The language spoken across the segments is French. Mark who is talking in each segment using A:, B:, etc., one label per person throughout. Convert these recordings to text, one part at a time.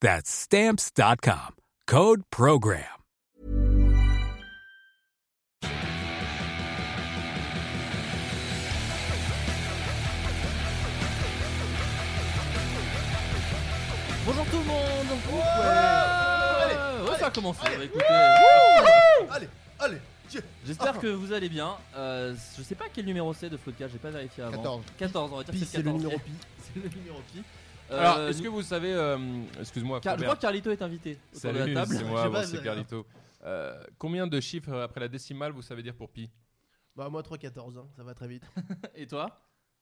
A: That's stamps.com. Code program.
B: Bonjour tout le monde
C: Allez,
B: Ouais,
C: allez,
B: Ça a commencé,
C: allez.
B: bah écoutez,
C: Allez, allez, tiens. Ah.
B: j'espère que vous allez bien. Euh, je sais pas quel numéro c'est de Floodcast, j'ai pas vérifié avant.
C: 14.
B: 14, on va dire que
C: Pi,
B: c'est le 14.
C: numéro
B: pi. c'est le numéro pi. Euh,
D: Alors, est-ce que vous savez, euh, excuse-moi,
B: Car- je
D: Robert.
B: crois que Carlito est invité autour de
D: Salut,
B: la table.
D: c'est
C: Je
D: moi,
C: sais
D: bon,
C: pas,
D: c'est
C: euh,
D: Carlito. Euh, combien de chiffres après la décimale vous savez dire pour pi
C: Bah, moi 3-14, hein, ça va très vite.
B: Et toi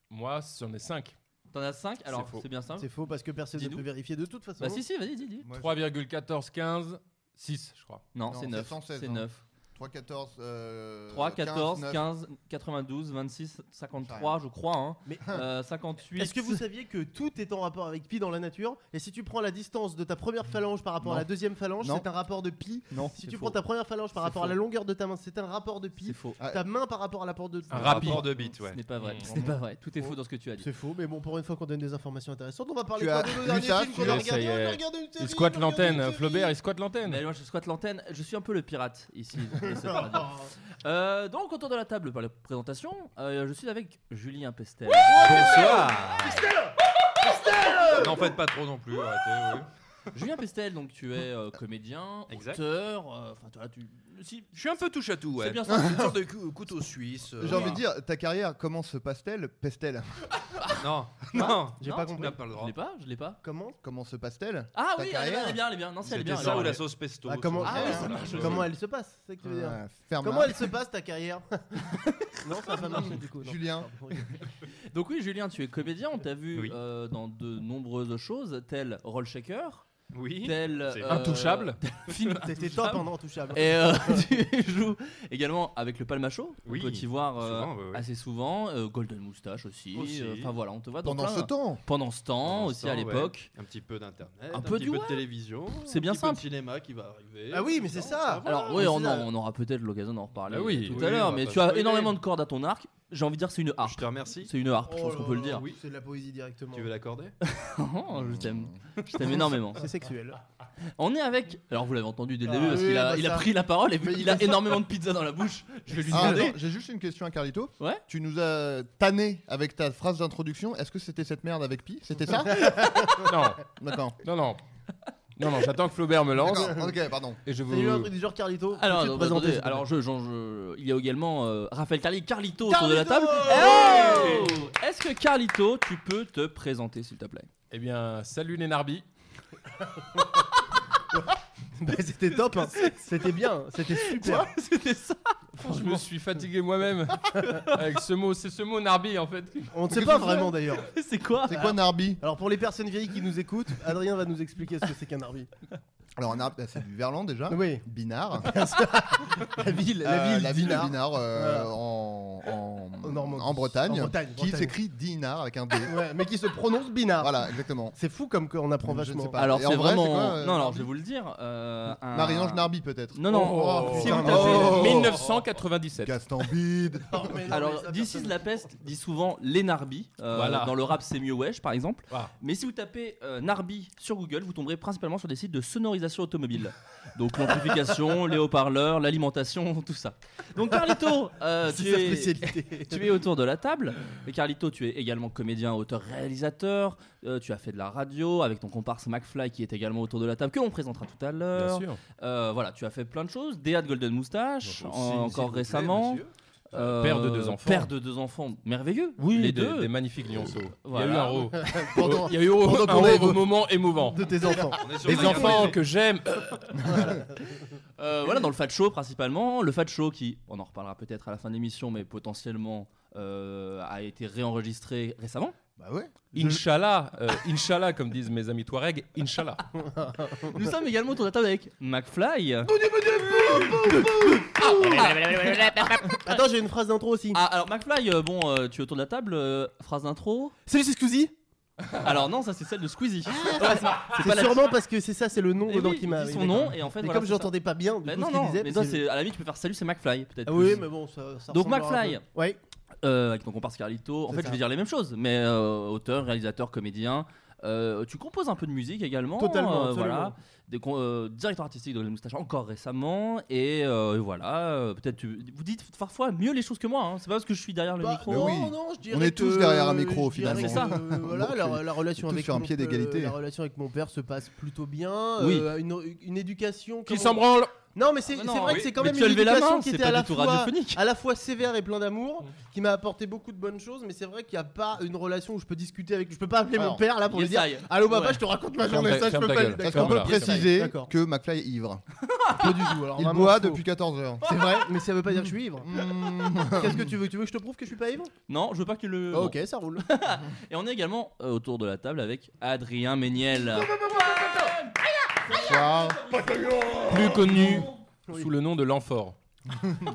D: Moi, j'en ai 5.
B: T'en as 5 Alors,
D: faux.
B: c'est bien simple.
C: C'est faux parce que personne ne
B: Dis-nous.
C: peut vérifier de toute façon.
B: Bah si, si, vas-y, dis, dis.
E: Moi,
D: 3,1415, 6, je crois.
B: Non,
E: Non,
B: c'est
E: c'est
B: 9.
E: 116,
B: C'est
E: hein.
B: 9.
E: je- 3, 14, euh,
B: 3, 14,
E: 9.
B: 15, 92, 26, 53, je crois. Hein.
C: Mais-
B: Euh, 58.
C: Est-ce que vous saviez que tout est en rapport avec pi dans la nature Et si tu prends la distance de ta première phalange par rapport à la deuxième phalange,
E: Non.
C: c'est un rapport de pi.
E: Non.
C: Si tu prends ta première phalange par
B: C'est
C: rapport à la
B: faux.
C: longueur de ta main, c'est un rapport de
B: C'est
C: pi.
B: faux.
E: Ah,
C: Ta main par rapport à la porte de
D: Un
C: Ah,
D: rapide.
E: Rapport de bits, ouais.
B: Ce n'est pas vrai.
D: Mmh.
B: Ce n'est pas vrai. Tout est faux dans ce que tu as dit.
C: C'est faux, mais bon, pour une fois qu'on donne des informations intéressantes, on va
E: Tu
C: parler quoi
E: as
C: de nos
E: lu
C: derniers
E: ça,
C: films qu'on
D: tu
C: a
D: as
C: regardés,
D: essayé.
C: on a regardé une série,
D: Il squatte
C: on a regardé une
D: l'antenne,
C: série.
D: Flaubert, il squatte
B: Mais
D: l'antenne.
B: moi je squatte l'antenne, je suis un peu le pirate ici. de cette radio. Euh, donc autour de la table par la présentation, euh, je suis avec Julie Impestel.
E: Bonsoir N'en faites pas trop non plus, arrêtez, oui.
B: Julien Pestel, donc tu es euh, comédien,
E: Exact.
B: auteur, euh, enfin toi tu... Si,
E: Je suis un peu touche à tout, ouais.
B: C'est bien ça.
E: Une sorte de cou- couteau suisse. euh,
F: J'ai envie de dire, ta carrière commence pastel, pestel.
E: Non, non,
C: J'ai
B: Non,
C: pas
B: tu
C: compris.
E: n'a pas le
B: Je
E: droit.
B: l'ai pas, je l'ai pas.
C: Comment
F: Commence pastel.
B: Ah oui,
F: Ta
B: elle est bien,
F: carrière.
B: elle est bien, elle est bien. Non, si, elle est
E: C'était
B: bien.
E: ça
B: elle
E: ou
B: est
E: la
B: bien.
E: sauce pesto
C: Ah, comment,
B: Ah ouais, ça
C: comment-
B: marche.
C: comment elle se passe c'est ça que tu veux dire.
F: Ah, ferme
C: Comment elle se passe ta carrière Non, ça va pas marcher du coup. non.
F: Julien.
B: Donc oui, Julien, tu es comédien, on t'a vu
E: Oui.
B: euh, dans de nombreuses choses, tel Roll Shaker,
E: Oui.
B: tel...
E: C'est
B: euh,
D: Intouchable.
B: film
C: T'étais
B: Intouchable.
C: top en intouchable.
B: Et euh, tu joues également avec le Palmacho,
E: Oui,
B: on peut t'y voir euh,
E: souvent, ouais, ouais.
B: assez souvent, euh, Golden Moustache aussi.
E: Aussi.
B: euh, Enfin voilà, on te voit dans
F: Pendant
B: plein-
F: ce temps,
B: Pendant ce temps,
E: Pendant ce
B: aussi
E: temps,
B: à
E: ouais.
B: l'époque.
E: Un petit peu d'internet,
B: Un
E: un,
B: peu
E: petit
B: du
E: peu
B: web.
E: de télévision.
B: C'est bien
E: un petit peu de
B: simple.
E: cinéma qui va arriver.
C: Ah oui, mais c'est ça.
B: Alors oui,
C: Mais
B: on,
C: c'est là-
B: en- on aura peut-être l'occasion d'en reparler euh,
D: Ah oui,
B: tout
E: oui,
B: à l'heure,
E: on va
B: mais
E: pas
B: tu as
E: spoiler.
B: énormément de cordes à ton arc. J'ai envie de dire que c'est une
E: Je
B: harpe.
E: te remercie.
B: C'est une harpe, je
C: Oh
B: pense
C: là
B: qu'on peut le
C: là,
B: dire.
C: oui, C'est de la poésie directement.
E: Tu veux l'accorder
B: Oh, je t'aime, je t'aime énormément.
C: C'est sexuel.
B: On est avec. Alors vous l'avez entendu dès le
C: Ah
B: début parce
C: oui,
B: qu'il a,
C: bah
B: il a
C: ça.
B: pris la parole et vu
F: Mais
B: qu'il
F: il
B: a énormément de pizza dans la bouche, je vais lui
F: Ah,
B: demander.
F: attends, j'ai juste une question à Carlito.
B: Ouais.
F: Tu nous as tanné avec ta phrase d'introduction. Est-ce que c'était cette merde avec Pi C'était ça
D: Non,
F: D'accord.
D: non, non. Non, non, j'attends que Flaubert me lance
F: D'accord, Ok, pardon.
D: et je vous.
C: T'as eu un truc du genre Carlito
B: Alors,
C: tu te
B: non,
C: présentes,
B: attendez,
C: s'il te plaît.
B: alors je, j'en- je- il y a également euh, Raphaël Carli, Carlito autour de la table.
C: Carlito
B: Oh Est-ce que Carlito, tu peux te présenter s'il te plaît
D: Eh bien, salut les Narbis.
C: Bah, C'était top. hein. C'était bien. C'était super.
B: C'était ça
D: Je me suis fatigué moi-même avec ce mot. C'est ce mot Narbi en fait.
C: On ne sait pas vraiment d'ailleurs.
B: C'est quoi
F: C'est quoi Narbi
C: Alors pour les personnes vieilles qui nous écoutent, Adrien va nous expliquer ce que c'est qu'un arbi.
F: Alors, Narbi, bah, c'est du Verlan déjà.
C: Oui.
F: Binard.
C: La ville,
F: Euh,
C: la ville,
F: la ville de
C: Dinard.
F: Binard euh,
C: Voilà.
F: en, en-
C: Normandie.
F: en Bretagne,
C: En Bretagne,
F: qui
C: Bretagne. Ah.
F: s'écrit Dinard avec un D.
C: Ouais, mais qui se prononce binard.
F: voilà, exactement.
C: C'est fou comme on apprend
F: Je ne sais
C: vachement.
F: pas.
B: Alors
F: Bah, Et en
B: c'est
F: vrai, c'est
B: vraiment.
F: quoi, euh,
B: non, alors
F: Narby
B: je vais vous le dire. euh, un-
F: Marie-Ange Narby peut-être.
B: Non, non.
F: Oh,
B: si,
F: putain.
B: tout à fait.
F: Oh.
D: 1997.
F: Gaston Bide.
B: Alors, This is la peste dit souvent les Narbi. euh,
D: Voilà.
B: Dans le rap, c'est mieux wesh, par exemple.
D: Voilà.
B: Mais si vous tapez euh, Narbi sur Google, vous tomberez principalement sur des sites de sonorisation automobile. Donc, l'amplification, les haut-parleurs, l'alimentation, tout ça. Donc, Carlito, euh, tu,
C: sa
B: es,
C: spécialité.
B: tu es autour de la table. Et Carlito, tu es également comédien, auteur, réalisateur. Euh, tu as fait de la radio avec ton comparse McFly qui est également autour de la table, que l'on présentera tout à
D: Bien
B: l'heure.
D: sûr.
B: Euh, voilà, tu as fait plein de choses. DA de Golden Moustache,
E: Bonjour.
B: en-
E: S'il- s'il vous
B: encore
E: plaît,
B: récemment.
E: monsieur.
B: Euh,
D: Père de deux enfants.
B: Père de deux enfants, merveilleux.
D: Oui,
B: les
D: des,
B: deux.
D: des magnifiques lionceaux. Il y a eu
B: Voilà.
D: un row.
F: Pendant-
D: Il y a eu un row-
F: pendant
D: un
F: qu'on
D: row
F: est-
D: au moment émouvant.
C: de tes enfants.
E: On est sur
D: Les
E: Magazine.
D: enfants que j'aime.
B: Euh, voilà, dans le Fat Show principalement. Le Fat Show qui, on en reparlera peut-être à la fin de l'émission, mais potentiellement euh, a été réenregistré récemment.
F: Bah ouais.
D: Inch'Allah, euh, Inch'Allah, comme disent mes amis Touareg, Inch'Allah.
B: Nous sommes également autour de la table avec McFly.
C: Attends, j'ai une phrase d'intro aussi.
B: Ah, alors McFly, euh, bon, euh, tu es autour de la table, euh, phrase d'intro.
C: Salut, c'est Squeezie.
B: Alors non, ça c'est celle de Squeezie.
D: Ah,
C: C'est
B: la-
C: sûrement parce que c'est ça, c'est le nom
B: Eh
C: dedans
B: oui,
C: qui m'a.
B: il dit
C: oui,
B: son
C: d'accord.
B: nom et en fait.
C: Mais
B: voilà,
C: comme
B: c'est ça.
C: j'entendais pas bien, du
B: Bah,
C: coup,
B: non,
C: ce qu'il
B: non,
C: disait.
B: mais toi,
C: c'est-
B: c'est- à la limite, tu peux faire salut, c'est McFly, peut-être.
C: Ah
B: plus.
C: oui, mais bon, ça. ça
B: Donc,
C: ressemblera un
B: McFly.
C: peu. Ouais.
B: Euh, avec ton comparse Carlito. En
C: C'est
B: fait,
C: ça.
B: je vais dire les mêmes choses, mais euh, auteur, réalisateur, comédien. Euh, tu composes un peu de musique également.
C: Totalement, absolument.
B: Oh, euh, voilà. Des con- euh, directeur artistique de la moustache encore récemment. Et euh, voilà, euh, peut-être tu- vous dites parfois mieux les choses que moi. hein. C'est pas parce que je suis derrière le
C: Bah,
B: micro. Oh,
C: non,
F: Mais oui.
C: non, je dirais
F: On est tous
C: que-
F: derrière un micro,
C: je dirais
F: finalement.
C: que,
B: C'est ça.
C: euh, voilà,
F: Donc,
C: la, la relation
F: tous
C: avec
F: sur un
C: mon-
F: pied d'égalité.
C: euh, La relation avec mon père se passe plutôt bien.
B: Oui.
C: euh, une, une éducation.
D: Qui
C: comment-
D: s'en branle
C: Non, mais c'est
B: Ah,
C: c'est
B: non,
C: vrai
B: oui.
C: que c'est quand
B: Mais
C: même
B: tu as
C: une
B: levé la
C: éducation
B: main,
C: qui
B: c'est
C: était
B: pas
C: à
B: du
C: la
B: tout
C: fois Ah.
B: radiophonique.
C: à la fois sévère et plein d'amour, qui m'a apporté beaucoup de bonnes choses. Mais c'est vrai qu'il n'y a pas une relation où je peux discuter avec. Je peux pas appeler mon
F: Alors,
C: père là pour lui
B: yes,
C: dire.
B: I.
C: Allô, papa,
B: Ouais.
C: je te raconte ma
D: Ferme
C: journée. Ça,
D: ta-
C: je
D: ferme
C: peux
D: ta
C: pas.
D: gueule.
C: lui-
F: Est-ce
C: D'accord.
F: qu'on peut
D: Voilà.
F: préciser
C: D'accord.
F: que McFly est ivre
C: Pas du tout. Alors,
F: Il
C: vraiment, Mm.
F: boit
C: faux.
F: depuis 14 heures.
C: C'est vrai, mais ça veut pas dire que je suis ivre. Qu'est-ce que tu veux Tu veux que je te prouve que je suis pas ivre
B: Non, je veux pas que le.
C: Ah, Ok, ça roule.
B: Bon. Et on est également euh, autour de la table avec Adrien Méniel.
F: Wow.
D: Plus connu sous le nom de l'amphore.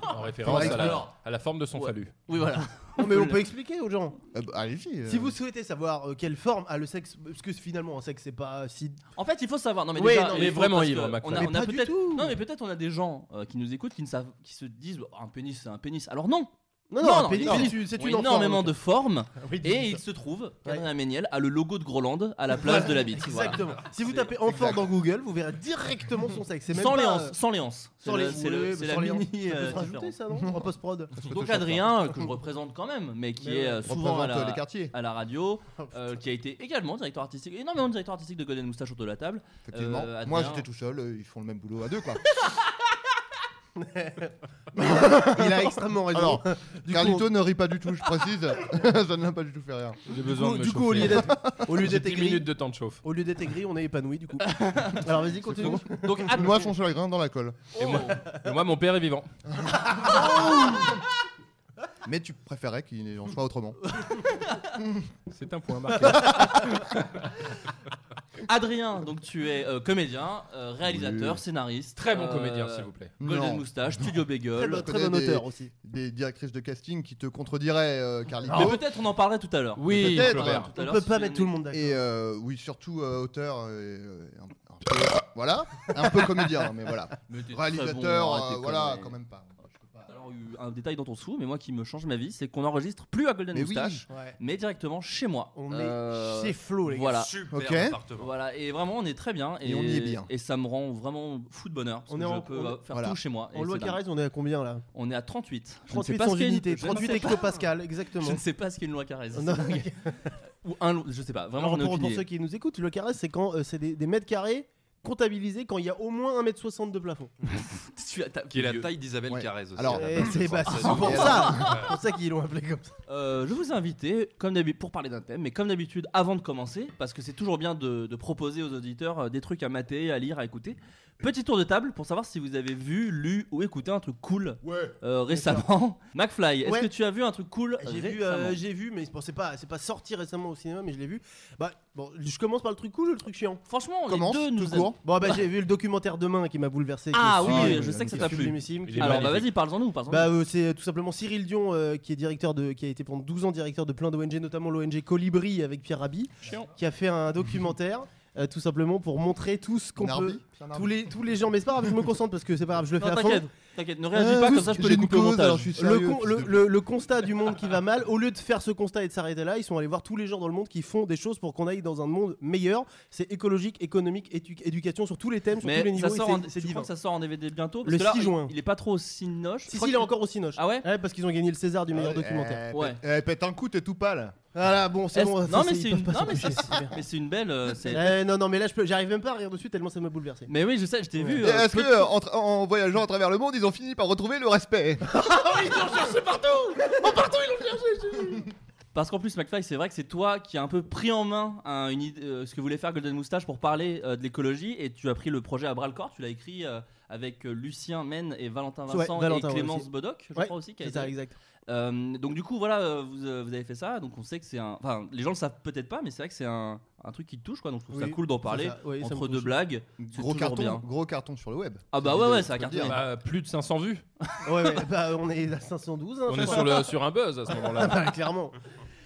D: En référence
F: Ouais,
D: à la,
B: alors.
D: à la forme de son phallu.
B: oui, voilà.
C: Non, mais on peut expliquer aux gens.
F: Euh, bah, Allez-y. euh.
C: Si vous souhaitez savoir euh, quelle forme a le sexe, parce que finalement un sexe c'est pas si.
B: En fait, il faut savoir. Non, mais
C: Oui,
B: déjà,
C: non,
B: il
C: mais
B: faut
D: vraiment
B: parce
D: ivre,
B: que
D: Macron.
B: on a-
D: Mais
B: on a
C: pas du
B: peut-être-
C: tout.
B: Non, mais peut-être on a des gens euh, qui nous écoutent qui ne savent, qui se disent oh, un pénis, c'est un pénis. Alors non.
C: Non,
B: Non,
C: non,
B: non,
C: un pénis,
B: non.
C: c'est une- c'est
B: Ont
C: une enfant,
B: énormément
C: donc.
B: de formes.
C: Oui,
B: Et il
C: dis-nous ça.
B: se trouve qu'Adrien Méniel a le logo de Groland à la place de la bite. Voilà.
C: Exactement. Si vous tapez enfant dans Google, vous verrez directement son sexe. C'est même
B: Sans
C: pas,
B: léance,
C: euh,
B: sans léance. C'est
C: Sans
B: le-
C: les.
B: c'est le-
C: ouais,
B: c'est
C: bah,
B: la
C: sans les-
B: mini,
C: Ça peut
B: euh,
C: se rajouter
B: différence.
C: ça, non En post-prod.
B: Donc Adrien, que je représente quand même, mais qui
C: Mais
B: est
C: ouais.
B: euh, souvent à
F: représente euh,
B: la,
F: les quartiers.
B: à la radio,
C: Oh,
B: euh, qui a été également directeur artistique, énormément de directeur artistique de Golden Moustache autour de la table.
F: Effectivement.
B: Euh, Adrien-
F: Moi j'étais tout seul, euh, ils font le même boulot à deux quoi.
C: Il a extrêmement raison.
F: Alors,
C: du
F: Carlito
C: coup,
F: ne rit pas du tout, je précise. ça ne l'a pas du tout fait rire.
D: J'ai besoin de me
C: du coup, au lieu
D: chauffer.
C: d'être- au lieu
D: J'ai
C: d'être
D: 10
C: aigri,
D: minutes de temps de chauffe.
C: au lieu d'être aigri, on est épanoui du coup. Alors vas-y, continue.
B: Donc
C: Ah,
B: Ad-
F: Moi son seul grain dans la colle.
D: Et moi, et moi, mon père est vivant.
F: Mais tu préférais qu'il en soit autrement.
D: C'est un point marqué.
B: Adrien, donc tu es euh, comédien, euh, réalisateur, scénariste.
D: Très bon
B: euh,
D: comédien, s'il vous plaît.
B: Golden
F: Non.
B: Moustache, Studio
C: Très
B: Bagel.
C: bon,
F: je
C: très
F: connais
C: bon
F: des-
C: auteur aussi.
F: Des directrices de casting qui te contrediraient, euh, Carlito.
B: Mais peut-être on en parlerait tout à l'heure.
D: Oui,
F: Peut-être.
D: Flaubert.
B: Tout à
C: On
B: l'heure,
C: peut
B: si
C: pas
B: tu
C: mettre
B: veux.
C: tout le monde d'accord.
F: Et euh, oui, surtout euh, auteur. euh, et, euh, un- un peu- voilà, un peu comédien, mais voilà.
B: Mais t'es très
F: Réalisateur,
B: bon, arrête
F: euh,
B: tes
F: voilà,
B: conneries.
F: quand même pas. Je peux pas.
B: Alors, eu un détail dont on se fout, mais moi qui me change ma vie, c'est qu'on enregistre plus à Golden
F: Mais oui.
B: Moustache,
C: Ouais.
B: mais directement chez moi.
C: On
B: Euh,
C: est chez Flo, les gars.
B: Voilà.
E: Super
F: Ok.
E: appartement.
B: Voilà, et vraiment on est très bien. Et,
F: Et on y est bien.
B: Et ça me rend vraiment fou de bonheur. Parce
C: On
B: que
C: est
B: je
C: en-
B: peux
C: on est-
B: euh, faire
F: voilà.
B: tout chez moi. et
C: En loi
B: c'est dingue.
C: Carrez, on est à combien là
B: On est à 38. Je ne sais
C: 38
B: pas ce
C: sans
B: qu'est une-
C: unité,
B: je ne sais
C: 38
B: pas-
C: hectopascal,
B: Je
C: exactement.
B: ne sais pas ce qu'est une loi Carrez.
C: Non,
B: Ou un lo- je sais pas, vraiment
C: Alors,
B: j'en ai
C: pour,
B: aucune
C: pour
B: idée.
C: ceux qui nous écoutent, le carré, c'est quand euh, c'est des, des mètres carrés comptabilisés quand il y a au moins 1m60 de plafond.
B: Tu as- t'as-
E: Qui est la
B: Dieu.
E: taille d'Isabelle
F: Ouais.
E: Carrez aussi.
F: Alors,
E: à la
C: Eh,
E: base,
C: c'est
E: je crois.
C: bah, c'est pour
E: Ouais.
C: ça, c'est pour ça qu'ils l'ont appelé comme ça.
B: Euh, je vous ai invité, comme d'habitude, pour parler d'un thème, mais comme d'habitude, avant de commencer, parce que c'est toujours bien de, de proposer aux auditeurs euh, des trucs à mater, à lire, à écouter, Petit tour de table pour savoir si vous avez vu, lu ou écouté un truc cool
F: Ouais.
B: euh, récemment. McFly, est-ce
C: Ouais.
B: que tu as vu un truc cool
C: J'ai vu, euh,
B: récemment
C: j'ai vu, mais bon, c'est pas, c'est pas sorti récemment au cinéma, mais je l'ai vu. Bah, bon, je commence par le truc cool ou le truc chiant
B: Franchement, les
F: Commence,
B: deux
F: tout
B: nous a-
F: court.
C: Bon, bah, j'ai vu le documentaire Demain qui m'a bouleversé. qui
B: Ah
C: me
B: oui,
C: suit,
F: oui,
B: je
F: oui,
B: sais que ça
F: oui,
B: t'a
F: oui,
B: plu.
C: sublimissime.
E: Il est
B: Alors bah
E: magnifique.
B: vas-y, parle-en nous, parle-en
C: Bah, euh, c'est tout simplement Cyril Dion euh, qui est directeur de, qui a été pendant 12 ans directeur de plein d'ONG, notamment l'ONG Colibri avec Pierre Rabhi,
B: Chiant.
C: qui a fait un documentaire euh, tout simplement pour montrer tout ce qu'on
F: Narbi,
C: peut,
F: Pierre Narbi.
C: tous les, tous les gens. Mais c'est pas grave, je me concentre parce que c'est pas grave, je le fais
B: Non,
C: à fond.
B: t'inquiète, t'inquiète, ne réagis
F: Euh,
B: pas,
F: tous-
B: comme ça je peux
F: j'ai
B: les
F: une
B: couper au
F: cause,
B: montage.
F: alors je suis
C: le,
F: sérieux,
C: con-
F: fils
C: le-
F: de-
C: le- le constat du monde qui va mal, au lieu de faire ce constat et de s'arrêter là, ils sont allés voir tous les gens dans le monde qui font des choses pour qu'on aille dans un monde meilleur. C'est écologique, économique, édu- éducation sur tous les thèmes, sur tous les
B: Mais
C: niveaux.
B: ça
C: et
B: sort,
C: c'est-
B: en, je
C: c'est
B: crois
C: divin.
B: que ça sort en DVD bientôt. Parce
C: Le
B: que là,
C: 6 juin.
B: Il est pas trop si noche.
C: Si, si, il est encore aussi noche.
B: Ah ouais
C: Ouais, parce qu'ils ont gagné le César du meilleur documentaire.
F: Eh,
B: Ouais.
F: pète- Eh, pète un coup, t'es tout pâle.
C: Voilà, bon, c'est
B: Est-ce-
C: bon.
B: non,
C: ça,
B: mais
C: c'est-
B: c'est
C: ils peuvent
B: une-
C: pas
B: non,
C: s'en
B: mais ça,
C: empêcher, c'est bien.
B: Mais c'est une belle. euh, c'est-
C: Eh, non, non, mais là, je peux- j'arrive même pas à rire dessus tellement ça m'a bouleversé.
B: Mais oui, je sais, je t'ai vu.
F: Et
B: euh,
F: Est-ce que, euh, en, tra- en voyageant à travers le monde, ils ont fini par retrouver le respect
B: Parce qu'en plus, McFly, c'est vrai que c'est toi qui as un peu pris en main hein, une idée- euh, ce que voulait faire Golden Moustache pour parler euh, de l'écologie et tu as pris le projet à bras le corps. Tu l'as écrit euh, avec euh, Lucien Men et Valentin
C: Ouais,
B: Vincent
C: Valentin,
B: et
C: ouais,
B: Clémence
C: aussi.
B: Bodoc, je
C: Ouais,
B: crois aussi. qui a
C: C'est
B: été-
C: ça, exact.
B: Euh, donc, du coup, voilà, euh, vous, euh, vous avez fait ça. Donc, on sait que c'est un. Enfin, les gens le savent peut-être pas, mais c'est vrai que c'est un, un truc qui te touche, quoi. Donc, je trouve ça
C: Oui,
B: cool d'en
C: c'est
B: parler
C: ça, oui, ça me
B: entre deux
C: touche.
B: blagues. C'est
F: Gros
B: toujours
F: carton,
B: bien.
F: gros carton sur le web.
B: Ah, bah
F: Cette
B: ouais,
F: vidéo,
B: ouais, ça a
F: faut le dire.
B: cartonné.
D: Bah, plus de 500 vues.
C: Ouais, ouais, bah, on est à 512. hein,
D: On
C: je
D: est
C: crois.
D: sur, le, sur un buzz à ce moment-là.
C: Ah, clairement.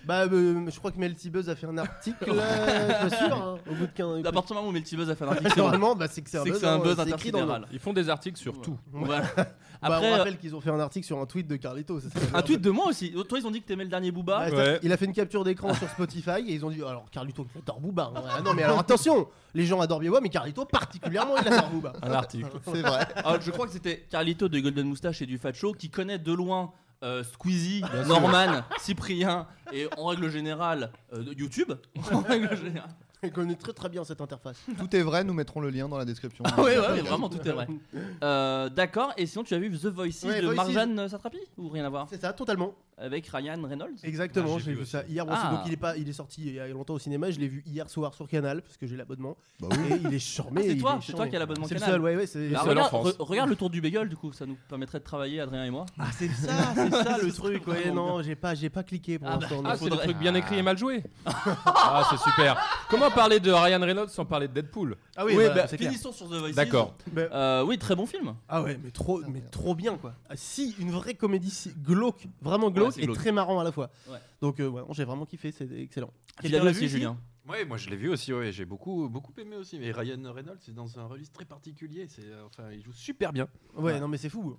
C: Bah, euh, je crois que Melty Buzz a fait un article, euh, je suis pas sûr, hein, au bout de 15
B: À partir du moment où Multibuzz a fait un article, c'est bon.
C: Normalement, bah, c'est que c'est un
B: c'est que
C: buzz,
B: c'est un
C: hein,
B: buzz
C: c'est écrit dans le-
B: intersidéral.
D: Ils font des articles sur tout.
B: Voilà.
C: Bah,
B: Après, euh,
C: on rappelle qu'ils ont fait un article sur un tweet de Carlito. ça, c'est-
B: un tweet de moi aussi. Toi, ils ont dit que t'aimais le dernier Booba.
C: Ouais,
D: Ouais.
C: Il a fait une capture d'écran sur Spotify et ils ont dit oh, alors Carlito il adore Booba. Ouais, ah non mais alors attention, les gens adorent Biewa mais Carlito particulièrement il adore Booba.
D: Un article.
F: C'est vrai.
B: Ah, je crois que c'était Carlito de Golden Moustache et du Fat Show qui connaît de loin euh, Squeezie, Norman, Cyprien et en règle générale euh, de YouTube. En règle générale.
C: Il connaît très très bien cette interface.
F: Tout est vrai, nous mettrons le lien dans la description.
B: Ah ouais, ouais, mais vraiment tout est vrai. Euh, D'accord, et sinon tu as vu The Voices
C: Ouais,
B: de
C: Voices.
B: Marjane Satrapi Ou rien à voir
C: C'est ça totalement.
B: Avec Ryan Reynolds
C: Exactement,
E: Ah, j'ai
C: j'ai
E: vu
C: vu
E: aussi.
C: ça hier aussi.
B: Ah.
C: Donc il est pas, il est sorti il y a longtemps au cinéma. Je l'ai vu hier soir sur Canal parce que j'ai l'abonnement.
F: Bah
C: Et il est charmé.
B: Ah, c'est
C: il
B: toi,
C: est
B: c'est
C: charmé.
B: toi qui as l'abonnement
C: C'est le
B: Canal.
C: seul, ouais, ouais, c'est
B: Bah,
D: seul en
B: regarde,
D: France.
B: re- regarde le tour du bagel du coup, ça nous permettrait de travailler Adrien et moi.
C: Ah, c'est ça, c'est ça le truc. Ouais, non, j'ai pas, j'ai pas cliqué pour
B: Ah, bah,
C: l'instant.
B: ah,
C: non.
D: Ah, c'est le
B: faudrait-
D: truc bien écrit et mal joué. ah, c'est super. Comment parler de Ryan Reynolds sans parler de Deadpool
C: Ah oui,
B: bah,
C: voilà, c'est clair.
B: finissons sur The Voices.
D: D'accord.
C: Bah,
B: Euh, oui, très bon film.
C: Ah ouais, mais trop, mais trop bien quoi. Ah, si, une vraie comédie si- glauque, vraiment glauque
B: c'est
C: et
B: glauque.
C: très marrant à la fois.
B: Ouais.
C: Donc euh, ouais, non, j'ai vraiment kiffé, c'est excellent.
B: Tu
C: Quelqu'un
B: l'as vu
C: l'a
B: aussi,
C: ici
B: Julien
E: Ouais, moi je l'ai vu aussi, ouais, j'ai beaucoup, beaucoup aimé aussi. Mais Ryan Reynolds, c'est dans un registre très particulier. C'est, euh, enfin, il joue super bien.
C: Ouais, non mais c'est fou.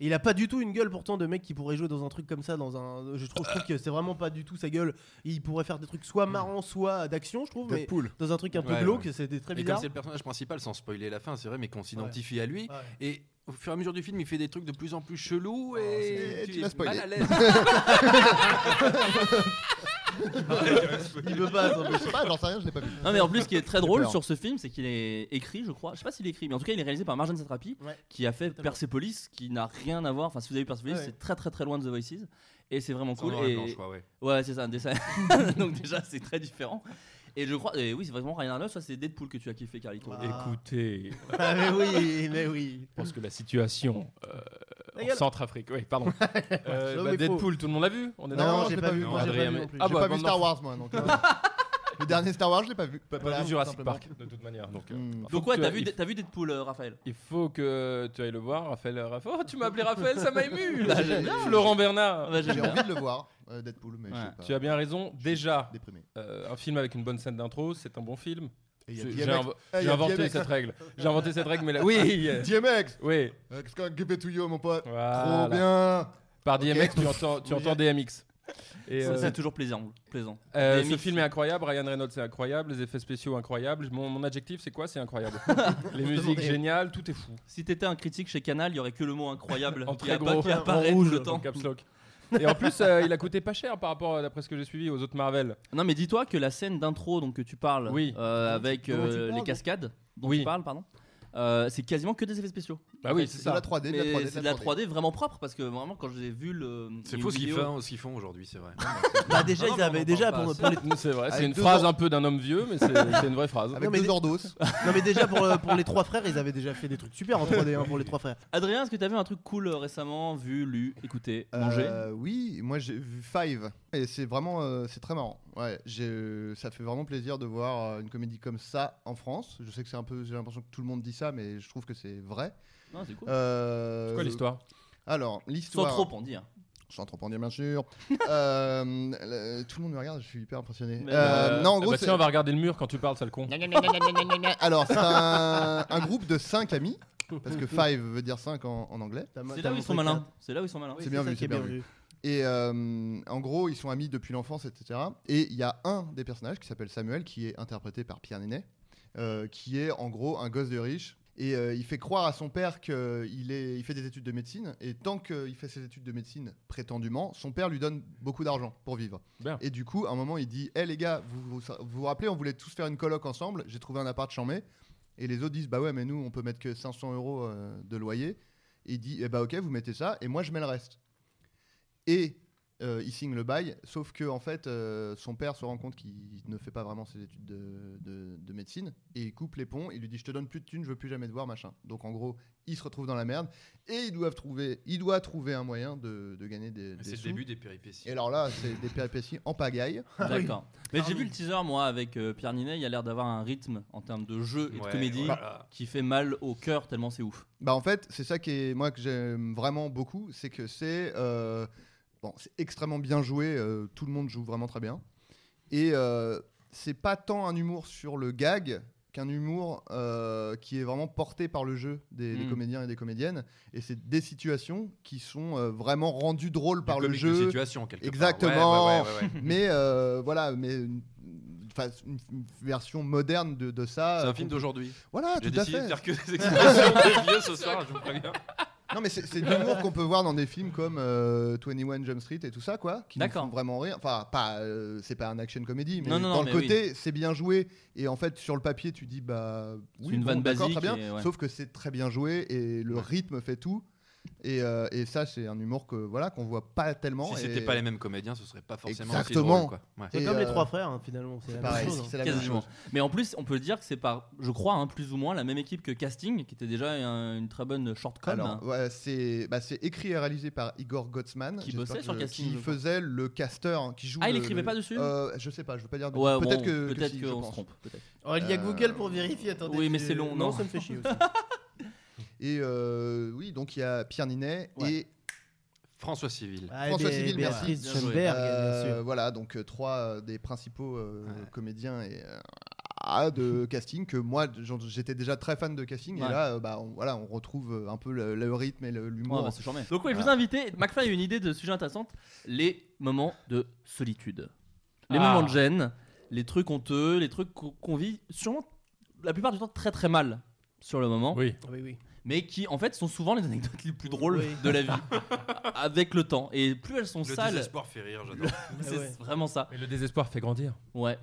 C: Il a pas du tout une gueule pourtant de mec qui pourrait jouer dans un truc comme ça, dans un. Je trouve, je trouve que c'est vraiment pas du tout sa gueule. Il pourrait faire des trucs soit marrants, soit d'action, je trouve, mais
F: Deadpool.
C: dans un truc un peu
E: Ouais,
C: glauque,
E: ouais.
C: c'était très
E: Mais comme
C: bizarre.
E: c'est le personnage principal, sans spoiler la fin, c'est vrai, mais qu'on s'identifie à lui.
C: Ouais.
E: Et au fur et à mesure du film, il fait des trucs de plus en plus chelous et
F: Ah, c'est- tu l'as
E: es
F: spoilé.
E: mal à l'aise.
C: Il veut pas.
F: Je sais pas, j'en sais rien, je l'ai pas vu.
B: Non mais en plus ce qui est très drôle
F: peur.
B: sur ce film c'est qu'il est écrit je crois, je sais pas s'il est écrit mais en tout cas il est réalisé par Marjane Satrapi
C: Ouais.
B: qui a fait
C: Totalement.
B: Persepolis qui n'a rien à voir, enfin si vous avez vu Persepolis
C: Ouais.
B: c'est très très très loin de The Voices et c'est vraiment
E: Sans
B: cool
E: noir et
B: et
E: blanc, je crois, ouais.
B: ouais c'est ça un dessin donc déjà c'est très différent et je crois et oui c'est vraiment Ryan Reynolds ça c'est Deadpool que tu as kiffé Carlito.
D: Bah,
C: Ouais. Ah.
D: Écoutez,
C: Ah, mais oui, mais oui.
D: je pense que la situation euh,
C: Ta
D: en
C: gueule.
D: Centrafrique, oui, pardon. Euh,
C: Non,
D: bah,
C: mais faut.
D: Deadpool, tout le monde l'a vu On est
C: Non,
D: d'accord
F: je
C: j'ai
F: l'ai
C: pas vu,
F: non,
C: moi, j'ai
D: Adrien,
C: pas vu
D: mais-
C: non plus.
D: Ah
F: J'ai
D: bah,
F: pas vu
D: bon,
F: Star
D: non.
F: Wars, moi. Donc, euh, le dernier Star Wars, je l'ai pas vu.
D: Pas
F: Voilà,
D: vu Jurassic
F: simplement.
D: Park, de toute manière. Donc, euh,
F: Hmm.
D: faut
B: Donc
D: que
B: ouais
D: tu
B: t'as vu,
D: ailles-
B: t'as vu Deadpool euh, Raphaël
D: Il faut que tu ailles le voir, Raphaël. euh, Raphaël. Oh, tu m'as appelé Raphaël, ça m'a ému Florent Bernard,
B: Ah, bah, j'aime
F: J'ai
B: bien.
F: envie de le voir, euh, Deadpool, mais
B: Ouais.
F: je sais pas.
D: tu as bien raison. Déjà,
F: Déprimé.
D: euh, un film avec une bonne scène d'intro, c'est un bon film.
F: Et il y a
D: J'ai j'ai
F: DMX.
D: inv-
F: Eh, il y
D: j'ai
F: a
D: inventé
F: DMX.
D: cette règle. J'ai inventé cette règle, mais là. Oui euh,
F: DMX
D: Oui
F: Euh, Qu'est-ce qu'on give it to you, mon pote
D: Voilà.
F: Trop bien
D: Par
F: Ok.
D: DMX, tu entends, tu
F: Oui.
D: entends DMX. Et,
B: Ça,
D: euh,
B: c'est toujours plaisant, plaisant.
D: euh, ce
B: DMX.
D: film est incroyable, Ryan Reynolds c'est incroyable, les effets spéciaux incroyables. Mon, mon adjectif c'est quoi C'est incroyable. les musiques géniales, tout est fou.
B: Si t'étais un critique chez Canal il y aurait que le mot incroyable
D: En
B: qui,
D: très
B: appa-
D: gros,
B: qui apparaît
D: en
B: tout
D: rouge,
B: le
D: en
B: temps.
D: caps lock. Et en plus, euh, il a coûté pas cher par rapport, euh, d'après ce que j'ai suivi, aux autres Marvel.
B: Non mais dis-toi que la scène d'intro donc que tu parles
D: Oui.
B: euh, avec
C: Dont tu
B: euh,
C: parles,
B: les
C: donc.
B: cascades dont
D: Oui.
B: tu parles pardon euh, c'est quasiment que des effets spéciaux
D: Bah oui,
B: fait,
D: c'est
F: C'est
D: ça.
F: de la 3D, de la 3D.
B: Mais c'est de la
F: 3D.
B: 3D vraiment propre parce que vraiment quand j'ai vu le.
E: C'est
B: les
E: faux ce qu'ils
B: vidéos-
E: font, ce qu'ils font aujourd'hui, c'est vrai.
C: Bah, déjà,
E: Non,
C: ils
E: mais on en
C: avaient déjà
E: parle
C: pour,
E: pas
C: pour les-
D: C'est vrai, c'est
F: Avec
D: une
F: deux
D: phrase
F: ans.
D: un peu d'un homme vieux, mais c'est c'est une vraie phrase.
F: Avec
C: Non, mais
F: deux
C: des-
F: ordos.
C: Non, mais déjà pour, euh, pour les trois frères, ils avaient déjà fait des trucs super en 3D hein, pour les trois frères.
B: Adrien, est-ce que t'as vu un truc cool euh, récemment, vu, lu, écouté, mangé
F: Euh, Oui, moi j'ai vu Five et c'est vraiment euh, c'est très marrant. Ouais, j'ai- euh, ça fait vraiment plaisir de voir euh, une comédie comme ça en France. Je sais que c'est un peu, j'ai l'impression que tout le monde dit ça, mais je trouve que c'est vrai.
B: Non, c'est cool.
F: Euh,
D: C'est quoi l'histoire
F: Alors
B: Sans
F: l'histoire.
B: trop en dire.
F: Sans trop en dire bien sûr. Euh, le- tout le monde me regarde, je suis hyper impressionné.
B: Mais-
F: Euh, non, en gros,
D: bah
F: c'est-
D: tiens, on va regarder le mur quand tu parles, sale con.
F: alors c'est un, un groupe de cinq amis parce que Five veut dire cinq en, en anglais.
C: T'as ma-
B: C'est
C: t'as
B: là où
C: mon
B: ils sont
C: truc, hein.
B: malins. C'est là où ils sont malins.
F: C'est bien
C: ça
F: vu,
C: qui
F: c'est
C: est
F: bien vu. Et euh, en gros, ils sont amis depuis l'enfance, etc. Et il y a un des personnages qui s'appelle Samuel, qui est interprété par Pierre Nénet, euh, qui est en gros un gosse de riche. Et euh, il fait croire à son père qu'il est, il fait des études de médecine. Et tant qu'il fait ses études de médecine, prétendument, son père lui donne beaucoup d'argent pour vivre.
D: Bien.
F: Et du coup, à un moment, il dit Hé les gars, vous vous, vous vous rappelez, on voulait tous faire une coloc ensemble. J'ai trouvé un appart chambé. Et les autres disent Bah ouais, mais nous, on peut mettre que 500 euros euh, de loyer. Et il dit Eh bah ok, vous mettez ça, et moi, je mets le reste. Et euh, il signe le bail, sauf que en fait, euh, son père se rend compte qu'il ne fait pas vraiment ses études de, de- de médecine et il coupe les ponts. Il lui dit Je te donne plus de thunes, je veux plus jamais te voir, machin. Donc en gros, il se retrouve dans la merde et ils doivent trouver, il doit trouver un moyen de, de gagner des. des
E: C'est le
F: sous.
E: début des péripéties.
F: Et alors là, c'est des péripéties en pagaille.
B: D'accord. Mais j'ai vu le teaser, moi, avec euh, Pierre Ninet. Il a l'air d'avoir un rythme en termes de jeu et de
E: Ouais,
B: comédie
E: voilà.
B: qui fait mal au cœur tellement c'est ouf.
F: Bah en fait, c'est ça qui est moi que j'aime vraiment beaucoup, c'est que c'est euh, bon, c'est extrêmement bien joué, euh, tout le monde joue vraiment très bien, et euh, c'est pas tant un humour sur le gag qu'un humour euh, qui est vraiment porté par le jeu des,
E: Hmm.
F: des
B: Mm.
F: comédiens et des comédiennes, et c'est des situations qui sont euh, vraiment rendues drôles
E: Du
F: par le
E: comique de
F: jeu,
E: situation, quelque part.
F: Exactement.
E: Ouais, ouais, ouais, ouais, ouais.
F: mais euh, voilà, mais une, enfin, une- une version moderne de, de ça.
E: C'est un film d'aujourd'hui.
F: Voilà,
E: J'ai
F: tout à
E: décidé de
F: Ah, fait.
E: faire que des expressions de vieux ce soir, je vous préviens.
F: Non, mais c'est c'est de l'humour qu'on peut voir dans des films comme euh, 21 Jump Street et tout ça, quoi. Qui nous
B: D'accord.
F: font vraiment rire. Enfin, pas, euh, c'est pas un action comédie, mais
B: Non, non, non,
F: dans le
B: mais
F: côté, c'est bien joué. Et en fait, sur le papier, tu dis, bah.
B: C'est
F: Oui,
B: une
F: bon,
B: vanne
F: d'accord,
B: basique
F: Très
B: et
F: bien.
B: ouais.
F: Sauf que c'est très bien joué et le rythme fait tout. Et, euh, et ça, c'est un humour que voilà qu'on voit pas tellement.
E: Si
F: et-
E: c'était pas les mêmes comédiens, ce serait pas forcément
F: Exactement.
E: aussi drôle. Quoi. Ouais.
C: C'est
F: Et,
C: comme les
F: euh,
C: trois frères, hein, finalement. C'est la même
F: Pareil,
C: chose, hein.
F: c'est la même
B: Quasiment.
F: chose.
B: Mais en plus, on peut le dire que c'est par, je crois, hein, plus ou moins la même équipe que Casting, qui était déjà un- une très bonne shortcom.
F: Alors, ouais, c'est bah, c'est écrit et réalisé par Igor Gotzman,
B: Qui
F: j'espère
B: bossait
F: que
B: sur
F: je-
B: Casting,
F: qui
B: je crois.
F: faisait le caster, hein, qui joue.
B: Ah, il
F: le-
B: écrivait
F: le-
B: pas dessus
F: Euh, Je sais pas, je veux pas dire. de-
B: Ouais,
F: peut-être
B: bon,
F: que que
B: peut-être
F: si, je
B: qu'on se
F: pense.
B: trompe. peut-être.
C: Oh, il y a
F: Euh,
C: Google pour vérifier, attendez.
B: oui, mais
C: j'ai-
B: c'est long, non.
C: ça me fait chier aussi.
F: Et euh, oui, donc il y a Pierre Ninet
B: Ouais.
F: et
E: François Civil.
C: Ah,
F: François
C: Bé-
F: Civil, merci.
C: Béatrice
B: Bien joué.
C: Schoenberg,
F: euh,
C: bien sûr.
F: voilà donc euh, trois euh, des principaux euh, comédiens et euh, ah, de casting que moi j'en- j'étais déjà très fan de casting
B: Ouais.
F: et là euh, bah on, voilà on retrouve euh, un peu le, le rythme et le-
B: Ouais,
F: l'humour.
B: bah, c'est charmé. Donc, ouais, je vous ai invité. McFly a une idée de sujet intéressant les moments de solitude, les
D: Ah.
B: moments de gêne, les trucs honteux, les trucs qu'on- qu'on vit sûrement la plupart du temps très très mal sur le moment,
D: Oui.
C: Oui, oui.
B: mais qui en fait sont souvent les anecdotes les plus drôles
C: Oui.
B: de la vie avec le temps. Et plus elles sont
E: Le
B: sales,
E: désespoir fait rire, j'adore.
F: Ah
B: c'est
C: ouais.
B: vraiment ça.
D: Mais le désespoir fait grandir.
B: Ouais.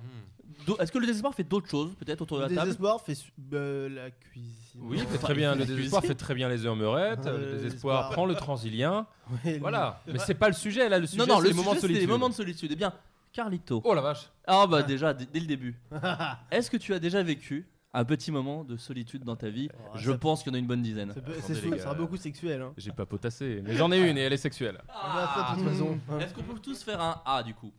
B: Do- Est-ce que le désespoir fait d'autres choses peut-être autour de
C: Hmm. Le
B: la table
C: désespoir fait su- euh, la cuisine.
B: Oui,
D: Il fait
B: Enfin,
D: très bien.
B: il
D: Le
B: fait
D: désespoir fait
B: cuisiner.
D: très bien les omelettes.
B: Ah,
C: Euh,
D: le
C: désespoir.
D: désespoir prend le transilien.
C: Ouais,
D: Voilà. Mais c'est pas le sujet là. Le sujet,
B: Non, non,
D: c'est
B: le
D: les moments de
B: sujet, c'était
D: solitude.
B: les moments de solitude. Eh bien, Carlito.
D: Oh la vache.
B: Ah bah déjà, d- dès le début. Est-ce que tu as déjà vécu un petit moment de solitude dans ta vie
C: Ouais,
B: Je
C: Oh, ça-
B: pense qu'il y en a une bonne dizaine.
C: C'est peu-
E: Attendez,
C: c'est
E: les
C: sou-
E: gars.
C: ça sera beaucoup sexuel. Hein.
D: J'ai pas potassé, mais j'en ai une et elle est sexuelle.
C: Ah, bah, ça, de toute façon.
B: Est-ce qu'on peut tous faire un A du coup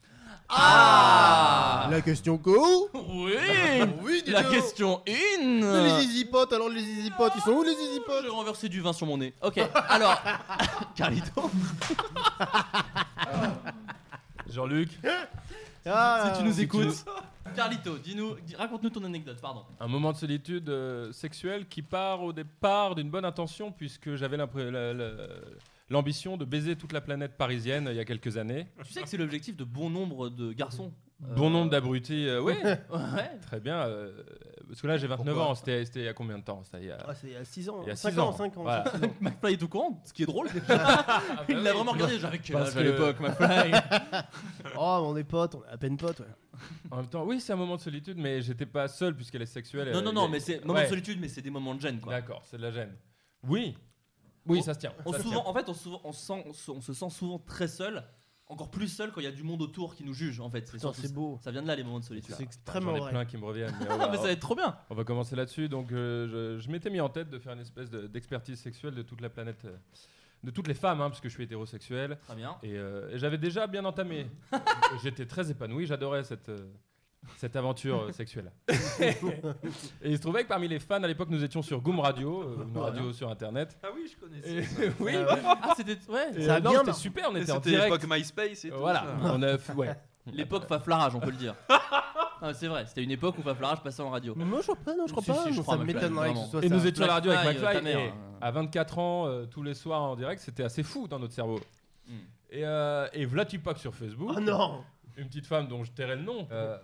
B: Ah
C: La question go
B: Oui
C: Oui, dis
B: La
C: donc.
B: question 1
C: Les zizi potes, alors les zizi potes, ils sont où les zizi
B: J'ai renversé du vin sur mon nez. Ok, alors, Carlito,
D: Jean-Luc,
C: Ah,
B: si tu nous écoutes. Carlito, dis-nous, dis- raconte-nous ton anecdote, pardon.
D: un moment de solitude euh, sexuelle qui part au départ d'une bonne intention puisque j'avais l'impré- la- la- l'ambition de baiser toute la planète parisienne euh, il y a quelques années.
B: Tu sais que c'est l'objectif de bon nombre de garçons. Euh,
D: Bon nombre d'abrutis, euh, oui,
B: Ouais.
D: très bien. euh, parce que là j'ai 29
F: Pourquoi
D: ans, c'était c'était il y a combien de temps C'était il y a-
C: Ah, c'est il y a 6 ans.
D: Il y a
C: 5
D: six
C: ans,
D: ans.
C: 5 ans.
D: Voilà. Ah, bah
C: cinq ans.
B: McFly est au courant, ce qui est drôle déjà. Il l'a vraiment regardé, j'avais quel
D: Parce
B: âge à
D: que-
B: l'époque, McFly
C: Oh, on est potes, on est à peine potes. Ouais.
D: En même temps, oui, c'est un moment de solitude, mais j'étais pas seul puisqu'elle est sexuelle.
B: Non,
D: euh,
B: non,
D: il
B: non,
D: y a-
B: mais c'est moment
D: Ouais,
B: de solitude, mais c'est des moments de gêne, quoi.
D: D'accord, c'est de la gêne. Oui, Oui, ça se tient.
B: On
D: ça se
B: souvent, en fait, on, souvent- on, sent- on se- on se sent souvent très seul, encore plus seul quand il y a du monde autour qui nous juge, en fait. C'est
C: Putain,
B: surtout
C: c'est
B: ça.
C: beau.
B: Ça vient de là, les moments de solitude.
C: C'est
D: tient. J'en
C: extrêmement
D: ai
C: vrai.
D: plein qui me reviennent. mais on
B: Ah,
D: va-
B: mais ça va être trop bien.
D: On va commencer là-dessus. Donc, euh, je, je m'étais mis en tête de faire une espèce de- d'expertise sexuelle de toute la planète, euh, de toutes les femmes, hein, parce que je suis hétérosexuel.
B: Très bien.
D: Et, euh, et j'avais déjà bien entamé. J'étais très épanoui, j'adorais cette, euh, cette aventure euh, sexuelle. et il se trouvait que parmi les fans à l'époque, nous étions sur Goom Radio, euh, une radio sur Internet.
E: Ah oui, je connaissais.
D: Et- oui,
C: Ah ouais.
B: Ah, c'était. Ouais,
D: Et,
C: Ça a
D: euh, non,
C: bien
D: c'était
C: marché.
D: super, on
E: Mais
D: était en
E: C'était
D: direct.
E: l'époque MySpace et tout.
D: Voilà,
E: ça.
D: on a, f- ouais.
B: l'époque Faflarage, on peut le dire. Ah, c'est vrai, c'était une époque où Faflarage passait en radio.
C: Mais moi, je crois pas, non, je crois
B: Si,
C: pas.
B: si, je
C: non,
B: crois,
C: ça
B: McFly,
C: m'étonnerait que
B: vraiment.
C: ce soit
D: Et
C: ça.
D: nous étions à la radio avec
B: McFly, euh,
D: McFly.
B: ta
D: et
B: mère.
D: à 24 ans, euh, tous les soirs en direct, c'était assez fou dans notre cerveau.
B: Mm.
D: Et, euh, et Vlatipak sur Facebook.
C: Oh non
D: une petite femme dont je tairai le nom. Euh,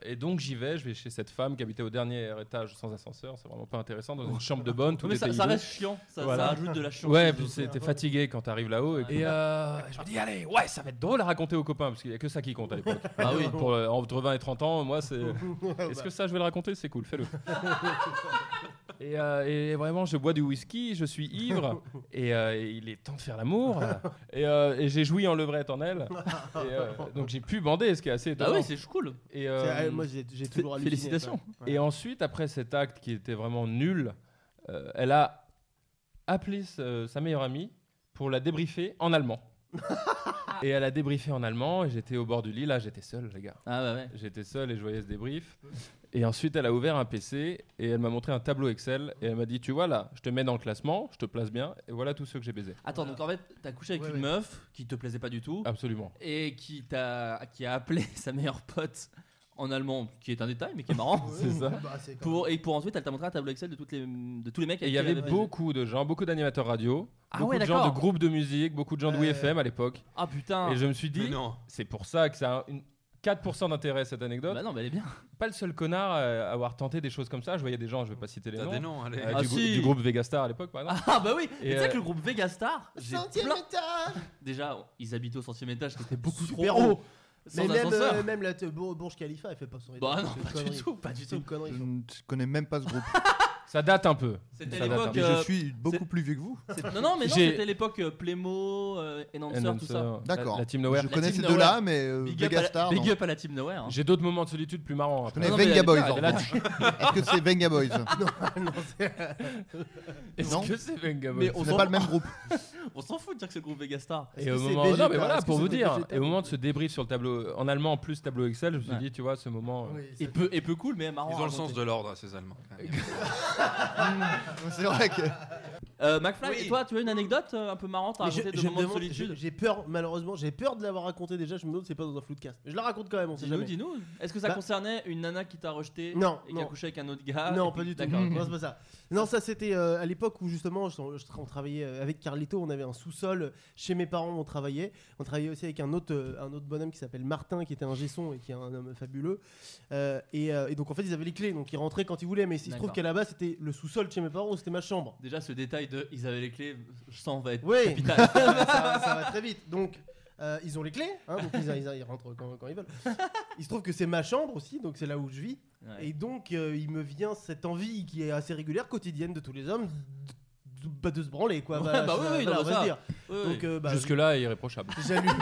D: et donc j'y vais, je vais chez cette femme qui habitait au dernier étage sans ascenseur, c'est vraiment pas intéressant, dans une chambre de bonne, tout
B: Oh, mais ça,
D: était
B: ça
D: hideux.
B: reste chiant, ça,
D: Voilà.
B: ça ajoute de la chiant.
D: Ouais, puis c'était fatigué quand t'arrives là-haut. Et,
B: Ouais.
D: et, euh, je me dis, allez, ouais, ça va être drôle à raconter aux copains, parce qu'il y a que ça qui compte à l'époque.
B: Ah oui.
D: Pour, euh, entre 20 et 30 ans, moi, c'est.
C: Ah bah.
D: Est-ce que ça, je vais le raconter C'est cool, fais-le. et, euh, et vraiment, je bois du whisky, je suis ivre, et euh, il est temps de faire l'amour. et euh, et j'ai joui en levrette en elle. Et, euh, donc j'ai pu bander, ce qui est assez
B: Ah
D: étonnant.
B: oui, c'est cool.
D: Et,
C: C'est-
D: euh,
C: ah, Moi, j'ai j'ai
B: Fé-
C: toujours halluciné.
B: Félicitations.
D: et ensuite, après cet acte qui était vraiment nul, euh, elle a appelé ce- sa meilleure amie pour la débriefer en allemand. et elle a débriefé en allemand, et j'étais au bord du lit, là j'étais seul, les gars.
B: Ah ouais, ouais.
D: J'étais seul et je voyais ce débrief. Et ensuite, elle a ouvert un PC et elle m'a montré un tableau Excel. Et elle m'a dit Tu vois là, je te mets dans le classement, je te place bien, et voilà tous ceux que j'ai baisés.
B: Attends, donc en fait, t'as couché avec
F: Ouais,
B: une
F: ouais.
B: meuf qui te plaisait pas du tout
D: Absolument.
B: et qui t'a qui a appelé sa meilleure pote en allemand, qui est un détail mais qui est marrant.
D: C'est ça.
C: Bah, c'est quand
B: Pour, et pour ensuite, elle t'a montré un tableau Excel de, toutes les, de tous les mecs.
D: Et il y
B: avec qui
D: avait
B: elle baisé.
D: beaucoup de gens, beaucoup d'animateurs radio,
B: Ah
D: beaucoup
B: ouais,
D: de gens de
B: d'accord. Euh,
D: groupes de musique, beaucoup de gens de
C: Ouais.
D: WFM à l'époque.
B: Ah putain.
D: Et je me suis
E: Mais
D: dit
E: non.
D: C'est pour ça que ça a une 4% d'intérêt cette anecdote.
B: Bah non, mais elle est bien.
D: Pas le seul connard à avoir tenté des choses comme ça. Je voyais des gens, je vais pas citer les
E: T'as
D: noms.
E: des noms, allez.
D: euh,
B: Ah,
D: du, grou-
B: si.
D: du groupe Vegastar à l'époque, par exemple.
B: Ah bah oui. Mais
D: Et
B: tu sais
D: euh,
B: que le groupe Vegastar, j'ai
C: Centième
B: plein-
C: étage
B: Déjà, ils habitent au centième étage, c'était beaucoup
C: Super
B: trop haut.
C: haut.
B: Sans
C: Mais même,
B: ascenseur.
C: euh, même la te- Bour- Burj Khalifa, elle fait pas son
B: bah
C: étage,
B: non,
C: c'est
B: pas du
C: une connerie.
B: tout, pas du
C: C'est une
B: tout.
C: connerie.
F: Je ne connais même pas ce groupe.
D: Ça date un peu.
B: C'était
D: Ça
B: à
D: date un
B: l'époque.
D: peu.
F: Et
B: euh,
F: je suis beaucoup plus vieux que vous.
B: c'est- Non, non, mais non,
D: J'ai-
B: c'était l'époque euh, Playmo, euh, Enhancer,
D: Enhancer,
B: tout ça.
D: la-
F: D'accord.
D: La, team Nowhere.
F: Je
B: La
F: connais
B: team
F: ces
B: Nowhere.
F: deux-là, mais euh,
B: Big, up à la-
F: Vegastar. non.
B: big up à la team Nowhere. hein.
D: J'ai d'autres moments de solitude plus marrants.
F: Je
D: après.
F: connais
B: Non, mais
F: Venga
B: elle-
F: Boys.
B: elle-
F: en
D: elle a-
F: revanche. Est-ce que c'est Venga Boys Non.
D: Est-ce que c'est Venga Boy
B: Mais
F: Ce
B: on
F: n'est
B: s'en
F: pas le même groupe.
B: On s'en fout de dire que c'est hein, le groupe Vegastar.
C: Est-ce
D: Et
C: que
D: au
C: c'est
D: moment,
C: Vegeta
D: non mais voilà
C: Est-ce que
D: pour
C: c'est
D: vous dire.
C: Vegeta
D: Et au moment de ce débrief sur le tableau en allemand plus tableau Excel, je me suis
B: hein. Ouais.
D: dit tu vois ce moment. euh,
C: Oui,
B: Et
C: ça-
B: peu, et peu cool, mais marrant. à
E: Ils ont le sens
B: raconter.
E: de l'ordre, hein, ces Allemands.
F: C'est vrai que.
B: Euh, McFly,
E: Oui.
B: et toi, tu as une anecdote euh, un peu marrante à
C: Mais je-
B: raconter de
C: je me
B: moments de
C: demande-
B: solitude
C: je- J'ai peur, malheureusement, j'ai peur de l'avoir raconté déjà. Je me demande si c'est pas dans un flou de cast. Je la raconte quand même, on sait
B: Dis-nous,
C: jamais.
B: dis-nous. Est-ce que ça
C: Bah-
B: concernait une nana qui t'a rejeté
C: Non,
B: et qui a
C: non.
B: couché avec un autre gars
C: Non,
B: et
C: pas
B: puis-
C: du tout.
B: Ah,
C: Mmh.
B: D'accord.
C: Non, c'est pas ça. Non, ça c'était euh, à l'époque où justement je- je- on travaillait euh, avec Carlito, on avait un sous-sol euh, chez mes parents, on travaillait. On travaillait aussi avec un autre, euh, un autre bonhomme qui s'appelle Martin, qui était un gesson et qui est un homme fabuleux. Euh, et, euh, et donc en fait ils avaient les clés, donc ils rentraient quand ils voulaient. Mais il se trouve
B: D'accord.
C: qu'à la base c'était le sous-sol de chez mes parents, c'était ma chambre.
B: Déjà, ce détail de ils avaient les clés, je sens, va être
C: Oui.
B: capital.
C: ça, ça va très vite. Donc, euh, ils ont les clés, hein, donc ils, ils- ils rentrent quand, quand ils veulent. Il se trouve que c'est ma chambre aussi, donc c'est là où je vis.
B: Ouais.
C: Et donc, euh, il me vient cette envie qui est assez régulière, quotidienne de tous les hommes, de, de- bah, de se branler, quoi.
B: Ouais,
C: Voilà,
B: bah oui,
C: ça-
B: oui,
C: voilà,
B: non,
C: on va
B: ça.
C: se dire.
B: Oui, oui.
C: Donc, euh, bah,
D: Jusque là irréprochable.
C: j'allume.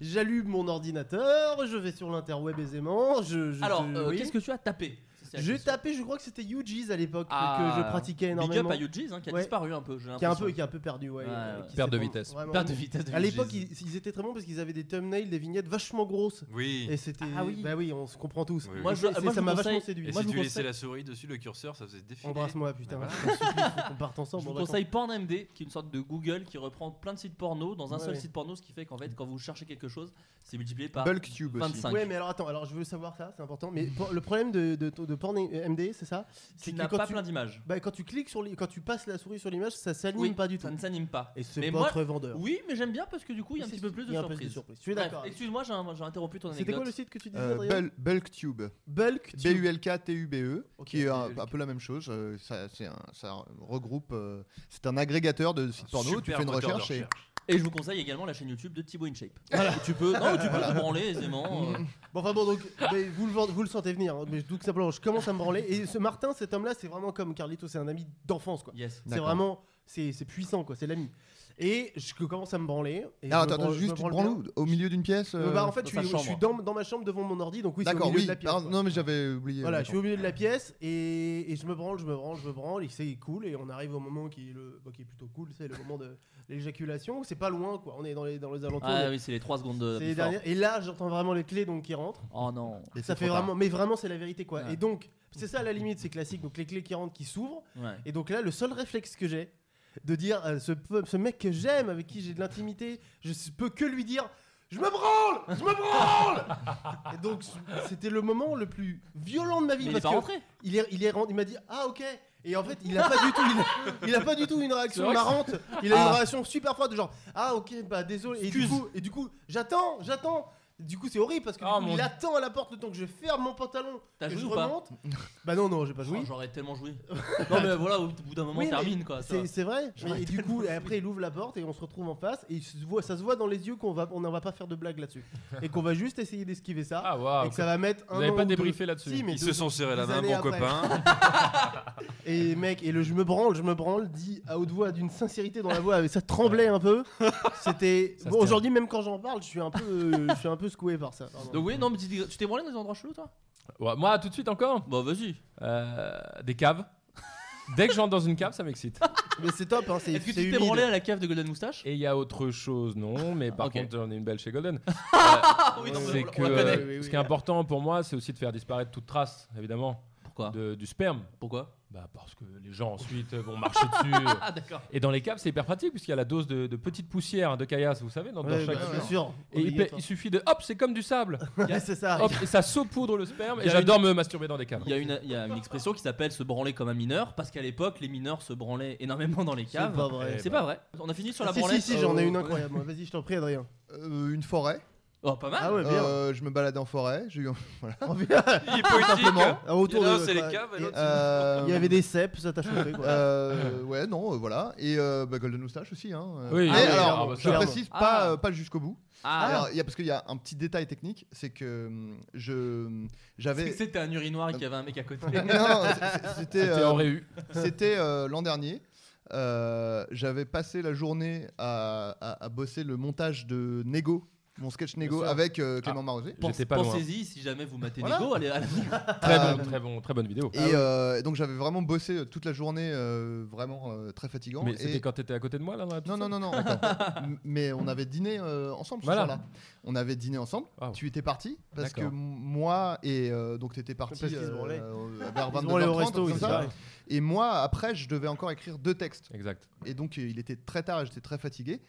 C: J'allume mon ordinateur, je vais sur l'interweb aisément. Je, je-
B: Alors,
C: je-
B: euh,
C: oui.
B: qu'est-ce que tu as tapé Ça, c'est la
C: J'ai
B: question.
C: tapé, je crois que c'était UG's à l'époque
B: Ah.
C: que je pratiquais
B: Big
C: énormément.
B: up à Yuji's hein, qui a
C: Ouais.
B: disparu un peu, j'ai
C: qui est un
B: l'impression.
C: peu, qui est un peu perdu, ouais.
B: Ouais,
C: euh,
B: ouais.
C: qui
D: Perte
C: s'est
D: de
C: vraiment-
D: vitesse.
C: vraiment-
B: Perte de vitesse de
C: À l'époque,
B: Yuji's.
C: ils, ils étaient très bons parce qu'ils avaient des thumbnails, des vignettes vachement grosses.
E: Oui.
C: Et c'était.
B: Ah oui.
C: Bah oui, on se comprend tous.
E: Oui.
B: Moi,
C: Et
B: je-
C: c'est-
B: moi,
C: ça
B: je
C: m'a
B: vous
C: vachement
B: conseille-
C: séduit.
E: Et
B: Moi,
E: si
B: je
E: tu
B: vous
E: laissais
B: conseille-
E: la souris dessus, le curseur, ça faisait défiler.
C: Embrasse-moi, putain.
E: Voilà.
C: je t'en supplie, faut qu'on parte ensemble.
B: Bah Je
C: en
B: vous
C: vacances.
B: conseille PornMD, qui est une sorte de Google qui reprend plein de sites porno dans un
C: Ouais,
B: seul
C: ouais.
B: site porno, ce qui fait qu'en fait, quand vous cherchez quelque chose, c'est multiplié par
F: Bulktube aussi.
B: 25.
C: Ouais, mais alors attends, alors je veux savoir ça, c'est important. Mais pour- le problème de, de, de porn et- MD, c'est ça
B: Tu
C: C'est
B: n'as
C: que
B: pas
C: quand tu,
B: plein d'images.
C: bah, quand tu cliques sur les, quand tu passes la souris sur l'image, ça s'anime
B: Oui,
C: pas du tout.
B: Ça ne s'anime pas.
C: Et
B: Mais
C: c'est
B: moi-
C: pas très vendeur.
B: Oui, mais j'aime bien parce que du coup, il y a un
C: C'est-
B: petit peu plus
C: il
B: de
C: y a un peu
B: surprises.
C: surprise. Je suis
B: Bref,
C: d'accord. avec
B: Excuse-moi, j'ai j'ai interrompu ton
C: toi.
B: anecdote.
C: C'était quoi le site que tu disais
F: Euh,
C: Adrien
F: Bul- Bulktube.
C: Bulk. Tube.
F: B-U-L-K-T-U-B-E,
C: Ok,
F: E, qui bah. est un,
C: Bulk.
F: un peu la même chose. euh, ça, c'est un- ça regroupe. euh, c'est un agrégateur de sites porno. Tu fais une recherche et.
B: Et je vous conseille également la chaîne YouTube de Thibaut InShape. Où Tu peux, non, où tu peux te branler aisément. euh.
C: Bon, enfin bon, donc mais vous, le, vend- vous le sentez venir, hein, mais tout simplement, je commence à me branler. Et ce Martin, cet homme-là, c'est vraiment comme Carlito, c'est un ami d'enfance, quoi.
B: Yes.
C: C'est vraiment c'est c'est puissant, quoi. C'est l'ami. Et je commence à me branler.
F: Alors
C: Et je me
F: Ah, attends, attends,
C: branle- je
F: juste
C: me
F: tu te
C: branle
F: prends
C: bien.
F: où Au milieu d'une pièce euh,
C: Euh, bah, en fait,
D: dans
C: je
D: ta
C: suis, je suis
D: chambre.
C: dans, dans ma chambre devant mon ordi, donc oui, c'est au
F: D'accord,
C: milieu
F: oui.
C: de la pièce.
F: pardon,
C: quoi.
F: non, mais j'avais oublié.
C: Voilà,
F: ouais,
C: je suis au milieu de la pièce et, et je me branle, je me branle, je me branle et c'est cool et on arrive au moment qui est, le, bah, qui est plutôt cool, c'est le moment de l'éjaculation. C'est pas loin quoi, on est dans les, dans les alentours.
B: Ah
C: de-
B: oui, c'est les 3 secondes
C: c'est
B: de.
C: les
B: before.
C: dernières- Et là j'entends vraiment les clés donc qui rentrent.
B: Oh non.
F: Et
C: ça
F: c'est trop
C: fait
F: tard.
C: vraiment, mais vraiment c'est la vérité quoi.
B: Ouais.
C: Et donc c'est ça à la limite, c'est classique. Donc les clés qui rentrent, qui s'ouvrent
B: Ouais.
C: et donc là le seul réflexe que j'ai de dire euh, ce, peu- ce mec que j'aime, avec qui j'ai de l'intimité, je s- peux que lui dire. Je me branle, je me branle. Et donc c'était le moment le plus violent de ma vie
B: Mais il est
C: parce
B: pas
C: que
B: rentré.
C: il est, il est rentré- il m'a dit ah ok et en fait il a pas du tout il, il a pas du tout une réaction
D: C'est vrai que
C: marrante il a
B: Ah.
C: une réaction super froide de genre ah ok bah désolé et du
B: Excuse.
C: coup et du coup j'attends j'attends du coup c'est horrible parce que du
D: Ah,
C: coup,
D: mon
C: il
D: Dieu.
C: attend à la porte le temps que je ferme mon pantalon
B: T'as
C: que
B: joué
C: je
B: ou pas
C: remonte bah non non j'ai pas joué
B: Oh, J'aurais tellement joué. non, mais voilà, au bout d'un moment,
C: Oui, mais
B: termine quoi. ça.
C: c'est c'est vrai
B: J'aurais
C: Mais- et du
B: tellement
C: coup
B: voulu.
C: après il ouvre la porte et on se retrouve en face et il se voit- ça se voit dans les yeux qu'on va on n'en va pas faire de blague là-dessus et qu'on va juste essayer d'esquiver ça
D: Ah,
C: et
D: waouh.
C: que ça va mettre un
D: Vous n'avez
C: an
D: pas
C: ou deux.
D: débriefé là-dessus.
C: Si, mais
G: Ils
C: deux-
G: se sont serrés la
C: des
G: main,
C: années
G: bon
C: après.
G: copain.
C: Et mec, et le je me branle, je me branle, dit à haute voix, d'une sincérité dans la voix, mais ça tremblait un peu. C'était.
D: Ça se
C: Bon,
D: tient.
C: aujourd'hui, même quand j'en parle, je suis un peu, je suis un peu secoué par ça. pardon.
B: Donc, oui, non, mais tu t'es tu t'es branlé dans des endroits chelous toi
D: Ouais, moi, tout de suite encore
B: Bah, vas-y.
D: Euh, Des caves. Dès que j'entre dans une cave, ça m'excite.
C: Mais c'est top, hein, c'est
B: Est-ce que tu
C: c'est humide.
B: t'es branlé à la cave de Golden Moustache
D: Et il y a autre chose, non, mais par
B: Ok.
D: contre, j'en ai une belle chez Golden.
B: Ah oui, non, mais
D: c'est
B: on la-
D: que
B: on la connaît.
D: euh, ce qui est important pour moi, c'est aussi de faire disparaître toute trace, évidemment,
B: Pourquoi
D: de- du sperme.
B: Pourquoi
D: Bah, parce que les gens ensuite euh, vont marcher dessus.
B: Ah, d'accord.
D: Et dans les caves, c'est hyper pratique, puisqu'il y a la dose de, de petite poussière hein, de caillasse, vous savez, dans, dans
C: Ouais,
D: chaque.
C: bah, bien sûr.
D: Et il, pa- il suffit de. Hop, c'est comme du sable.
C: obligatoire. c'est ça.
B: Ah,
D: Hop, et ça saupoudre le sperme.
B: Il y
D: Et
B: a
D: j'adore me masturber dans des caves.
B: Il y, a une, il y a une expression qui s'appelle se branler comme un mineur, parce qu'à l'époque, les mineurs se branlaient énormément dans les caves.
C: pas vrai. Ah,
B: C'est pas vrai. On a fini sur la
C: si,
B: branlette.
C: si, si, j'en ai
B: euh,
C: une incroyable. moi. Vas-y, je t'en prie, Adrien.
F: Euh, une forêt.
B: Oh, pas mal.
C: Ah ouais, bien.
F: Euh, je me baladais en forêt. J'ai eu
C: On vient-
G: Il est poétique.
F: simplement.
C: Ah, autour
G: Il y en a
C: de-
G: un, c'est les
C: enfin,
G: caves, et
C: il y a-
G: l'autre,
F: Euh,
C: Il y avait des ceps, ça t'a chauffé quoi.
F: euh, ouais, non, euh, voilà. Et euh, bah, Golden Moustache aussi. Hein. Euh,
D: Oui,
F: mais
D: ah oui,
F: alors,
D: ah bah,
F: je
C: clairement.
F: précise pas,
B: Ah.
F: euh, pas jusqu'au bout.
B: Ah,
F: Alors, il y a, parce qu'il y a un petit détail technique, c'est que hum, je
B: Parce
F: j'avais.
B: que c'était un urinoir et qu'il y avait un mec à côté.
F: Non, non, c'est- c'était
D: C'était
F: euh,
D: en réu.
F: c'était, euh, l'an dernier. Euh, j'avais passé la journée à, à- à bosser le montage de Nego, mon sketch Nego
D: sûr.
F: avec
C: Ah.
F: euh, Clément Marozet.
B: Pense-
D: J'étais pas loin.
B: Pensez-y si jamais vous matez
F: Voilà.
B: Nego, allez, allez.
D: Très,
F: Euh,
D: bon, très, bon, très bonne vidéo.
C: Ah
F: Et euh, donc j'avais vraiment bossé euh, toute la journée, euh, vraiment euh, très fatigant.
D: Mais
F: Et-
D: c'était quand t'étais à côté de moi, là dans la
F: Non, non,
D: petite salle
F: non, non. attends. M- Mais on avait dîné euh, ensemble ce
D: Voilà.
F: soir-là. On avait dîné ensemble.
D: Wow.
F: Tu étais parti parce que
D: D'accord.
F: m- moi et euh, donc t'étais parti
C: Parce qu'ils se
F: euh,
C: branlaient.
F: euh, vers
C: Ils vont aller au
F: 22h30,
C: resto,
F: comme
C: ils
F: ça.
C: savent.
F: Et moi après je devais encore écrire deux textes
D: Exact.
F: et donc euh, il était très tard et j'étais très fatigué.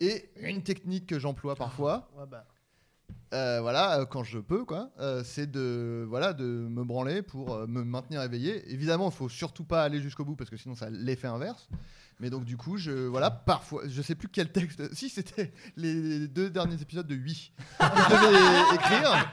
F: Et une technique que
B: Ah.
F: j'emploie parfois,
C: Ouais, bah.
F: euh, voilà, euh, quand je peux, quoi, euh, c'est de, voilà, de me branler pour euh, me maintenir éveillé. Évidemment, il faut surtout pas aller jusqu'au bout parce que sinon ça a l'effet inverse. Mais donc du coup, je, voilà, parfois, je sais plus quel texte. Si c'était les deux derniers épisodes de 8 que je devais écrire.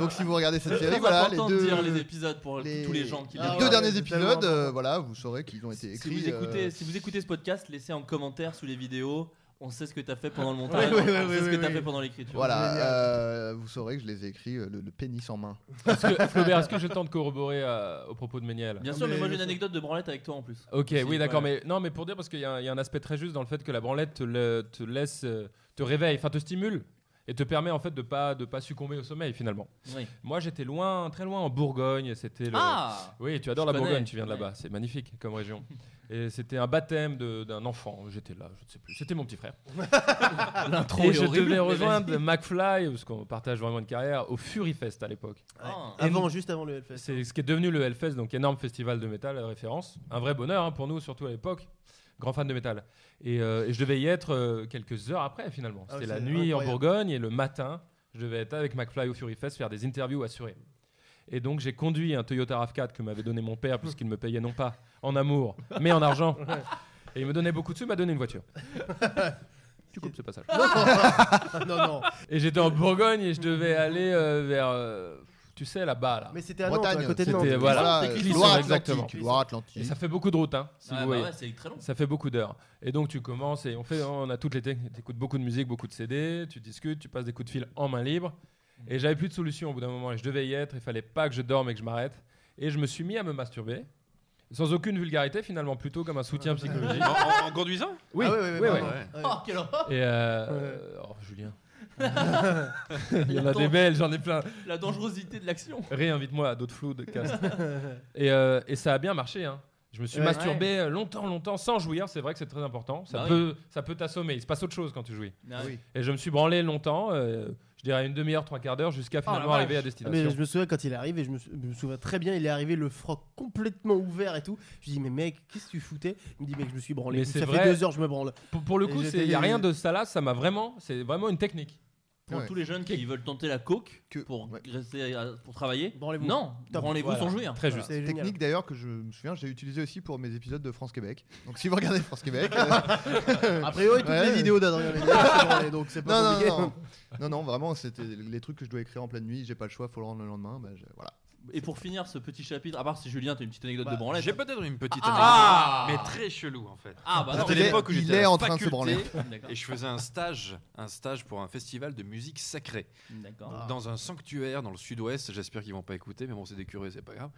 F: Donc si vous regardez cette série,
B: Très
F: voilà, les
B: important
F: deux, euh,
B: de dire les épisodes pour
F: les-
B: tous les gens qui
F: les
B: les
F: deux
B: regardent.
C: regardent.
F: derniers
C: C'est tellement
F: épisodes, euh,
C: important.
F: voilà, vous saurez qu'ils ont été
B: Si
F: écrits.
B: vous, écoutez,
F: euh,
B: si vous écoutez ce podcast, laissez en commentaire sous les vidéos. On sait ce que t'as fait pendant le montage,
C: Ouais, ouais, ouais,
B: on sait
C: ouais,
B: ce que
C: ouais,
B: t'as
C: ouais.
B: fait pendant l'écriture.
F: Voilà,
C: Génial.
F: euh, vous saurez que je les ai écrits euh, le, le pénis en main.
D: Est-ce que, Flaubert, est-ce que j'ai le temps de corroborer euh, au propos de Méniel
B: Bien sûr, mais,
C: Mais
B: moi j'ai une
C: bien sûr.
B: anecdote de branlette avec toi en plus.
D: Ok,
B: Aussi,
D: oui, d'accord,
B: ouais.
D: mais non, mais pour dire parce qu'il y, a un- il y a un aspect très juste dans le fait que la branlette te, le- te laisse, euh, te réveille, enfin te stimule et te permet en fait de pas de pas succomber au sommeil finalement.
B: Oui.
D: Moi, j'étais loin, très loin en Bourgogne. C'était le.
B: Ah
D: oui, tu adores
B: Je
D: la
B: connais,
D: Bourgogne,
B: je
D: tu viens de
B: connais.
D: là-bas, c'est magnifique comme région. Et c'était un baptême de- d'un enfant. J'étais là, je ne sais plus. C'était mon petit frère.
B: L'intro
D: Et je devais rejoindre McFly parce qu'on partage vraiment une carrière au Fury Fest à l'époque.
B: Ah.
C: Ouais. Avant, juste avant le Hellfest.
D: C'est ce qui est devenu le Hellfest, donc énorme festival de métal euh, référence. Un vrai bonheur hein, pour nous, surtout à l'époque. Grand fan de métal. Et, euh, et je devais y être euh, quelques heures après, finalement.
C: Ah
D: C'était
C: oui,
D: la
C: c'est
D: nuit en
C: incroyable.
D: Bourgogne et le matin, je devais être avec McFly au Fury Fest, faire des interviews assurées. Et donc j'ai conduit un Toyota RAV4 que m'avait donné mon père, puisqu'il me payait non pas en amour, mais en argent. Et il me donnait beaucoup de sous, il m'a donné une voiture. tu coupes ce passage.
C: Ah non, non.
D: Et j'étais en Bourgogne et je devais aller euh, vers, euh, tu sais, là-bas, là.
C: Mais c'était Ah à Nantes, à côté de Nantes. Ah
D: c'était- voilà.
B: c'est Clisson,
D: exactement.
F: Loire-Atlantique.
D: Et
F: Loire-Atlantique.
D: ça fait beaucoup de route, hein, si
B: Ah,
D: vous
B: bah
D: voyez.
B: ouais, c'est très long.
D: Ça fait beaucoup d'heures. Et donc tu commences et on fait, hein, on a toutes les techniques. T'écoutes beaucoup de musique, beaucoup de CD, tu discutes, tu passes des coups de fil en main libre. Et j'avais plus de solution au bout d'un moment. Et je devais y être. Il fallait pas que je dorme et que je m'arrête. Et je me suis mis à me masturber. Sans aucune vulgarité, finalement, plutôt comme un soutien psychologique.
E: En, en- en conduisant
D: Oui,
C: Ah ouais, ouais,
D: oui,
C: ouais,
D: oui.
C: ouais.
B: Oh, quelle horreur
D: Et euh, Oh, Julien. Il y en a des belles, j'en ai plein.
B: La dangerosité de l'action.
D: Réinvite-moi à d'autres flous de cast. et, euh, et ça a bien marché. hein. Je me suis
C: Ouais.
D: masturbé euh, longtemps, longtemps, sans jouir. C'est vrai que c'est très important. Ça
B: Bah oui.
D: peut ça peut t'assommer. Il se passe autre chose quand tu jouis.
B: Ah oui.
D: Et je me suis branlé longtemps, euh, je dirais une demi-heure, trois quarts d'heure, jusqu'à
B: Oh, la
D: finalement
B: vache.
D: arriver à
C: Ah, mais
D: destination.
C: je me souviens quand il est arrivé, je me, sou- je me souviens très bien, il est arrivé le froc complètement ouvert et tout. Je dis mais mec, qu'est-ce que tu foutais Il me dit mec, je me suis branlé.
D: Mais
C: Ça
D: c'est
C: fait
D: vrai.
C: deux heures, je me branle.
D: Pour, pour le
C: Et
D: coup,
C: j'étais-
D: il n'y a rien de ça là. Ça m'a vraiment. C'est vraiment une technique.
B: Pour
F: Ouais.
B: tous les jeunes qui veulent tenter la coke
F: Que-
B: pour,
F: ouais.
B: rester à- pour travailler,
C: Branlez-vous.
B: non,
C: Top.
B: branlez-vous
C: Voilà.
B: sans jouir.
D: Très
C: Voilà.
D: juste.
C: C'est génial.
F: Technique d'ailleurs que je me souviens, j'ai utilisé aussi pour mes épisodes de France Québec. Donc si vous regardez France Québec, euh,
C: A priori, toutes
F: Ouais.
C: les vidéos d'Adrien Méniel, c'est branlé, donc c'est pas
F: non, non,
C: compliqué.
F: non, non, non, vraiment, c'était les trucs que je dois écrire en pleine nuit. J'ai pas le choix, faut le rendre le lendemain. bah, je- voilà.
B: Et pour finir ce petit chapitre, à part si Julien, t'as une petite anecdote de branlette.
E: J'ai peut-être une petite anecdote,
B: Ah
E: mais très chelou en fait.
B: Ah bah non,
E: C'était
F: Il est-
E: l'époque où
F: il
E: j'étais à
F: est
E: la
F: en train de se
E: faculté
F: branler.
B: D'accord.
E: Et je faisais un stage, un stage pour un festival de musique sacrée
B: D'accord.
D: Ah.
E: dans un sanctuaire dans le sud-ouest. J'espère qu'ils vont pas écouter, mais bon, c'est des curieux, c'est pas grave.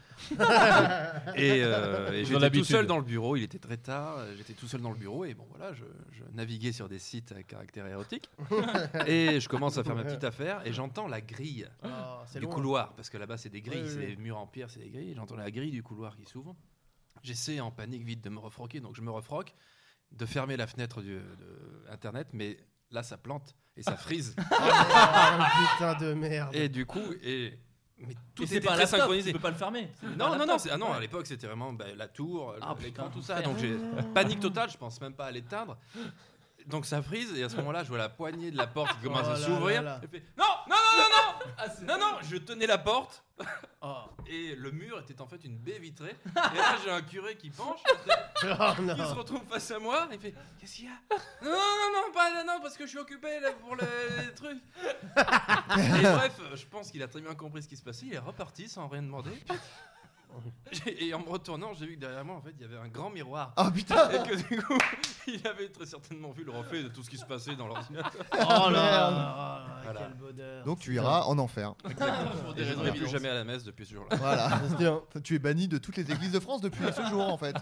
E: et euh, et
D: Ils ont
E: j'étais tout
D: l'habitude.
E: seul dans le bureau. Il était très tard. euh, J'étais tout seul dans le bureau et bon voilà, je, je naviguais sur des sites à caractère érotique et je commence à faire ma petite affaire et j'entends la grille
C: Ah, c'est
E: du
C: loin.
E: couloir, parce que là-bas c'est des grilles,
C: Ouais,
E: c'est
C: ouais.
E: des murs en pierre, c'est des grilles. J'entends la grille du couloir qui s'ouvre. J'essaie en panique vite de me refroquer, donc je me refroque, de fermer la fenêtre du, de Internet, mais là ça plante et ça frise.
C: Ah, putain de merde.
E: et du coup, et, mais tout
B: Et c'est
E: était
B: pas un
E: très
B: laptop, tu
E: synchronisé.
B: peux pas le fermer. C'est pas un
E: Non, non, non,
B: laptop.
E: c'est- ah non, à l'époque c'était vraiment bah, la tour, le-
B: Ah,
E: l'écran,
B: putain,
E: tout ça.
B: l'enfer.
E: Donc j'ai panique totale, je pense même pas à l'éteindre. Donc ça frise, et à ce moment-là, je vois la poignée de la porte qui commence
C: Oh
E: à
C: là
E: s'ouvrir.
C: là là.
E: Et puis, Non, non, non,
B: Ah,
E: non, non, non, non, je tenais la porte.
B: Oh.
C: Ah.
E: Et le mur était en fait une baie vitrée. Et là, j'ai un curé qui penche, qui
C: Ah, non.
E: se retrouve face à moi. Il fait Qu'est-ce qu'il y a Non, non, non, non, pas, non, parce que je suis occupé là, pour le truc. Et bref, je pense qu'il a très bien compris ce qui se passait. Il est reparti sans rien demander. Et en me retournant, j'ai vu que derrière moi, en fait, il y avait un grand miroir.
F: Ah putain
E: Et que du coup, il avait très certainement vu le reflet de tout ce qui se passait dans l'ordinateur.
C: Oh là là, oh là,
E: Voilà.
C: quel bonheur.
F: Donc tu iras en enfer.
E: Pour des
F: Et je
E: raisons
F: ne vais
E: évidentes.
F: plus
E: jamais à la messe depuis ce jour-là.
F: Voilà.
C: C'était un-
F: tu es banni de toutes les églises de France depuis ce jour en fait.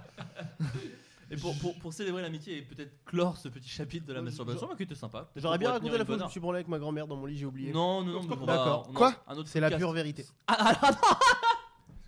B: Et pour, pour, pour célébrer l'amitié et peut-être clore ce petit chapitre de la
C: Euh,
B: masturbation,
C: j'aurais-
B: bah, qui était sympa.
C: J'aurais bien raconté la fois où je
B: bonne
C: me suis branlé avec ma grand-mère dans mon lit, j'ai oublié.
B: Non, non, non, mais on va-
C: D'accord.
B: on a
F: Quoi
B: un autre
C: C'est la
B: podcast.
C: pure vérité.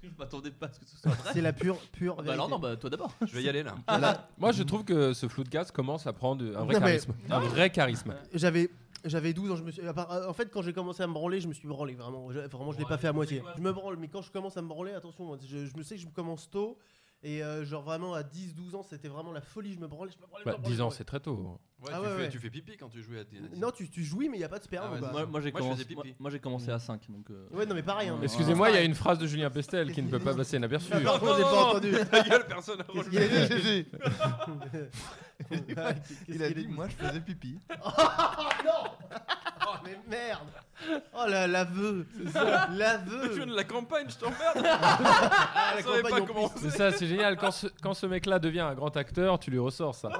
B: Je m'attendais pas à ce que ce soit vrai.
C: C'est la pure, pure
B: Bah
C: vérité.
B: alors non, bah toi d'abord.
E: Je vais y aller là.
F: Voilà.
D: Moi, je trouve que ce flou de cast commence à prendre un vrai
C: Non, mais-
D: charisme. Un vrai charisme.
C: J'avais. J'avais 12 ans, je me suis... à part- euh, en fait quand j'ai commencé à me branler, je me suis branlé vraiment, je, vraiment je l'ai pas fait à moitié. Je me branle, mais quand je commence à me branler, attention, moi, je, je me sais que je commence tôt, et euh, genre vraiment à 10-12 ans c'était vraiment la folie, je me branlais, je me branlais. je me
D: Bah,
C: branlais,
D: 10 ans,
C: je
D: c'est très tôt.
E: Ouais,
C: Ah
E: tu,
C: ouais,
E: fais,
C: ouais.
E: tu fais pipi quand tu jouais à des.
C: me branlais. Non tu, tu jouis mais il n'y a pas de sperme.
E: Ah ouais,
C: bah.
B: Moi, moi, j'ai
E: Moi, je
B: commencé,
E: faisais
B: moi,
E: pipi.
B: moi, j'ai commencé à 5 donc. euh,
C: Ouais, non, mais pareil, hein.
D: Excusez-moi, il y a une phrase de Julien Pestel qui ne peut pas passer inaperçue.
C: Non,
E: non,
C: j'ai
E: non,
C: pas
E: non.
C: entendu.
E: Ta gueule, personne n'a
C: Qu'est-ce
E: relevé.
C: qu'il a dit
F: Il a- Il a dit moi je faisais pipi.
C: Oh mais merde Oh la l'aveu L'aveu
E: Je viens de la campagne, je t'emmerde.
C: Ah,
E: Je savais pas
C: campagne, en
E: comment.
D: C'est ça, c'est génial. Quand ce, quand ce mec-là devient un grand acteur, tu lui ressors ça.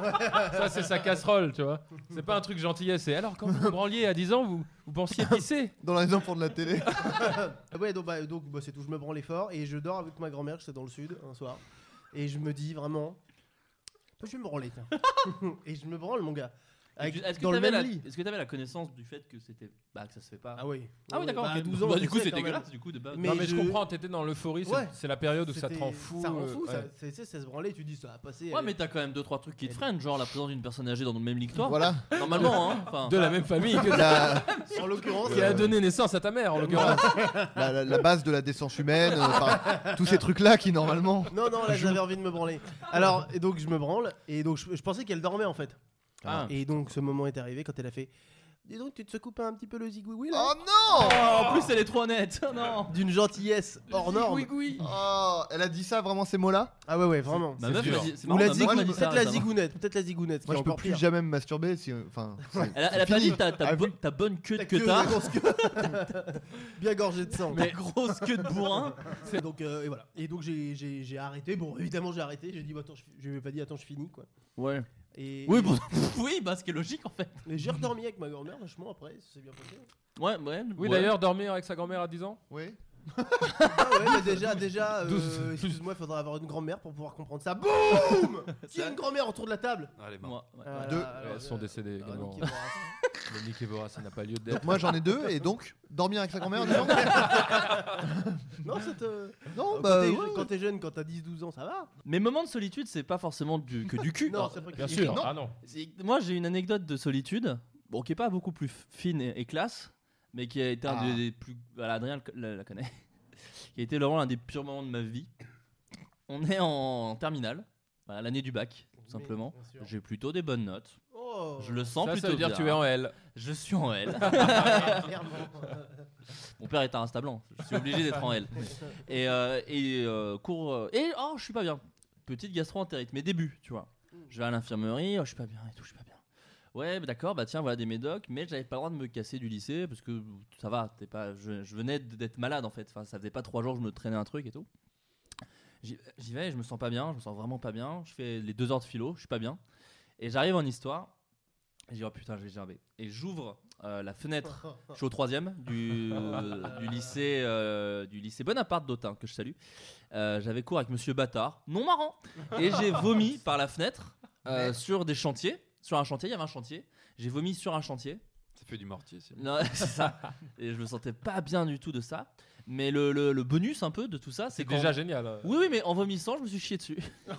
D: Ça, c'est sa casserole, tu vois. C'est pas un truc gentillesse. C'est alors, quand vous vous branliez à 10 ans, vous, vous pensiez pisser.
F: Dans les enfants de la télé.
C: Ah Ouais, donc, bah, donc bah, c'est tout, je me branle fort et je dors avec ma grand-mère, j'étais dans le sud un soir. Et je me dis vraiment. Je vais me branler, tiens. et je me branle, mon gars. Avec-
B: Est-ce que
C: dans le
B: t'avais
C: même
B: la-
C: lit.
B: est-ce que t'avais la connaissance du fait que c'était. Bah que ça se fait pas.
C: Ah oui.
B: Ah oui, d'accord.
C: Bah,
B: ok.
C: à 12 ans.
B: Bah,
C: je
B: du coup,
C: sais
B: c'est
C: quand même.
B: dégueulasse. Du coup, de base.
C: Mais-
D: Non, mais
C: je-
D: je comprends, t'étais dans l'euphorie. c'est-
C: Ouais.
D: C'est la période où ça te
C: C'était-
D: rend fou.
C: Ça rend
D: euh,
C: fou, ça-
D: ouais.
C: c'est- c'est- ça se branlait, tu dis ça va passer.
B: Ouais,
C: elle-
B: mais t'as quand même 2-3 trucs qui te freinent, genre la présence d'une personne âgée dans le même lit que toi.
F: Voilà.
B: Normalement, hein. enfin.
D: De la même famille que
F: La,
C: euh, En l'occurrence,
D: qui a donné naissance à ta mère, en l'occurrence.
F: la- la- la base de la décence humaine, euh, enfin, tous ces trucs là qui normalement.
C: Non, non, là j'avais envie de me branler. Alors, et donc je me branle, et donc je, je pensais qu'elle dormait en fait.
B: Ah.
C: Et donc ce moment est arrivé quand elle a fait. Dis donc, tu te secoues pas un petit peu le zigouigoui là
F: Oh non
C: Ah.
B: Oh, en plus, elle est trop nette. Oh, non.
C: D'une gentillesse hors norme.
F: Oh, elle a dit ça vraiment ces mots-là
C: Ah ouais, ouais, vraiment.
B: Ma meuf
D: sûr.
B: m'a dit. Bah, c'est
C: Ou
B: marrant,
C: la
B: ma
C: zigou-
B: meuf m'a dit ça
C: peut-être la
B: récemment.
C: zigounette, peut-être la zigounette,
F: Moi
C: qui
F: je
C: est
F: peux
C: encore
F: plus
C: pire.
F: jamais me masturber si euh, enfin c'est-
B: Elle a, elle a
F: c'est
B: pas
F: fini.
B: dit ta, ta
F: Ah,
B: bo- ta bonne queue de
C: Ta queue,
B: queutard,
C: la grosse queue. Bien gorgée de sang.
B: ta grosse queue de bourrin.
C: Et donc euh, et voilà. Et donc j'ai- j'ai j'ai arrêté. Bon, évidemment j'ai arrêté. J'ai dit bah, attends, je, je lui ai pas dit attends, je finis quoi.
B: Ouais.
C: Et
B: Oui, bon, oui, bah ce qui est logique en fait.
C: et j'ai redormi avec ma grand-mère vachement après, ça s'est bien passé.
B: Ouais, ouais. ouais.
D: Oui, d'ailleurs, dormir avec sa grand-mère à 10 ans
F: Oui.
C: Ah ouais, mais déjà, déjà, euh,
D: Douze.
C: excuse-moi, il faudra avoir une grand-mère pour pouvoir comprendre ça. Boum Qui a une grand-mère autour de la table
E: Ah, elle est morte.
B: Moi, ouais.
C: Ah,
F: Deux.
C: là, là, là,
D: Elles sont
C: là.
D: décédées
C: Ah,
D: également.
C: Nicky Boras.
D: Le Nick et Bora, ça n'a pas lieu
F: Donc
D: d'être.
F: moi j'en ai deux et donc dormir avec sa grand-mère non
C: non, ça te-
F: Non,
C: Quand
F: bah
C: t'es-
F: ouais.
C: quand t'es jeune, quand t'as 10-12 ans, ça va.
B: Mes moments de solitude, c'est pas forcément du, que du cul.
C: Non, c'est pas
D: Bien
C: que-
D: sûr,
F: Non.
D: ah non.
B: C'est- Moi, j'ai une anecdote de solitude, bon, qui est pas beaucoup plus fine et, et classe, mais qui a été un
F: Ah.
B: des, des plus. Voilà, Adrien le- la, la connaît. qui a été vraiment l'un des purs moments de ma vie. On est en, terminale, voilà, l'année du bac, tout simplement.
C: Bien sûr.
B: J'ai plutôt des bonnes notes.
C: Oh,
B: Je le sens
D: ça,
B: plutôt
D: ça veut dire
B: bien.
D: tu es en L.
B: Je suis en L.
C: clairement.
B: Mon père est un Insta blanc. Je suis obligé d'être en L. Et, euh, et euh, cours. euh, et oh, je suis pas bien. Petite gastro-entérite, mes débuts, tu vois. Je vais à l'infirmerie, oh, je suis pas bien et tout, je suis pas bien. Ouais, bah, d'accord, bah tiens, voilà des médocs, mais j'avais pas le droit de me casser du lycée parce que ça va, t'es pas, je, je venais d'être malade en fait. Enfin, ça faisait pas trois jours que je me traînais un truc et tout. J'y j'y vais, je me sens pas bien, je me sens vraiment pas bien. Je fais les deux heures de philo, je suis pas bien. Et j'arrive en histoire, et j'ai oh putain, j'ai gerbé. Et j'ouvre euh, la fenêtre je suis au troisième du, du lycée euh, du lycée Bonaparte d'Autun que je salue. Euh, J'avais cours avec Monsieur Bâtard, non marrant, et j'ai vomi par la fenêtre euh, sur des chantiers, sur un chantier. Il y avait un chantier. J'ai vomi sur un chantier.
E: Ça fait du mortier. c'est-
B: Non, c'est ça. Et je me sentais pas bien du tout de ça. Mais le, le- le bonus un peu de tout ça, c'est
D: C'est
B: quand-
D: déjà génial.
B: Oui, oui, mais en vomissant, je me suis chié dessus.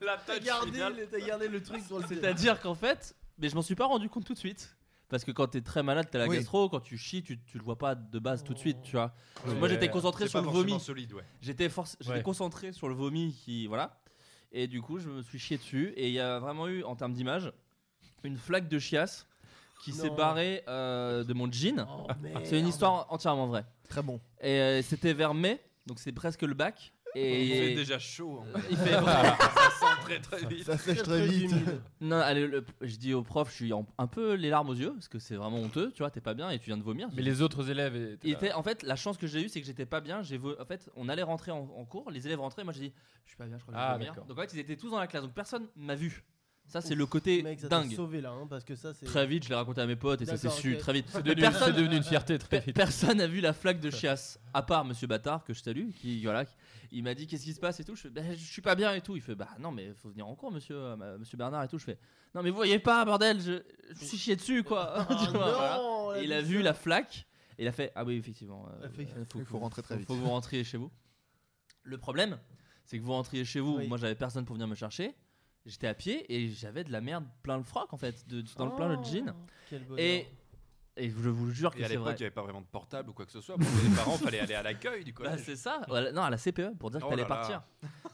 E: La
C: T'as
E: touch
C: gardé,
E: finale.
C: le- t'as gardé le truc sur le
B: C'est-à-dire qu'en fait, mais je m'en suis pas rendu compte tout de suite. Parce que quand t'es très malade, t'as la
F: Oui.
B: gastro, quand tu chies, tu, tu le vois pas de base tout de suite, tu vois.
D: Oui.
B: Moi j'étais
D: Ouais.
B: concentré
E: C'est
B: sur
E: pas
B: le
E: forcément
B: vomi.
E: solide, ouais.
B: J'étais forc- j'étais
D: Ouais.
B: concentré sur le vomi qui voilà. Et du coup, je me suis chié dessus et il y a vraiment eu en termes d'image une flaque de chiasse qui s'est
C: Non.
B: barrée euh, de mon jean.
C: Oh,
B: C'est une histoire entièrement vraie.
F: Très bon.
B: Et euh, c'était vers mai, donc c'est presque le bac
E: Il
B: et
E: fait déjà chaud. hein.
B: Euh, il fait
E: Ça sent très très vite.
F: Ça sèche très vite.
B: non, allez, le- je dis au prof, je suis en- un peu les larmes aux yeux parce que c'est vraiment honteux, tu vois, t'es pas bien et tu viens de vomir.
D: Mais les autres élèves étaient.
B: Il
D: là.
B: était- en fait, la chance que j'ai eue, c'est que j'étais pas bien. J'ai vo- En fait, on allait rentrer en, en cours, les élèves rentraient, et moi j'ai dit, je suis pas bien, je crois que je vais
D: Ah,
B: vomir.
D: d'accord.
B: Donc en fait, ils étaient tous dans la classe, donc personne m'a vu. Ça, c'est le côté
C: Mec, ça t'a
B: dingue.
C: sauvé là, hein, parce que ça c'est.
B: Très vite, je l'ai raconté à mes potes et ça s'est
C: D'accord,
B: su
C: ok.
B: très vite.
D: C'est devenu,
B: Personne-
D: c'est devenu une fierté très
B: Pe-
D: vite.
B: Personne n'a vu la flaque de chiasse, à part Monsieur Bâtard, que je salue, qui, voilà, qui- il m'a dit qu'est-ce qui se passe et tout. Je fais, bah, je suis pas bien et tout. Il fait, bah non, mais faut venir en cours, monsieur, euh, ma- monsieur Bernard et tout. Je fais, non, mais vous voyez pas, bordel, je, je me suis chié dessus, quoi.
C: Ah,
B: Tu vois, voilà.
C: non,
B: Et il a vu la flaque et il a fait Ah oui, effectivement. euh,
C: Ah, fait-
B: euh,
F: Il faut rentrer très
B: faut-
F: vite.
B: faut que vous rentriez chez vous. Le problème, c'est que vous rentriez chez vous.
C: Oui.
B: Moi, j'avais personne pour venir me chercher. J'étais à pied et j'avais de la merde plein le froc en fait, de, dans le plein le jean.
C: Oh, Quel bonheur.
B: Et, et je vous jure que
E: Et à
B: c'est
E: l'époque,
B: vrai.
E: il n'y avait pas vraiment de portable ou quoi que ce soit. Pour les parents, fallait aller à l'accueil du
B: Bah,
E: collège.
B: c'est ça, Voilà, non, à la CPE pour dire que
E: euh, Oh
B: t'allais
E: là là.
B: partir.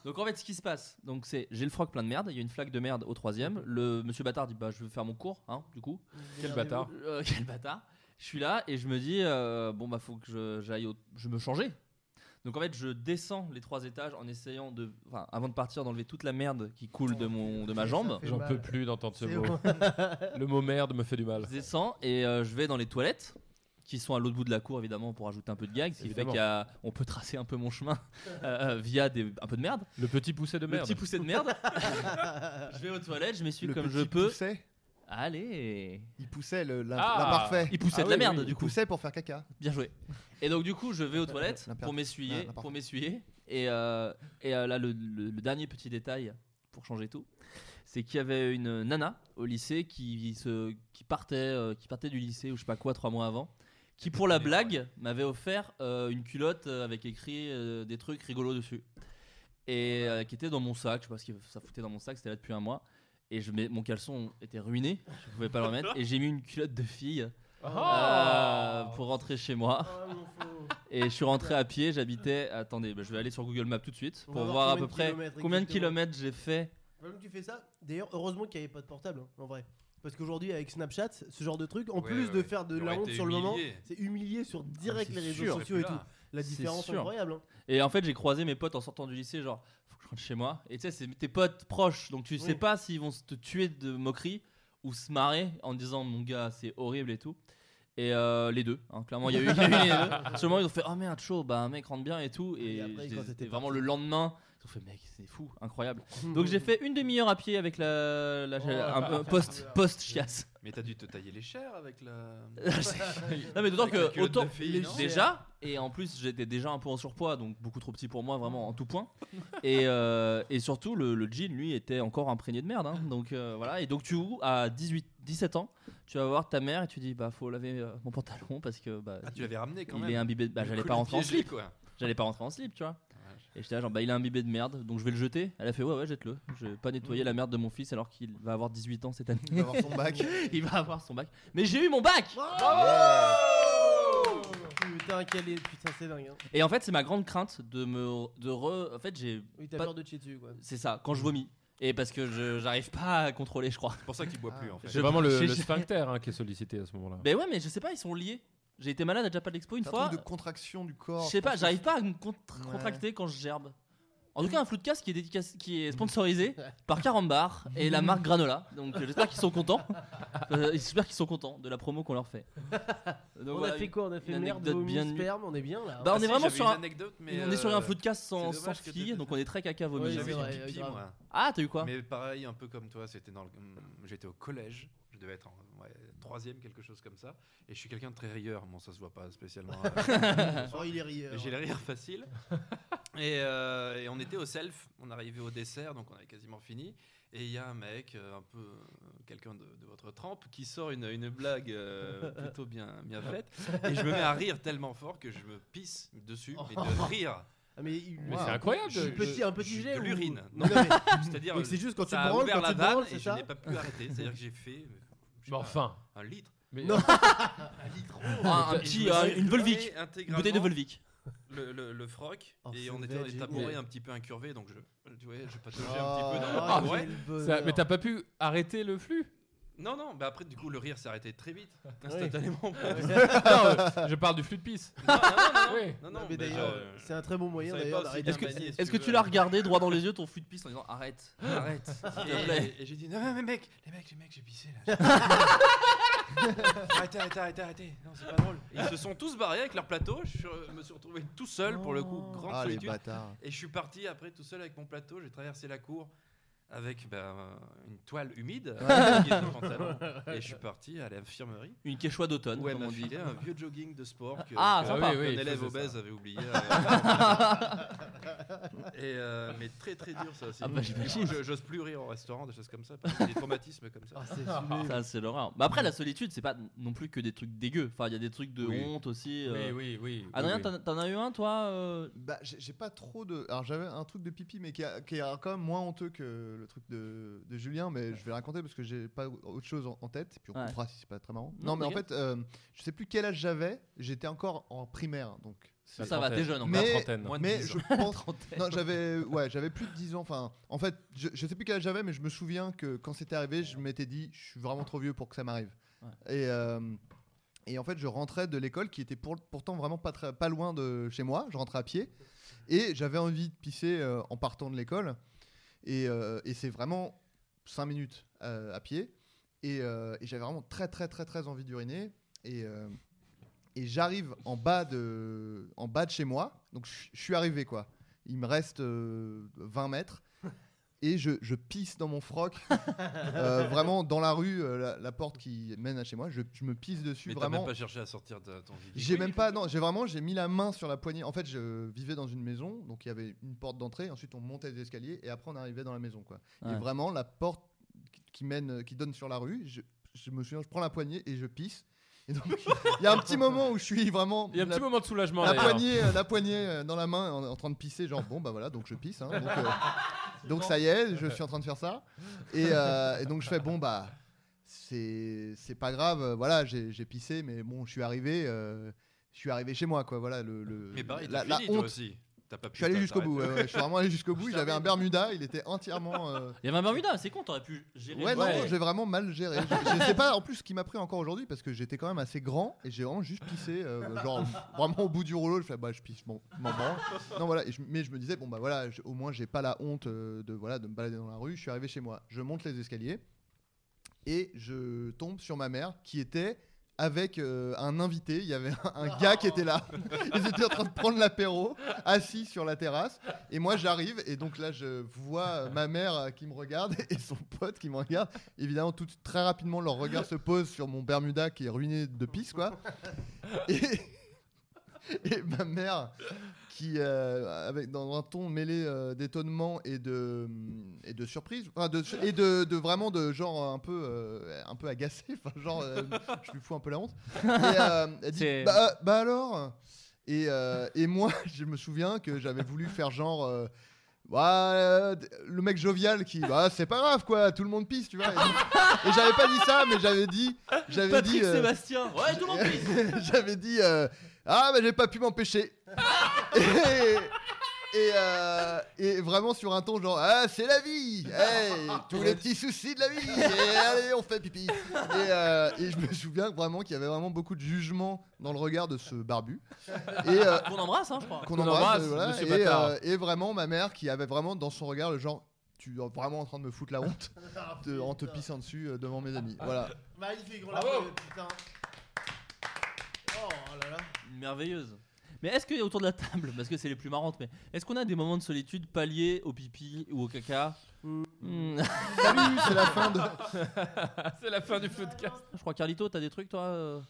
B: Donc en fait, ce qui se passe, donc c'est j'ai le froc plein de merde, il y a une flaque de merde au troisième. Le monsieur bâtard dit bah je vais faire mon cours, hein, du coup.
D: Quel bâtard.
B: Euh, quel bâtard. Je suis là et je me dis, euh, bon, bah, faut que je- j'aille, au- je me changer. Donc, en fait, je descends les trois étages en essayant de. Enfin, avant de partir, d'enlever toute la merde qui coule de, mon, de ma jambe.
C: fait
D: J'en
C: mal.
D: peux plus d'entendre ce
C: C'est
D: mot.
C: Ah,
D: Le mot merde me fait du mal.
B: Je descends et euh, je vais dans les toilettes, qui sont à l'autre bout de la cour, évidemment, pour ajouter un peu de gag. Ce qui fait
D: Évidemment.
B: qu'il y a- on peut tracer un peu mon chemin euh, euh, via des, un peu de merde.
D: Le petit poussé de
B: Le
D: merde.
B: petit poussé de merde. je vais aux toilettes, je m'essuie
F: Le
B: comme
F: petit
B: je peux.
F: poussait,
B: Allez
F: il poussait le- l'im-
D: Ah.
F: l'imparfait.
B: Il poussait
D: Ah
B: de la
D: oui,
B: merde,
D: oui,
B: du
F: Il
B: coup.
F: poussait pour faire caca.
B: Bien joué. Et donc du coup, je vais aux toilettes
F: L'impératif.
B: pour m'essuyer,
F: Ah, l'imparfait.
B: pour m'essuyer. Et, euh, et euh, là, le, le- le dernier petit détail pour changer tout, c'est qu'il y avait une nana au lycée qui se, qui partait, euh, qui partait du lycée ou je sais pas quoi trois mois avant, qui pour la blague m'avait offert euh, une culotte euh, avec écrit euh, des trucs rigolos dessus et euh, qui était dans mon sac. Je sais pas ce que ça foutait dans mon sac, c'était là depuis un mois. Et je mets, mon caleçon était ruiné, je pouvais pas le remettre. Et j'ai mis une culotte de fille
D: Ah.
B: euh, pour rentrer chez moi.
C: Ah, mon faux.
B: Et je suis rentré à pied, j'habitais. Attendez, bah, je vais aller sur Google Maps tout de suite
C: On
B: pour
C: va voir
B: voir à
C: combien
B: peu
C: de
B: près
C: kilomètres
B: combien de
C: exactement.
B: kilomètres j'ai fait.
C: Même tu fais ça. D'ailleurs, heureusement qu'il n'y avait pas de portable, hein, en vrai. Parce qu'aujourd'hui, avec Snapchat, ce genre de truc, en
E: Ouais,
C: plus
E: ouais,
C: de
E: ouais.
C: faire de
E: Il
C: la
E: aurait
C: honte
E: été
C: sur le moment,
E: humilié.
C: c'est humilié sur direct
B: Ah,
C: les
B: c'est
C: réseaux
B: sûr.
C: sociaux et tout. La
B: C'est
C: différence
B: sûr.
C: incroyable. hein.
B: Et en fait, j'ai croisé mes potes en sortant du lycée, genre, faut que je rentre chez moi. Et tu sais, c'est tes potes proches, donc tu sais
C: Oui.
B: pas s'ils vont se te tuer de moquerie ou se marrer en disant, mon gars, c'est horrible et tout. Et euh, les deux, hein, clairement, il y a eu, il y a eu les deux. Sur le moment, ils ont fait, oh merde, chaud, bah mec, rentre bien et tout. Et,
C: Et après,
B: j'ai-
C: quand t'étais
B: c'était vraiment
C: parti.
B: le lendemain, Ils ont fait, mec, c'est fou, incroyable.
C: hein.
B: Donc j'ai fait une demi-heure à pied avec la,
E: Oh,
B: la- un- un post post chiasse.
E: Mais t'as dû te tailler les chairs avec la.
B: non mais d'autant
E: Avec la
B: que
E: culotte de
B: autant
E: fille, Les non
B: déjà et en plus j'étais déjà un peu en surpoids donc beaucoup trop petit pour moi vraiment en tout point et, euh, et surtout le, le jean lui était encore imprégné de merde hein. donc euh, voilà et donc tu à 18 17 ans tu vas voir ta mère et tu dis bah faut laver euh, mon pantalon parce que bah
E: Ah, tu l'avais ramené quand
B: il
E: même.
B: est imbibé de- bah
E: Le
B: j'allais
E: coup
B: pas
E: de
B: rentrer en
E: piégé,
B: slip
E: quoi.
B: j'allais pas rentrer en slip tu vois
E: Ouais.
B: et j'étais là genre bah il a un bibé de merde donc je vais le jeter elle a fait ouais ouais jette-le je vais pas nettoyer la merde de mon fils alors qu'il va avoir 18 ans cette année
F: Il va avoir son bac.
B: il va avoir son bac mais j'ai eu mon bac
C: Putain, quel est. Putain, c'est dingue. hein.
B: Et en fait, c'est ma grande crainte de me de re. En fait, j'ai.
C: Oui, t'as
B: Pas-
C: peur de te chier dessus, quoi.
B: C'est ça. Quand je vomis. Et parce que je j'arrive pas à contrôler, je crois.
E: C'est pour ça
B: Ah.
E: qu'il boit plus en fait.
D: C'est vraiment le,
B: j'ai-
D: le sphincter hein, qui est sollicité à ce moment-là.
B: Ben ouais, mais je sais pas. Ils sont liés. J'ai été malade à Japa de l'Expo une
F: C'est un truc
B: fois.
F: de contraction du corps.
B: Je sais pas.
F: pense que
B: J'arrive pas à me contr-
F: Ouais.
B: contracter quand je gerbe. En tout cas, un flou de casse qui est, dédicace- qui est sponsorisé par Carambar et la marque Granola. Donc euh, j'espère qu'ils sont contents. Euh, j'espère qu'ils sont contents de la promo qu'on leur fait. Donc,
C: on
B: voilà,
C: a fait quoi On a fait
B: une
C: merde,
B: anecdote
C: vomi,
B: bien nulle.
C: sperme, on est bien là.
B: Bah,
E: Ah
B: on est
E: si,
B: vraiment
E: j'avais
B: sur
E: une
B: un-
E: anecdote,
B: on est
E: mais,
B: sur un
E: euh,
B: flou de casse sans,
E: c'est
B: sans
E: dommage que
B: fille,
E: t'étais-
B: donc on est très caca vomi.
C: Ouais,
E: J'avais
C: c'est vrai,
E: du pipi
C: grave.
E: moi.
B: Ah, t'as eu quoi
E: Mais pareil, un peu comme toi, c'était dans le... mm, j'étais au collège, je devais être en ouais, troisième, quelque chose comme ça, et je suis quelqu'un de très rieur, bon ça se voit pas spécialement. euh,
C: Oh, il est rieur.
E: mais J'ai les rires faciles. Et, euh, et on était au self, on arrivait au dessert, donc on avait quasiment fini. Et il y a un mec, euh, un peu euh, quelqu'un de, de votre trempe, qui sort une, une blague euh, plutôt bien, bien faite. Et je me mets à rire tellement fort que je me pisse dessus, mais de rire.
C: Ah, mais il-
D: Mais
F: Wow.
D: c'est incroyable.
C: Un petit, un petit
E: de
C: gilet ou-
E: l'urine.
C: Non,
E: Non,
C: mais-
E: C'est-à-dire,
C: Donc c'est juste quand tu
E: ça a
C: branles,
E: ouvert
C: quand
E: la
C: tu branles,
E: vanne
C: c'est
E: et je
C: ça
E: n'ai pas pu arrêter. C'est-à-dire que j'ai fait euh, je sais
D: Mais
E: pas,
D: enfin.
E: un litre.
D: Mais,
C: Non.
E: Un litre.
C: Oh.
B: Ah, un
E: Et je
B: petit,
E: me
B: euh,
E: suis
B: une
E: gouré
B: Volvic, une bouteille de
E: intégralement.
B: Volvic.
E: le, le, le froc
C: Oh,
E: et
C: c'est
E: on était
C: bête,
E: dans des
C: j'ai
E: tabourets
C: oublié.
E: un petit peu incurvés donc je tu vois, je pataugeais
F: Ah,
E: un petit peu dans le
C: Ah,
D: Ah,
E: tabouret.
C: quel bonheur.
D: ça- mais t'as pas pu arrêter le flux
E: Non non, bah après du coup le rire s'est arrêté très vite instantanément. non
D: Non, euh, je parle du flux de pisse.
E: non non,
D: Oui.
E: non, non,
C: Non,
E: mais
C: mais d'ailleurs, euh,
E: je-
C: c'est un très bon moyen
E: savais
C: d'ailleurs
E: pas aussi
C: d'arrêter
B: Est-ce que,
C: un
E: manier,
C: panier.
E: si
B: est-ce que
E: tu
B: tu
E: veux.
B: l'as regardé droit dans les yeux ton fut de piste en disant arrête
E: arrête.
B: te
E: Et-
B: plaît.
E: Et, et j'ai dit non mais mec, les mecs, les mecs, j'ai pissé là. arrêtez, arrêtez, arrêtez, arrêtez. Non, c'est pas drôle. Et Ils se sont tous barrés avec leur plateau, je suis- euh, me suis retrouvé tout seul pour le coup, grande
F: Ah, les
E: solitude.
F: bâtards.
E: Et je suis parti après tout seul avec mon plateau, j'ai traversé la cour avec ben, euh, une toile humide euh, qui est dans le pantalon. et je suis parti à l'infirmerie
B: Une quechua d'automne,
E: où elle
B: comme
E: m'a
B: on dit.
E: filé un vieux jogging de sport que,
B: Ah,
E: que-
D: sympa.
E: qu'un
D: Oui, oui, il
E: élève
D: faisait
E: obèse
D: ça.
E: avait oublié. euh, et, euh, mais très très dur ça aussi.
B: Ah bah, j'imagine.
E: Je- J'ose plus rire au restaurant, des choses comme ça, parce que des traumatismes comme ça.
C: Ah, c'est assumé.
B: Ça, c'est l'horreur. Mais après, la solitude, c'est pas non plus que des trucs dégueux. Enfin, il y a des trucs de
D: Oui.
B: honte aussi. euh.
D: Oui, oui, oui.
B: Adrien,
D: oui, oui.
B: t'en- t'en as eu un, toi euh,
F: Bah, j'ai j'ai pas trop de. Alors, j'avais un truc de pipi, mais qui, a- qui est quand même moins honteux que le truc de, de Julien, mais je vais raconter parce que j'ai pas autre chose en, en tête, puis on
B: Ouais.
F: comprendra si c'est pas très marrant.
B: Non,
F: Non, mais en
B: t'inquiète.
F: fait, euh, je sais plus quel âge j'avais, j'étais encore en primaire, donc.
B: Ça,
D: La
B: va,
D: trentaine.
B: t'es jeune encore.
D: La
F: Mais-
D: trentaine.
E: Moins de
F: Mais
E: 10
F: je
E: ans.
F: pense. non, j'avais ouais, j'avais plus de 10 ans. Enfin, en fait, je, je sais plus quel âge j'avais, mais je me souviens que quand c'était arrivé, je m'étais dit, je suis vraiment trop vieux pour que ça m'arrive.
B: Ouais.
F: Et euh, et en fait, je rentrais de l'école qui était pour- pourtant vraiment pas très- pas loin de chez moi. Je rentrais à pied et j'avais envie de pisser euh, en partant de l'école. Et, euh, et c'est vraiment 5 minutes euh, à pied. Et, euh, et j'avais vraiment très très très très envie d'uriner. Et, euh, et j'arrive en bas de en bas de chez moi donc je je suis arrivé quoi il me reste euh, 20 mètres et je, je pisse dans mon froc euh, vraiment dans la rue euh, la, la porte qui mène à chez moi je, je me pisse dessus
E: Mais t'as
F: vraiment
E: même pas cherché à sortir de ton lit.
F: j'ai même pas non j'ai vraiment j'ai mis la main sur la poignée en fait je vivais dans une maison donc il y avait une porte d'entrée ensuite on montait les escaliers et après on arrivait dans la maison quoi
B: Ouais.
F: et vraiment la porte qui- qui mène qui donne sur la rue je, je me souviens je prends la poignée et je pisse et donc il y a un petit moment où je suis vraiment
D: Il y a un
F: la-
D: petit moment de soulagement
F: la
D: d'ailleurs.
F: poignée, euh, la poignée euh, dans la main en, en train de pisser, genre bon bah voilà, donc je pisse. hein, donc, euh, donc ça y est, je suis en train de faire ça. Et, euh, et donc je fais bon bah c'est c'est pas grave, euh, voilà j'ai j'ai pissé, mais bon je suis arrivé, euh, je suis arrivé chez moi quoi, voilà le, le-
E: Mais pareil,
F: la,
E: t'as
F: la
E: fini toi
F: honte.
E: aussi. T'as pas pu.
F: Je suis allé
E: t'as-
F: jusqu'au bout,
E: t'arrêtes.
F: ouais, ouais, je suis vraiment allé jusqu'au bout.
E: Je
F: J'avais un
E: t'arrête.
F: Bermuda, il était entièrement. euh,
B: Il y avait un Bermuda, c'est con, t'aurais pu gérer.
F: Ouais, non,
D: Ouais.
F: non, j'ai vraiment mal géré. Je, je sais pas en plus ce qui m'a pris encore aujourd'hui parce que j'étais quand même assez grand et j'ai vraiment juste pissé, euh, genre vraiment au bout du rouleau. Je fais bah je pisse, bon, je m'en branle. Non voilà, et je- mais je me disais bon bah voilà, je- au moins j'ai pas la honte euh, de voilà de me balader dans la rue. Je suis arrivé chez moi, je monte les escaliers et je tombe sur ma mère qui était avec euh, un invité. Il y avait un, un gars qui était là. Ils étaient en train de prendre l'apéro, assis sur la terrasse. Et moi, j'arrive. Et donc là, je vois euh, ma mère euh, qui me regarde et son pote qui me regarde. Évidemment, tout, très rapidement, leur regard se pose sur mon Bermuda qui est ruiné de pisse, quoi. Et, et ma mère, qui, euh, avec, dans un ton mêlé euh, d'étonnement et de, et de surprise, enfin, de, et de, de vraiment de genre un peu, euh, un peu agacé, enfin, genre, euh, je lui fous un peu la honte. Et, euh, elle dit,
B: C'est-
F: bah, bah alors et, euh, et moi, je me souviens que j'avais voulu faire genre. euh, Bah, euh, le mec jovial qui, bah, c'est pas grave quoi, tout le monde pisse, tu vois. Et, donc- et j'avais pas dit ça, mais j'avais dit, j'avais dit,
B: Patrick
F: euh,
B: Sébastien. Ouais, tout le monde pisse.
F: j'avais dit euh, ah mais j'ai pas pu m'empêcher et, et, euh, et vraiment sur un ton genre ah c'est la vie Hey, tous les petits soucis de la vie et allez on fait pipi et, euh, et je me souviens vraiment qu'il y avait vraiment beaucoup de jugement dans le regard de ce barbu et euh,
B: Qu'on embrasse, hein, je crois.
F: qu'on
D: Qu'on
F: embrasse,
D: embrasse,
F: euh, voilà,
D: Ah, monsieur
F: et,
D: bâtard.
F: euh, et vraiment ma mère qui avait vraiment dans son regard le genre tu es vraiment en train de me foutre la honte
C: Ah,
F: de- en te pissant dessus euh, devant mes amis voilà
C: Magnifique,
B: Ah
C: on l'a
D: Bravo.
C: fait, putain. Oh là là.
B: Une merveilleuse. Mais est-ce qu'il y a autour de la table, parce que c'est les plus marrantes, mais est-ce qu'on a des moments de solitude palliés au pipi ou au caca Hmm.
F: salut c'est la fin de
D: C'est la fin du podcast.
B: Je crois, Carlito, t'as des trucs, toi euh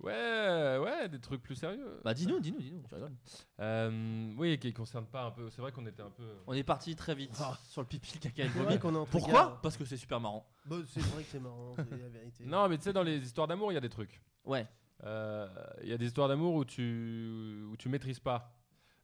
D: Ouais, ouais, des trucs plus sérieux.
B: Bah, dis-nous, dis-nous, dis-nous, tu rigoles.
D: Euh, oui, qui concerne pas un peu. C'est vrai qu'on était un peu. euh.
B: On est parti très vite sur le pipi, le caca et le
C: C'est
B: vomi.
C: vrai qu'on est entre
B: Pourquoi
C: gars.
B: Parce que c'est super marrant.
C: Bah, C'est vrai que c'est marrant, c'est la vérité.
D: Non, mais tu sais, dans les histoires d'amour, il y a des trucs.
B: Ouais.
D: Euh, Il y a des histoires d'amour où tu, où tu maîtrises pas.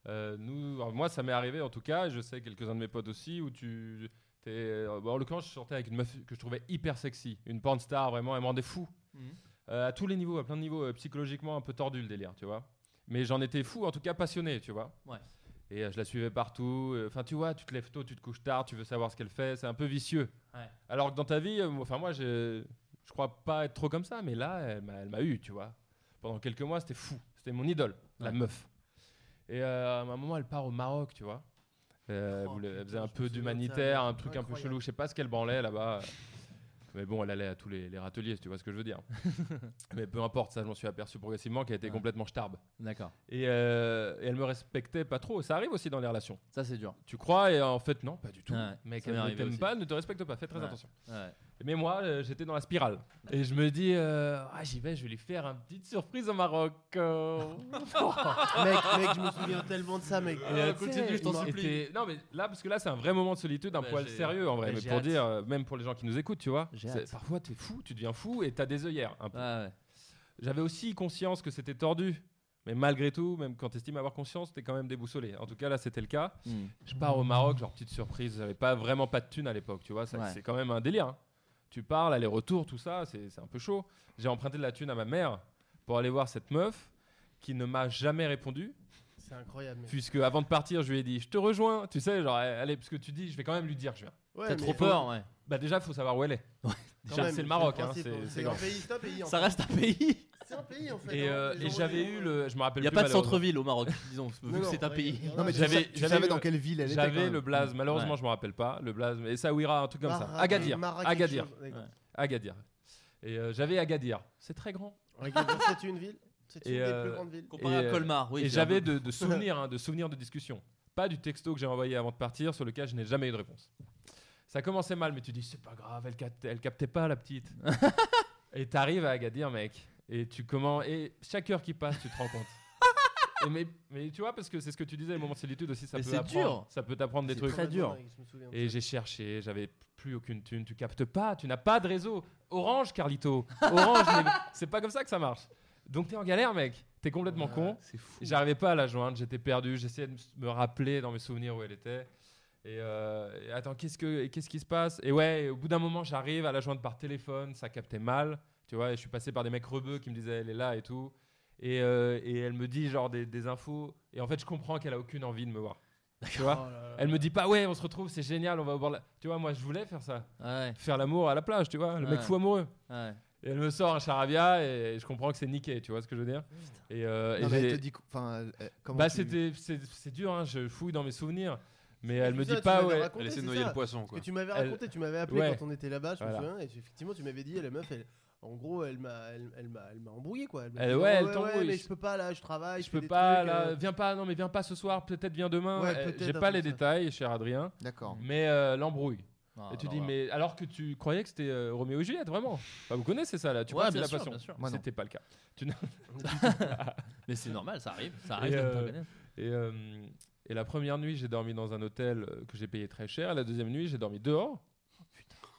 D: Euh, nous, alors moi, ça m'est arrivé en tout cas, et je sais quelques-uns de mes potes aussi, où tu. t'es- euh, bon, en l'occurrence, je sortais avec une meuf que je trouvais hyper sexy, une porn star vraiment, elle me rendait fou.
B: Mhm.
D: Euh, à tous les niveaux, à plein de niveaux, euh, psychologiquement un peu tordu le délire, tu vois. Mais j'en étais fou, en tout cas passionné, tu vois.
B: Ouais.
D: Et euh, je la suivais partout. Euh, Enfin, tu vois, tu te lèves tôt, tu te couches tard, tu veux savoir ce qu'elle fait, c'est un peu vicieux.
B: Ouais.
D: Alors que dans ta vie, euh, moi- enfin, moi, je, je crois pas être trop comme ça, mais là, elle m'a elle m'a eu, tu vois. Pendant quelques mois, c'était fou. C'était mon idole, la
B: Ouais.
D: meuf. Et euh, à un moment, elle part au Maroc, tu vois. Euh, elle
C: Oh,
D: voulait- elle faisait
C: putain,
D: un
C: je me
D: peu
C: souviens de ça,
D: d'humanitaire, un
C: ouais.
D: truc un peu
C: Incroyable.
D: chelou. Je sais pas ce qu'elle branlait là-bas. Mais bon, elle allait à tous les, les râteliers, si tu vois ce que je veux dire. Mais peu importe, ça, je m'en suis aperçu progressivement qu'elle était
B: Ouais.
D: complètement starbe.
B: D'accord.
D: Et, euh, et elle me respectait pas trop. Ça arrive aussi dans les relations.
B: Ça, c'est dur.
D: Tu crois et en fait, non, pas du tout.
B: Ouais,
D: Mec,
B: ça m'est
D: elle ne
B: arrivé
D: t'aime
B: aussi.
D: pas, ne te respecte pas. Fais très
B: Ouais.
D: attention.
B: Ouais.
D: Mais moi, euh, j'étais dans la spirale. Et je me dis, euh, ah, j'y vais, je vais lui faire une petite surprise au Maroc. euh.
C: Mec, mec, je me souviens tellement de ça, mec.
D: Et, euh,
B: Ah, continue,
D: tu sais,
B: je t'en
D: il m'a-
B: supplie.
D: était- Non, mais là, parce que là, c'est un vrai moment de solitude, un
B: Bah,
D: poil
B: j'ai-
D: sérieux en vrai.
B: bah,
D: Mais
B: j'ai
D: pour
B: hâte.
D: dire, euh, même pour les gens qui nous écoutent, tu vois,
B: J'ai
D: c'est-
B: hâte.
D: parfois, t'es fou, tu deviens fou et t'as des œillères. un peu.
B: Ouais, ouais.
D: J'avais aussi conscience que c'était tordu. Mais malgré tout, même quand t'estimes avoir conscience, t'es quand même déboussolé. En tout cas, là, c'était le cas.
B: Hmm.
D: Je pars au Maroc, genre petite surprise, j'avais pas vraiment pas de thunes à l'époque, tu vois, ça-
B: Ouais.
D: c'est quand même un délire. hein. Tu parles, aller-retour, tout ça, c'est c'est un peu chaud. J'ai emprunté de la thune à ma mère pour aller voir cette meuf qui ne m'a jamais répondu,
C: C'est incroyable, mec.
D: puisque avant de partir, je lui ai dit, je te rejoins, tu sais, genre, eh, allez, parce que tu dis, je vais quand même lui dire, je viens.
C: Ouais,
B: T'as
C: mais-
B: trop peur, ouais.
D: Bah déjà, faut savoir où elle est.
C: Quand
D: Déjà,
C: même,
D: c'est le Maroc, hein,
C: principe,
D: c'est- c'est
C: C'est un
D: grand.
C: pays, c'est un pays. en
B: Ça
C: fait.
B: reste un pays.
C: C'est un pays, en fait.
D: Et,
C: hein,
D: euh,
C: les
D: et
C: gens-
D: j'avais
C: les
D: eu
C: gens-
D: le, je me rappelle
B: Il n'y a
D: plus
B: pas de
D: malheureusement.
B: centre-ville au Maroc, disons, vu
C: Non,
B: que
C: non,
B: c'est un
C: ouais,
B: pays.
C: ouais,
F: Non mais
C: ouais.
F: tu
D: J'avais-
F: sais- tu
D: j'avais
F: savais
D: eu
F: dans
D: le-
F: quelle ville elle était quand
D: J'avais
F: même.
D: le blaze, malheureusement
B: Ouais.
D: je me rappelle pas, le blaze, et Saouira, un truc comme ça.
C: Marrakech-
D: Agadir,
C: Marrakech,
D: Agadir,
C: quelque chose, d'accord.
D: Agadir. Et euh, j'avais Agadir, c'est très grand.
C: Agadir, c'est une ville. C'est une
D: Et,
C: des
D: euh,
C: plus grandes villes.
B: Comparé
D: Et,
B: à
D: euh,
B: Colmar, oui.
D: et
B: c'est
D: j'avais
B: un peu-
D: de, de souvenirs, hein, de souvenirs de discussion. Pas du texto que j'ai envoyé avant de partir, sur lequel je n'ai jamais eu de réponse. Ça commençait mal, mais tu dis, c'est pas grave, elle, capte- elle captait pas la petite. et t'arrives à Agadir, mec. Et tu commences. Et chaque heure qui passe, tu te rends compte. Et mais, mais tu vois, parce que c'est ce que tu disais, les moments de solitude aussi, ça
B: Mais
D: peut
B: c'est
D: apprendre-
B: dur.
D: Ça peut t'apprendre des
B: C'est
D: trucs.
B: très dur.
C: Je me souviens de
D: euh, Et
C: ça.
D: j'ai cherché, j'avais plus aucune thune, tu captes pas, tu n'as pas de réseau. Orange, Carlito. Orange, mais c'est pas comme ça que ça marche. Donc t'es en galère, mec. T'es complètement
C: Ouais.
D: con.
B: Ah, C'est fou.
D: J'arrivais pas à la joindre, j'étais perdu, j'essayais de me rappeler dans mes souvenirs où elle était. Et, euh, et attends, qu'est-ce, que, et qu'est-ce qui se passe Et ouais, et au bout d'un moment, j'arrive à la joindre par téléphone, ça captait mal. Tu vois, et je suis passé par des mecs rebeux qui me disaient elle est là et tout. Et, euh, et elle me dit genre des, des infos. Et en fait, je comprends qu'elle a aucune envie de me voir. Tu vois
C: Oh là là.
D: Elle me dit pas ouais, on se retrouve, c'est génial, on va au bord de la- Tu vois, moi, je voulais faire ça.
B: Ouais,
D: Faire l'amour à la plage, tu vois, le mec
B: Ouais.
D: fou amoureux.
B: ouais.
D: Et elle me sort un charabia et je comprends que c'est niqué, tu vois ce que je veux dire Et, euh, et
F: Non, mais elle
D: j'ai-
F: te dit co- enfin, euh, euh, comment
D: bah
F: tu-
D: c'était c'est c'est dur hein, je fouille dans mes souvenirs mais
C: C'est
D: elle me
C: ça,
D: dit
C: tu
D: pas
C: m'avais
D: ouais.
C: raconté,
E: Elle essaie de
C: c'est
E: noyer
C: ça.
E: le poisson,
C: Ce que
E: quoi.
C: tu m'avais
D: Elle-
C: raconté, tu m'avais appelé
D: Ouais.
C: quand on était là-bas, je
D: Voilà.
C: me souviens, et effectivement, tu m'avais dit, la meuf, elle, En gros, elle m'a, elle, elle m'a, elle m'a embrouillé quoi. m'a
D: Elle-
C: dit,
D: ouais,
C: Oh,
D: elle
C: ouais,
D: t'embrouille.
C: mais je peux pas là, je travaille.
D: je peux
C: fais des
D: pas
C: trucs,
D: là,
C: euh.
D: viens pas, non mais viens pas ce soir, peut-être viens demain.
C: Ouais,
D: Euh,
C: peut-être,
D: J'ai
C: un
D: pas
C: truc
D: les
C: comme ça.
D: détails, cher Adrien,
F: D'accord.
D: mais euh, l'embrouille.
B: Ah,
D: et tu
B: alors
D: dis,
B: là.
D: mais alors que tu croyais que c'était euh, Roméo et Juliette, vraiment Bah, Vous connaissez ça là, tu
B: Ouais,
D: crois que c'est
B: bien
D: la
B: sûr,
D: passion
B: bien sûr.
F: Moi, non.
D: C'était pas le cas.
B: Mais c'est normal, ça arrive. Ça arrive
D: Et,
B: de ne
D: euh,
B: pas connaître.
D: Et, euh, et la première nuit, j'ai dormi dans un hôtel euh, que j'ai payé très cher. La deuxième nuit, j'ai dormi dehors.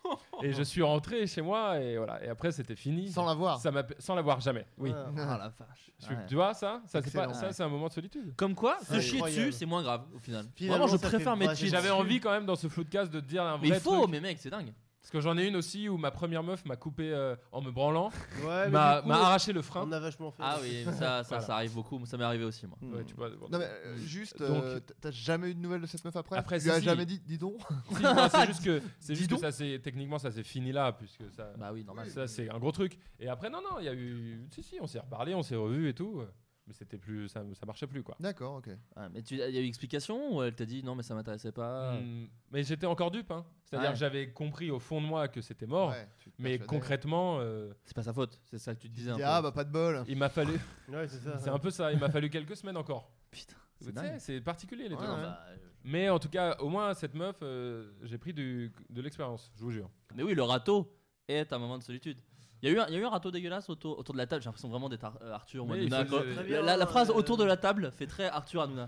B: Oh,
D: et je suis rentré chez moi et voilà. Et après, c'était fini.
F: Sans l'avoir.
D: Ça m'a- sans l'avoir jamais. Oui.
C: Ah.
B: Ah la vache.
D: Je suis-
B: Ouais.
D: Tu vois ça Ça, c'est pas-
F: Excellent.
D: ça, c'est un moment de solitude.
B: Comme quoi, se
C: Ouais.
B: chier
C: Incroyable.
B: dessus, c'est moins grave au final.
C: Finalement,
B: Vraiment, je
C: ça
B: préfère
C: fait
B: mes
C: pas-
B: chier
D: J'avais
B: dessus.
D: envie quand même dans ce floodcast de dire un vrai
B: Mais il faut,
D: truc.
B: mais mec, c'est dingue.
D: Parce que j'en ai une aussi où ma première meuf m'a coupé euh, en me branlant,
C: Ouais, mais
D: m'a
C: du coup,
D: m'a hein. arraché le
C: on
D: frein.
C: a vachement fait.
B: Ah oui, ça, ça,
D: Voilà.
B: ça arrive beaucoup. Ça m'est arrivé aussi, moi.
D: Ouais, tu vois, bon.
F: Hmm. Non mais euh, juste,
D: Donc-
F: euh, t'as- t'as jamais eu de nouvelles de cette meuf après
D: Après,
F: Tu
D: si,
F: lui as
D: si.
F: jamais dit, dis donc.
D: Si, non, c'est juste que, c'est
B: Dis
D: juste que
B: donc.
D: ça, c'est techniquement ça s'est fini là puisque ça.
B: Bah oui, normal.
D: Ça, c'est un gros truc. Et après, non, non, il y a eu. Si, si, on s'est reparlé, on s'est revu et tout. euh, Mais c'était plus. Ça, ça marchait plus, quoi.
F: D'accord, ok.
B: Ouais, mais tu- il y a eu explication ou elle t'a dit non, mais ça m'intéressait pas
D: Hmm, Mais j'étais encore dupe, hein.
B: Ah.
D: C'est-à-dire
B: Ouais.
D: que j'avais compris au fond de moi que c'était mort.
F: Ouais, tu te
D: Mais
F: persuadais.
D: concrètement, euh,
B: C'est pas sa faute, c'est ça que tu te disais un
F: Dis,
B: peu.
F: ah bah pas de bol.
D: il m'a fallu.
C: Ouais, c'est ça.
D: c'est un peu ça, il m'a fallu quelques semaines encore.
B: Putain,
D: Bah,
B: c'est
D: Tu sais,
B: dingue.
D: C'est hein. particulier, les
F: Ouais,
D: trucs.
F: ouais.
B: Bah, euh,
D: Mais en tout cas, au moins, cette meuf, euh, j'ai pris du, de l'expérience, je vous jure.
B: Mais oui, le râteau est un moment de solitude. Il y, a eu un, il y a eu un râteau dégueulasse autour, autour de la table. J'ai l'impression vraiment d'être Ar- euh, Arthur ou
D: Oui, il
B: Hanouna,
D: faut
B: quoi.
D: le-
C: Très bien,
B: La, la- la phrase
C: euh,
B: autour de la table fait très Arthur Hanouna.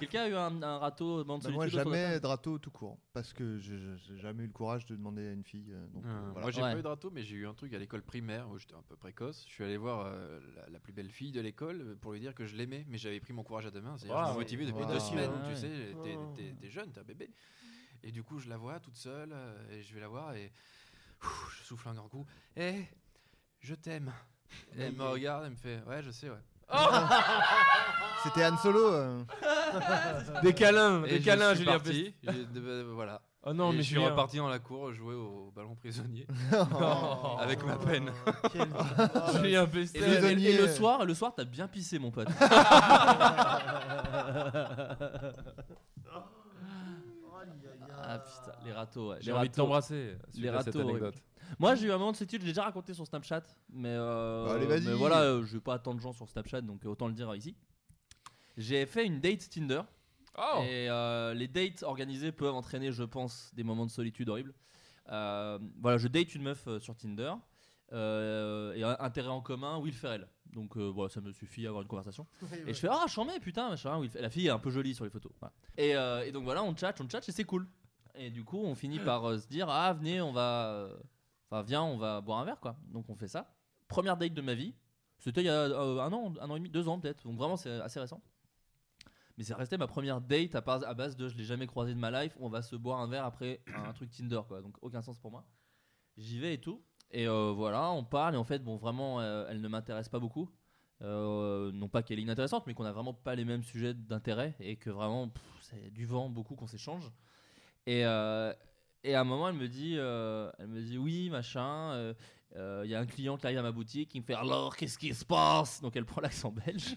B: Quelqu'un a eu un, un râteau, moment de
F: Bah, moi
B: solitude autour de la table
F: jamais drato tout court parce que je- je- j'ai jamais eu le courage de demander à une fille. euh, donc,
D: Ah.
F: euh, voilà.
E: Moi j'ai
B: Ouais.
E: pas eu de râteau, mais j'ai eu un truc à l'école primaire où j'étais un peu précoce. Je suis allé voir euh, la, la plus belle fille de l'école euh, pour lui dire que je l'aimais, mais j'avais pris mon courage à deux mains. C'est-à-dire,
D: Waouh.
E: je me motivais depuis
D: Ah.
F: Waouh.
E: deux semaines.
B: Ouais.
E: Tu sais, t'es-
C: Waouh.
E: t'es- t'es jeune, t'es un bébé. Et du coup, je la vois toute seule euh, et je vais la voir et Ouh, je souffle un grand coup. Hé, je t'aime. Et Elle me regarde, elle me fait Ouais, je sais, ouais.
F: C'était Han Solo. euh.
B: Ah,
D: Des
E: Et
D: câlins, Ah, des
E: je
D: câlins,
E: suis
D: Julien
E: parti.
D: Pestis.
E: J'ai- euh, Voilà.
D: Oh non,
E: Et
D: mais
E: je suis
D: Julien.
E: reparti dans la cour jouer au ballon prisonnier.
D: Oh.
E: Avec ma peine.
C: Quel- Ah,
D: Julien
B: Et
D: Pestis.
B: le, et-
F: Prisonnier.
B: et le soir, le soir, t'as bien pissé, mon pote.
C: Oh,
B: ah putain, les râteaux, ouais.
D: J'ai
B: Les
D: envie de
B: râteaux.
D: t'embrasser suite
B: Les
D: à cette
B: râteaux, oui.
D: anecdote.
B: Moi, j'ai eu un moment de solitude, je l'ai déjà raconté sur Snapchat, mais, euh,
F: Bah, Allez, vas-y.
B: mais voilà, euh, je vais pas attendre de gens sur Snapchat, donc euh, autant le dire ici. J'ai fait une date Tinder
D: Oh
B: et euh, les dates organisées peuvent entraîner, je pense, des moments de solitude horribles. Euh, voilà, je date une meuf euh, sur Tinder. euh, et un intérêt en commun, Will Ferrell. Donc euh, voilà, ça me suffit à avoir une conversation. Et je fais ah j'en mets putain machin oui, la fille est un peu jolie sur les photos Voilà. et, euh, et donc voilà on chat on chat et c'est cool et du coup on finit par euh, se dire ah venez on va euh, enfin viens on va boire un verre quoi donc on fait ça première date de ma vie c'était il y a euh, un an un an et demi deux ans peut-être donc vraiment c'est assez récent mais c'est resté ma première date à, part- à base de je l'ai jamais croisé de ma life on va se boire un verre après un truc Tinder quoi donc aucun sens pour moi j'y vais et tout et euh, voilà on parle et en fait bon vraiment euh, elle ne m'intéresse pas beaucoup euh, non pas qu'elle est inintéressante, mais qu'on n'a vraiment pas les mêmes sujets d'intérêt et que vraiment pff, c'est du vent beaucoup qu'on s'échange. Et, euh, et à un moment, elle me dit, euh, elle me dit oui machin. euh, euh, Il y a un client qui arrive à ma boutique, qui me fait alors qu'est-ce qui se passe Donc elle prend l'accent belge,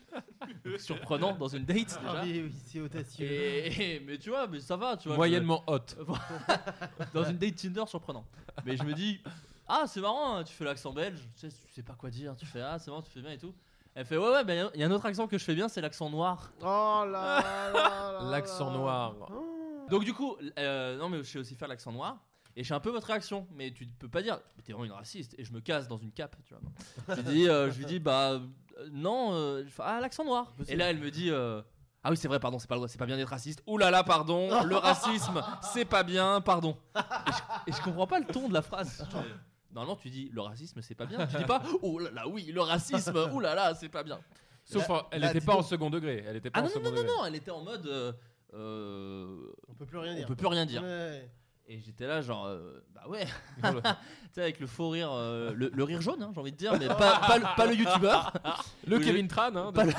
B: surprenant dans une date
C: Ah
B: déjà.
C: oui, oui, c'est audacieux.
B: Et- et- mais tu vois, mais ça va, tu vois. je-
D: Moyennement
B: Oh
D: haute.
B: dans une date Tinder surprenant. Mais je me dis, ah, c'est marrant, hein, tu fais l'accent belge, tu sais, tu sais pas quoi dire, tu fais, ah, c'est marrant, tu fais bien et tout. Elle fait, ouais, ouais, ben il y a un autre accent que je fais bien, c'est l'accent noir.
C: Oh là là là là
D: L'accent
C: là.
D: noir.
B: Donc, du coup, euh, non, mais je sais aussi faire l'accent noir. Et je sais un peu votre réaction, mais tu peux pas dire, mais t'es vraiment une raciste, et je me casse dans une cape, tu vois. non. Je lui dis, euh, je lui dis bah, euh, non, euh, je fais, ah, l'accent noir. Et là, elle me dit, euh, ah oui, c'est vrai, pardon, c'est pas, le droit, c'est pas bien d'être raciste. Ouh là là, pardon, le racisme, c'est pas bien, pardon. Et je, et je comprends pas le ton de la phrase. Genre, Normalement, tu dis, le racisme, c'est pas bien. Tu dis pas, oh là là, oui, le racisme, ouh là là, c'est pas bien.
D: Sauf, euh, elle
F: là,
D: n'était
F: dis
D: pas en
F: donc.
D: second degré. Elle était
B: Ah
D: pas
B: non,
D: en
B: non,
D: second
B: non, non,
D: degré.
B: non, elle était en mode, euh, euh,
C: On peut plus rien
B: on
C: dire.
B: peut plus rien dire.
C: Ouais.
B: Et j'étais là, genre, euh, bah ouais, tu sais, avec le faux rire, euh, le, le rire jaune, hein, j'ai envie de dire, mais pas, pas, le, pas le youtubeur.
D: Le
B: Oui.
D: Kevin Tran, hein, de-
B: Pas le-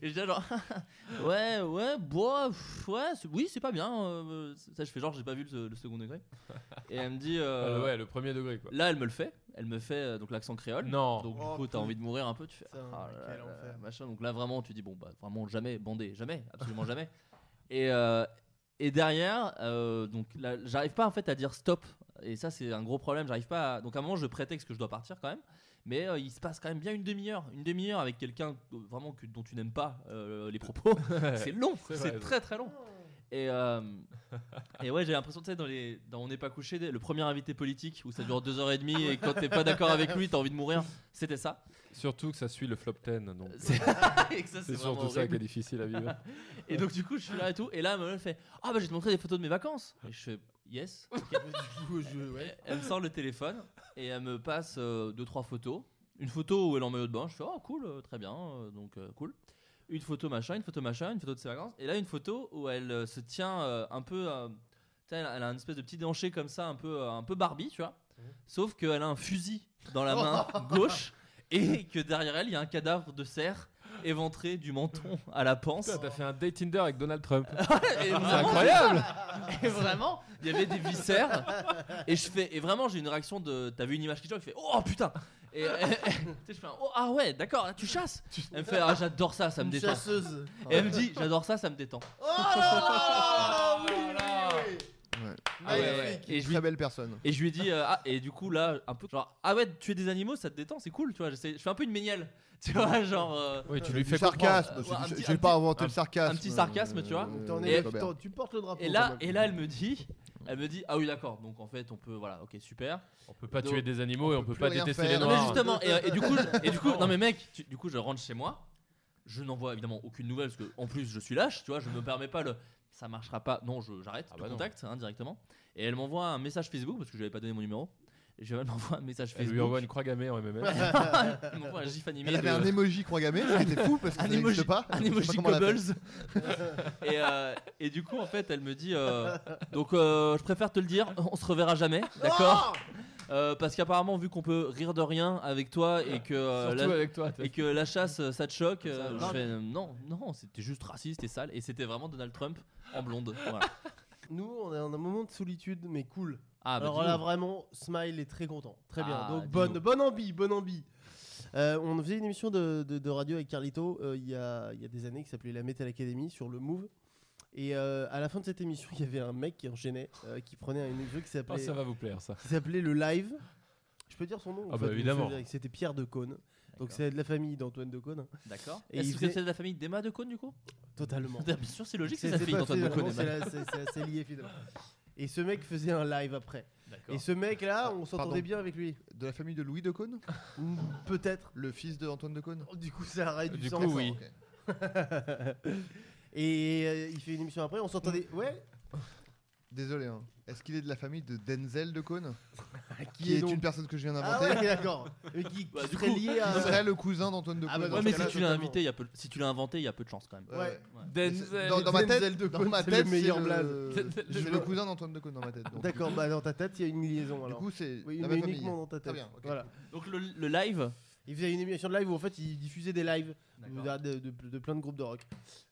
B: Et j'étais là, genre, ouais, ouais, bois, pff, ouais, c'est- oui, c'est pas bien. euh, ça, je fais genre, j'ai pas vu le, le second degré. Et elle me dit, euh,
D: Euh, ouais, le premier degré, quoi.
B: là, elle me le fait, elle me fait euh, donc l'accent créole.
D: Non.
B: Donc,
C: Oh,
B: du coup, t'as
C: putain.
B: envie de mourir un peu, tu fais,
C: Putain,
B: ah là
C: quel
B: là,
C: enfer.
B: machin. Donc là, vraiment, tu dis, bon, bah, vraiment, jamais, bandé, jamais, absolument jamais. Et, euh, Et derrière, euh, donc là, j'arrive pas en fait à dire stop. Et ça, c'est un gros problème. J'arrive pas. à- Donc à un moment, je prétexte que je dois partir quand même. Mais euh, il se passe quand même bien une demi-heure, une demi-heure avec quelqu'un euh, vraiment que- dont tu n'aimes pas euh, les propos. c'est long,
D: C'est
B: c'est
D: vrai.
B: très très long. Et, euh, et ouais, j'ai l'impression, tu sais, dans, les, dans On n'est pas couché, le premier invité politique où ça dure deux heures et demie et quand t'es pas d'accord avec lui, t'as envie de mourir, c'était ça.
D: Surtout que ça suit le flop 10, donc
B: C'est et que ça,
D: c'est
B: vraiment
D: surtout ça
B: horrible.
D: qui est difficile à vivre.
B: Et donc du coup, je suis là et tout. Et là, elle me fait Ah bah, je vais te montrer des photos de mes vacances. Et je fais Yes.
C: Du coup, je- ouais.
B: Elle me sort le téléphone et elle me passe euh, deux trois photos. Une photo où elle est en maillot de bain. Je fais Oh cool, euh, très bien, euh, donc euh, cool. Une photo machin, une photo machin, une photo de ses vacances. Et là, une photo où elle euh, se tient euh, un peu. euh, tu sais, elle, elle a une espèce de petit déhanché comme ça, un peu, euh, un peu Barbie, tu vois. Sauf qu'elle a un fusil dans la main gauche et que derrière elle, il y a un cadavre de cerf éventré du menton à la panse.
D: Putain, T'as fait un date Tinder avec Donald Trump.
B: Et
D: C'est
B: Ah, vraiment,
D: incroyable
B: et vraiment, il y avait des viscères. Et je fais, et vraiment, j'ai une réaction de, t'as vu une image qui choque, je fais, oh putain. Et, et- et- tu sais, je fais, un, oh ah ouais, d'accord, là, tu chasses. Elle me fait, ah j'adore ça, ça me
C: Une
B: détend. Ah
C: chasseuse.
B: Et elle me dit, j'adore ça, ça me détend.
C: Oh là là là là, oui, oui, oui.
F: Ouais.
B: Ah ouais, ouais.
C: Magnifique.
B: Et je lui,
F: Très belle personne.
B: et je lui dis, euh, ah et du coup là, un peu genre, ah ouais, tuer des animaux, ça te détend, c'est cool, tu vois. j'essaie- Je fais un peu une ménielle, tu vois, genre. euh,
D: Oui, tu
F: Du
D: lui fais
F: sarcasme.
B: comprendre.
F: c'est du-
B: Ouais, un petit-
F: J'ai
B: un
F: pas
B: petit-
F: inventé
D: un-
F: le sarcasme. Euh,
B: un petit sarcasme, tu vois.
C: Donc, t'en
B: Et-
C: es- t'en- tu portes le drapeau.
B: et
C: quand
B: là,
C: même.
B: et là, elle me dit, elle me dit, ah oui d'accord, donc en fait on peut, voilà, ok super.
D: On peut pas
B: Donc,
D: tuer des animaux et on peut
F: plus
D: pas
F: rien
D: détester
F: faire.
D: les
B: Non, mais
D: noirs.
B: justement, et, et du coup, je- et du coup, non mais mec, tu- du coup, je rentre chez moi, je n'envoie évidemment aucune nouvelle parce que en plus je suis lâche, tu vois, je me permets pas le, ça marchera pas, non, je j'arrête,
D: Ah
B: le
D: bah non.
B: contact hein, directement, et elle m'envoie un message Facebook parce que je n'avais pas donné mon numéro, et je elle m'envoie un message
D: Elle
B: Facebook,
D: lui envoie une croix gammée en MMS.
B: elle m'envoie un gif animé,
F: Elle avait un
B: de-
F: emoji croix gammée, c'était fou parce que ça
B: un
F: n'existe
B: emoji,
F: pas.
B: un
F: Je sais pas
B: emoji
F: comment on l'appelle.
B: Goebbels. et, euh, et du coup, en fait, elle me dit, euh, donc euh, je préfère te le dire, on se reverra jamais, d'accord Euh, parce qu'apparemment, vu qu'on peut rire de rien avec toi et que euh,
D: Surtout
B: la-
D: avec toi. t'as-
B: et que la chasse euh, ça te choque euh,
C: Ça
B: je
C: marche.
B: fais, euh, non non c'était juste raciste et sale et c'était vraiment Donald Trump en blonde voilà.
C: Nous, on a un moment de solitude, mais cool.
B: ah bah,
C: Alors
B: dis
C: là,
B: donc.
C: vraiment, Smile est très content. Très bien.
B: Ah,
C: Donc,
B: dis
C: bonne,
B: donc.
C: bonne envie, bonne envie. Euh, on faisait une émission de, de- de radio avec Carlito euh, il y, a, il y a des années qui s'appelait La Metal Academy sur le Move. Et euh, à la fin de cette émission, il y avait un mec qui enchaînait, euh, qui prenait une jeu qui
D: Ah,
C: s'appelait
D: ça va vous plaire, ça.
C: qui s'appelait le Live. Je peux dire son nom en
D: Ah bah
C: fait,
D: évidemment.
C: monsieur, C'était Pierre de Cône. Donc
B: D'accord.
C: c'est de la famille d'Antoine hein, de Cône,
B: d'accord
C: Et
B: est-ce
C: il
B: que
C: faisait-
B: c'est de la famille d'Emma de Cône du coup
C: totalement.
B: bien sûr c'est logique c'est
C: C'est
B: sa fille
C: pas-
B: d'Antoine de
C: c'est-
B: Cône
C: non, c'est
B: Emma.
C: la- c'est- c'est assez lié finalement. Et ce mec faisait un live après.
B: d'accord
C: Et ce mec là, on
F: Pardon.
C: s'entendait bien avec lui.
F: De la famille de Louis de Caunes
C: Mm, Peut-être. Oh,
F: Le fils de Antoine de Caunes
C: Du coup, ça arrête du,
D: Du
C: sens.
D: coup, oui.
F: Ok.
C: Et euh, il fait une émission après, on s'entendait. Ouais
F: Désolé. hein. Est-ce qu'il est de la famille de Denzel de Caunes Qui,
C: qui est
F: est,
C: donc-
F: une personne que je viens
C: Ah
F: d'inventer
C: ouais, d'accord. Mais qui,
B: Bah,
C: qui
B: du
C: serait
B: coup,
C: lié à.
F: Qui serait le cousin d'Antoine de Caunes
C: Ah bah,
B: ouais mais
C: dans
B: si
C: ce
B: tu
C: cas-là,
B: l'as invité il y a peu si tu l'as inventé il y a peu de chance quand même
F: Ouais,
C: Ouais.
F: ouais.
D: Denzel.
F: Dans, dans ma
C: Denzel
F: tête,
C: de
F: dans
C: Caunes,
F: ma
C: c'est le
F: tête,
C: meilleur
F: c'est le-
C: blague.
D: Denzel de
F: Je mets le
D: Caunes.
F: cousin d'Antoine de Caunes dans ma tête. donc,
C: D'accord, bah dans ta tête, il y a une liaison
F: Du
C: alors.
F: coup, c'est
C: oui,
F: la
C: mais
F: même famille.
C: uniquement dans ta
F: Très
C: tête.
F: bien, ok.
C: Voilà.
B: donc le, le live
C: Il faisait une émission de live où en fait il diffusait des lives de, de- de- de plein de groupes de rock.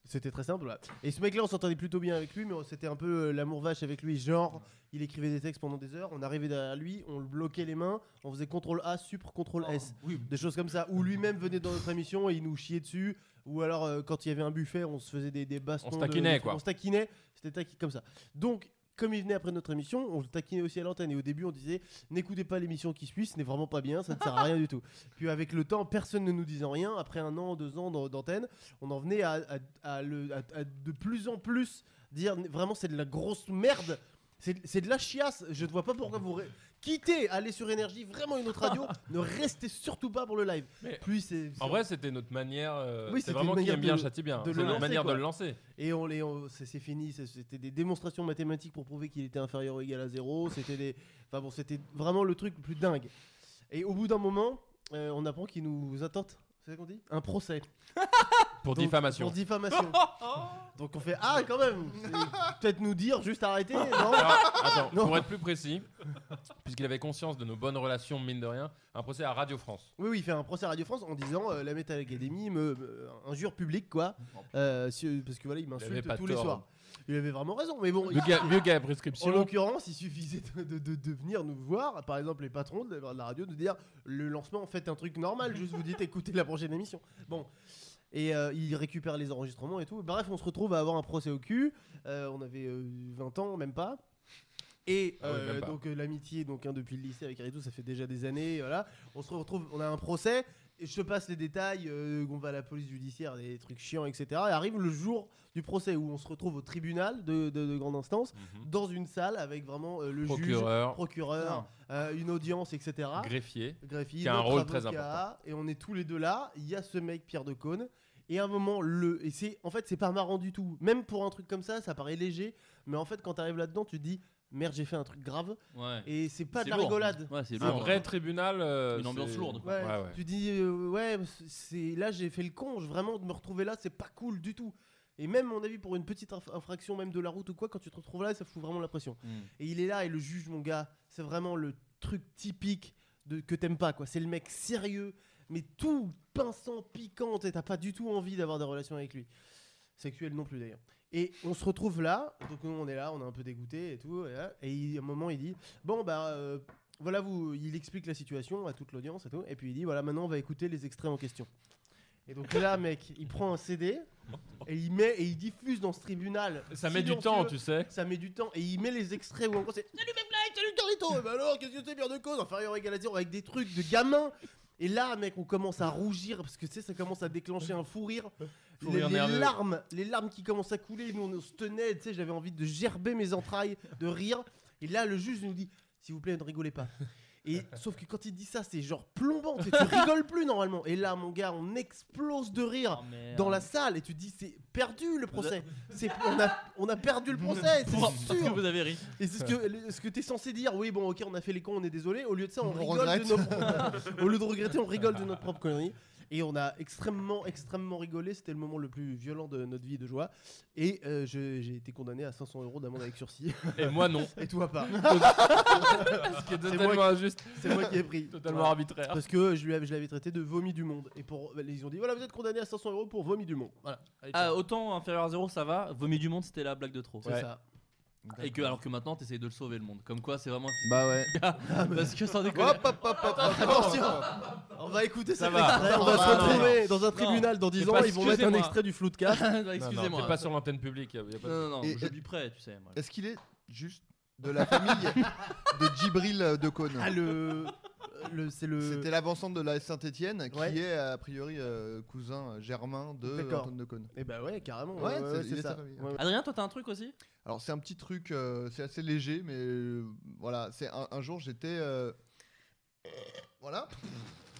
C: C'était très simple. voilà. Et ce mec-là, on s'entendait plutôt bien avec lui, mais on- c'était un peu euh, l'amour vache avec lui. Genre, il écrivait des textes pendant des heures, on arrivait derrière lui, on le bloquait les mains, on faisait CTRL A, SUPRE, CTRL
D: Ah,
C: S.
B: oui
C: Des choses comme ça. Ou lui-même venait dans notre émission et il nous chiait dessus. Ou alors, euh, quand il y avait un buffet, on se faisait des, des bastons.
D: On se
C: de-
D: taquinait,
C: de-
D: quoi.
C: On se taquinait, c'était taqui- comme ça. Donc, comme il venait après notre émission, on le taquinait aussi à l'antenne. Et au début, on disait N'écoutez pas l'émission qui suit, ce n'est vraiment pas bien, ça ne sert à rien du tout. Puis, avec le temps, personne ne nous disait rien. Après un an, deux ans d'an- d'antenne, on en venait à, à- à le- à- à de plus en plus dire Vraiment, c'est de la grosse merde. C'est c'est de la chiasse. Je ne vois pas pourquoi vous. ré- Quittez, allez sur Énergie, vraiment une autre radio. ne restez surtout pas pour le live.
D: Mais-
C: Puis c'est.
D: En vrai, c'était notre manière. euh,
C: Oui,
D: c'est
C: c'était
D: vraiment
C: une
D: qui aime
C: manière
D: bien
C: de-
D: châtie bien.
C: de
D: C'est
C: le
D: notre
C: lancer,
D: manière
C: quoi.
D: de le lancer.
C: Et on les, on- c'est c'est fini. c'est- C'était des démonstrations mathématiques pour prouver qu'il était inférieur ou égal à zéro. C'était des, enfin bon, c'était vraiment le truc le plus dingue. Et au bout d'un moment, euh, on apprend qu'il nous attente. C'est ça qu'on dit Un procès.
D: Pour
C: Donc,
D: diffamation.
C: Pour diffamation. Donc on fait ah quand même. c'est- Peut-être nous dire juste arrêtez. Non.
D: Alors, Ah, attends,
C: Non.
D: pour être plus précis, puisqu'il avait conscience de nos bonnes relations, mine de rien, un procès à Radio France.
C: Oui, oui, il fait un procès à Radio France en disant euh, la Metal Academy me, me- injure publique quoi, Euh, si- parce que voilà il
D: avait
C: m'insulte
D: pas
C: tous les
D: tort. hein.
C: soirs. Il avait vraiment raison, mais bon. il-
D: Mieux qu'à- mieux qu'à la
C: En
D: prescription.
C: l'occurrence, il suffisait de, de- de- de venir nous voir, par exemple les patrons de la, de la radio, de dire le lancement, en fait un truc normal, juste vous dites écoutez la prochaine émission. Bon. Et euh, il récupère les enregistrements et tout. Bref, on se retrouve à avoir un procès au cul. Euh, on avait euh, 20 ans, même pas. Et
D: Ah ouais,
C: euh,
D: même pas.
C: donc euh, l'amitié, donc hein, depuis le lycée avec Ritu, ça fait déjà des années. Voilà, on se retrouve, on a un procès. Et je te passe les détails. euh, on va à la police judiciaire, des trucs chiants, etc. Et arrive le jour du procès où on se retrouve au tribunal de, de- de grande instance, dans une salle avec vraiment euh, le juge,
D: Mhm.
C: Ah.
D: Procureur.
C: procureur, euh, une audience, etc.
D: Greffier.
C: Greffier,
D: Qui a un
C: notre
D: rôle très
C: avocat, Et on est tous les deux là. Il y a ce mec Pierre de Cône. Et à un moment, le. Et c'est. En fait, c'est pas marrant du tout. Même pour un truc comme ça, ça paraît léger. Mais en fait, quand t'arrives là-dedans, tu te dis merde, j'ai fait un truc grave.
B: Ouais.
C: Et c'est pas de
B: C'est
C: la
B: lourd.
C: rigolade.
B: Ouais, c'est
D: Un
B: lourd.
D: vrai tribunal. euh,
B: Une ambiance
D: c'est-
B: lourde, quoi.
C: Ouais,
D: Ouais, ouais.
C: Tu dis euh, ouais, c'est là j'ai fait le con. je- Vraiment de me retrouver là, c'est pas cool du tout. Et même, à mon avis, pour une petite inf- infraction, même de la route ou quoi, quand tu te retrouves là, ça fout vraiment la pression.
B: Mm.
C: Et il est là et le juge, mon gars, c'est vraiment le truc typique de, que t'aimes pas, quoi. C'est le mec sérieux, mais tout pinçant, piquant, et t'as pas du tout envie d'avoir des relations avec lui. Sexuel non plus d'ailleurs. Et on se retrouve là, donc nous on est là, on est un peu dégoûté et tout, et, là, et il- à un moment il dit Bon bah euh, voilà, vous, il explique la situation à toute l'audience et tout, et puis il dit Voilà, maintenant on va écouter les extraits en question. Et donc là, mec, il prend un CD et il met et il diffuse dans ce tribunal.
D: Ça met du temps,
C: silencieux
D: tu sais.
C: ça met du temps et il met les extraits où en gros c'est Salut mes blagues, salut Carlito Et ben alors, qu'est-ce que c'est bien de cause Inférieur égal à zéro avec des trucs de gamin Et là, mec, on commence à rougir parce que tu sais, ça commence à déclencher un fou rire.
D: Fou
C: les,
D: rire
C: les
D: nerveux.
C: larmes, les larmes qui commencent à couler, nous on, on se tenait, tu sais, j'avais envie de gerber mes entrailles, de rire. Et là, le juge nous dit S'il vous plaît, ne rigolez pas. Et sauf que quand il dit ça, c'est genre plombant, tu sais, tu rigoles plus normalement. Et là, mon gars, on explose de rire
B: Oh, merde.
C: dans la salle et tu te dis c'est perdu le procès. C'est on a on a perdu le procès,
B: Pour-
C: c'est
B: Parce que
C: sûr.
B: vous avez ri.
C: Et c'est ce que le- ce que t'es censé dire. Oui bon ok on a fait les cons, on est désolé. Au lieu de ça on,
F: On
C: rigole
F: regrette.
C: de nos propres- au lieu de regretter on rigole de notre propre connerie. Et on a extrêmement extrêmement rigolé. C'était le moment le plus violent de notre vie de joie. Et euh, je- j'ai été condamné à 500 euros d'amende avec sursis.
D: Et moi, non.
C: Et toi pas.
D: Ce qui est
C: moi
D: totalement injuste,
C: C'est moi qui ai pris.
D: totalement
C: Voilà.
D: arbitraire.
C: Parce que je lui avais- je l'avais traité de vomi du monde. Et pour ils ont dit voilà vous êtes condamné à 500 euros pour vomi du monde. Voilà. Allez, ciao.
B: Ah, autant inférieur à zéro, ça va. Vomi du monde, c'était la blague de trop.
C: C'est ça.
B: Et que alors que maintenant, t'essayes de le sauver le monde. Comme quoi, c'est vraiment.
F: Bah ouais.
B: Parce que sans déconner.
F: Hop, hop, hop, hop, hop.
C: Attention On va écouter ça.
D: va.
C: On va
D: Non,
C: se
D: non,
C: retrouver dans un tribunal dans 10
B: C'est
C: ans.
B: pas-
C: Ils vont mettre un
B: excusez-moi.
C: extrait du flou de casse.
D: Non, non,
B: Excusez-moi.
D: T'es pas sur l'antenne publique. y a- y a pas de-
B: Non, non, non,
F: Et-
B: je biperai, tu sais. moi.
F: Est-ce qu'il est juste de la famille de Djibril euh, de Cône
C: Ah, le. le c'est le.
F: C'était l'avancante de la Saint-Etienne qui
C: Ouais.
F: est a priori euh, cousin germain de
C: D'accord.
F: Antoine de Cône.
C: Eh bah ouais, carrément.
F: Ouais, c'est- il est sa famille.
C: Ouais, ouais.
B: Adrien, toi, t'as un truc aussi
F: Alors c'est un petit truc, euh, c'est assez léger, mais euh, voilà, c'est un, un jour j'étais, euh, voilà,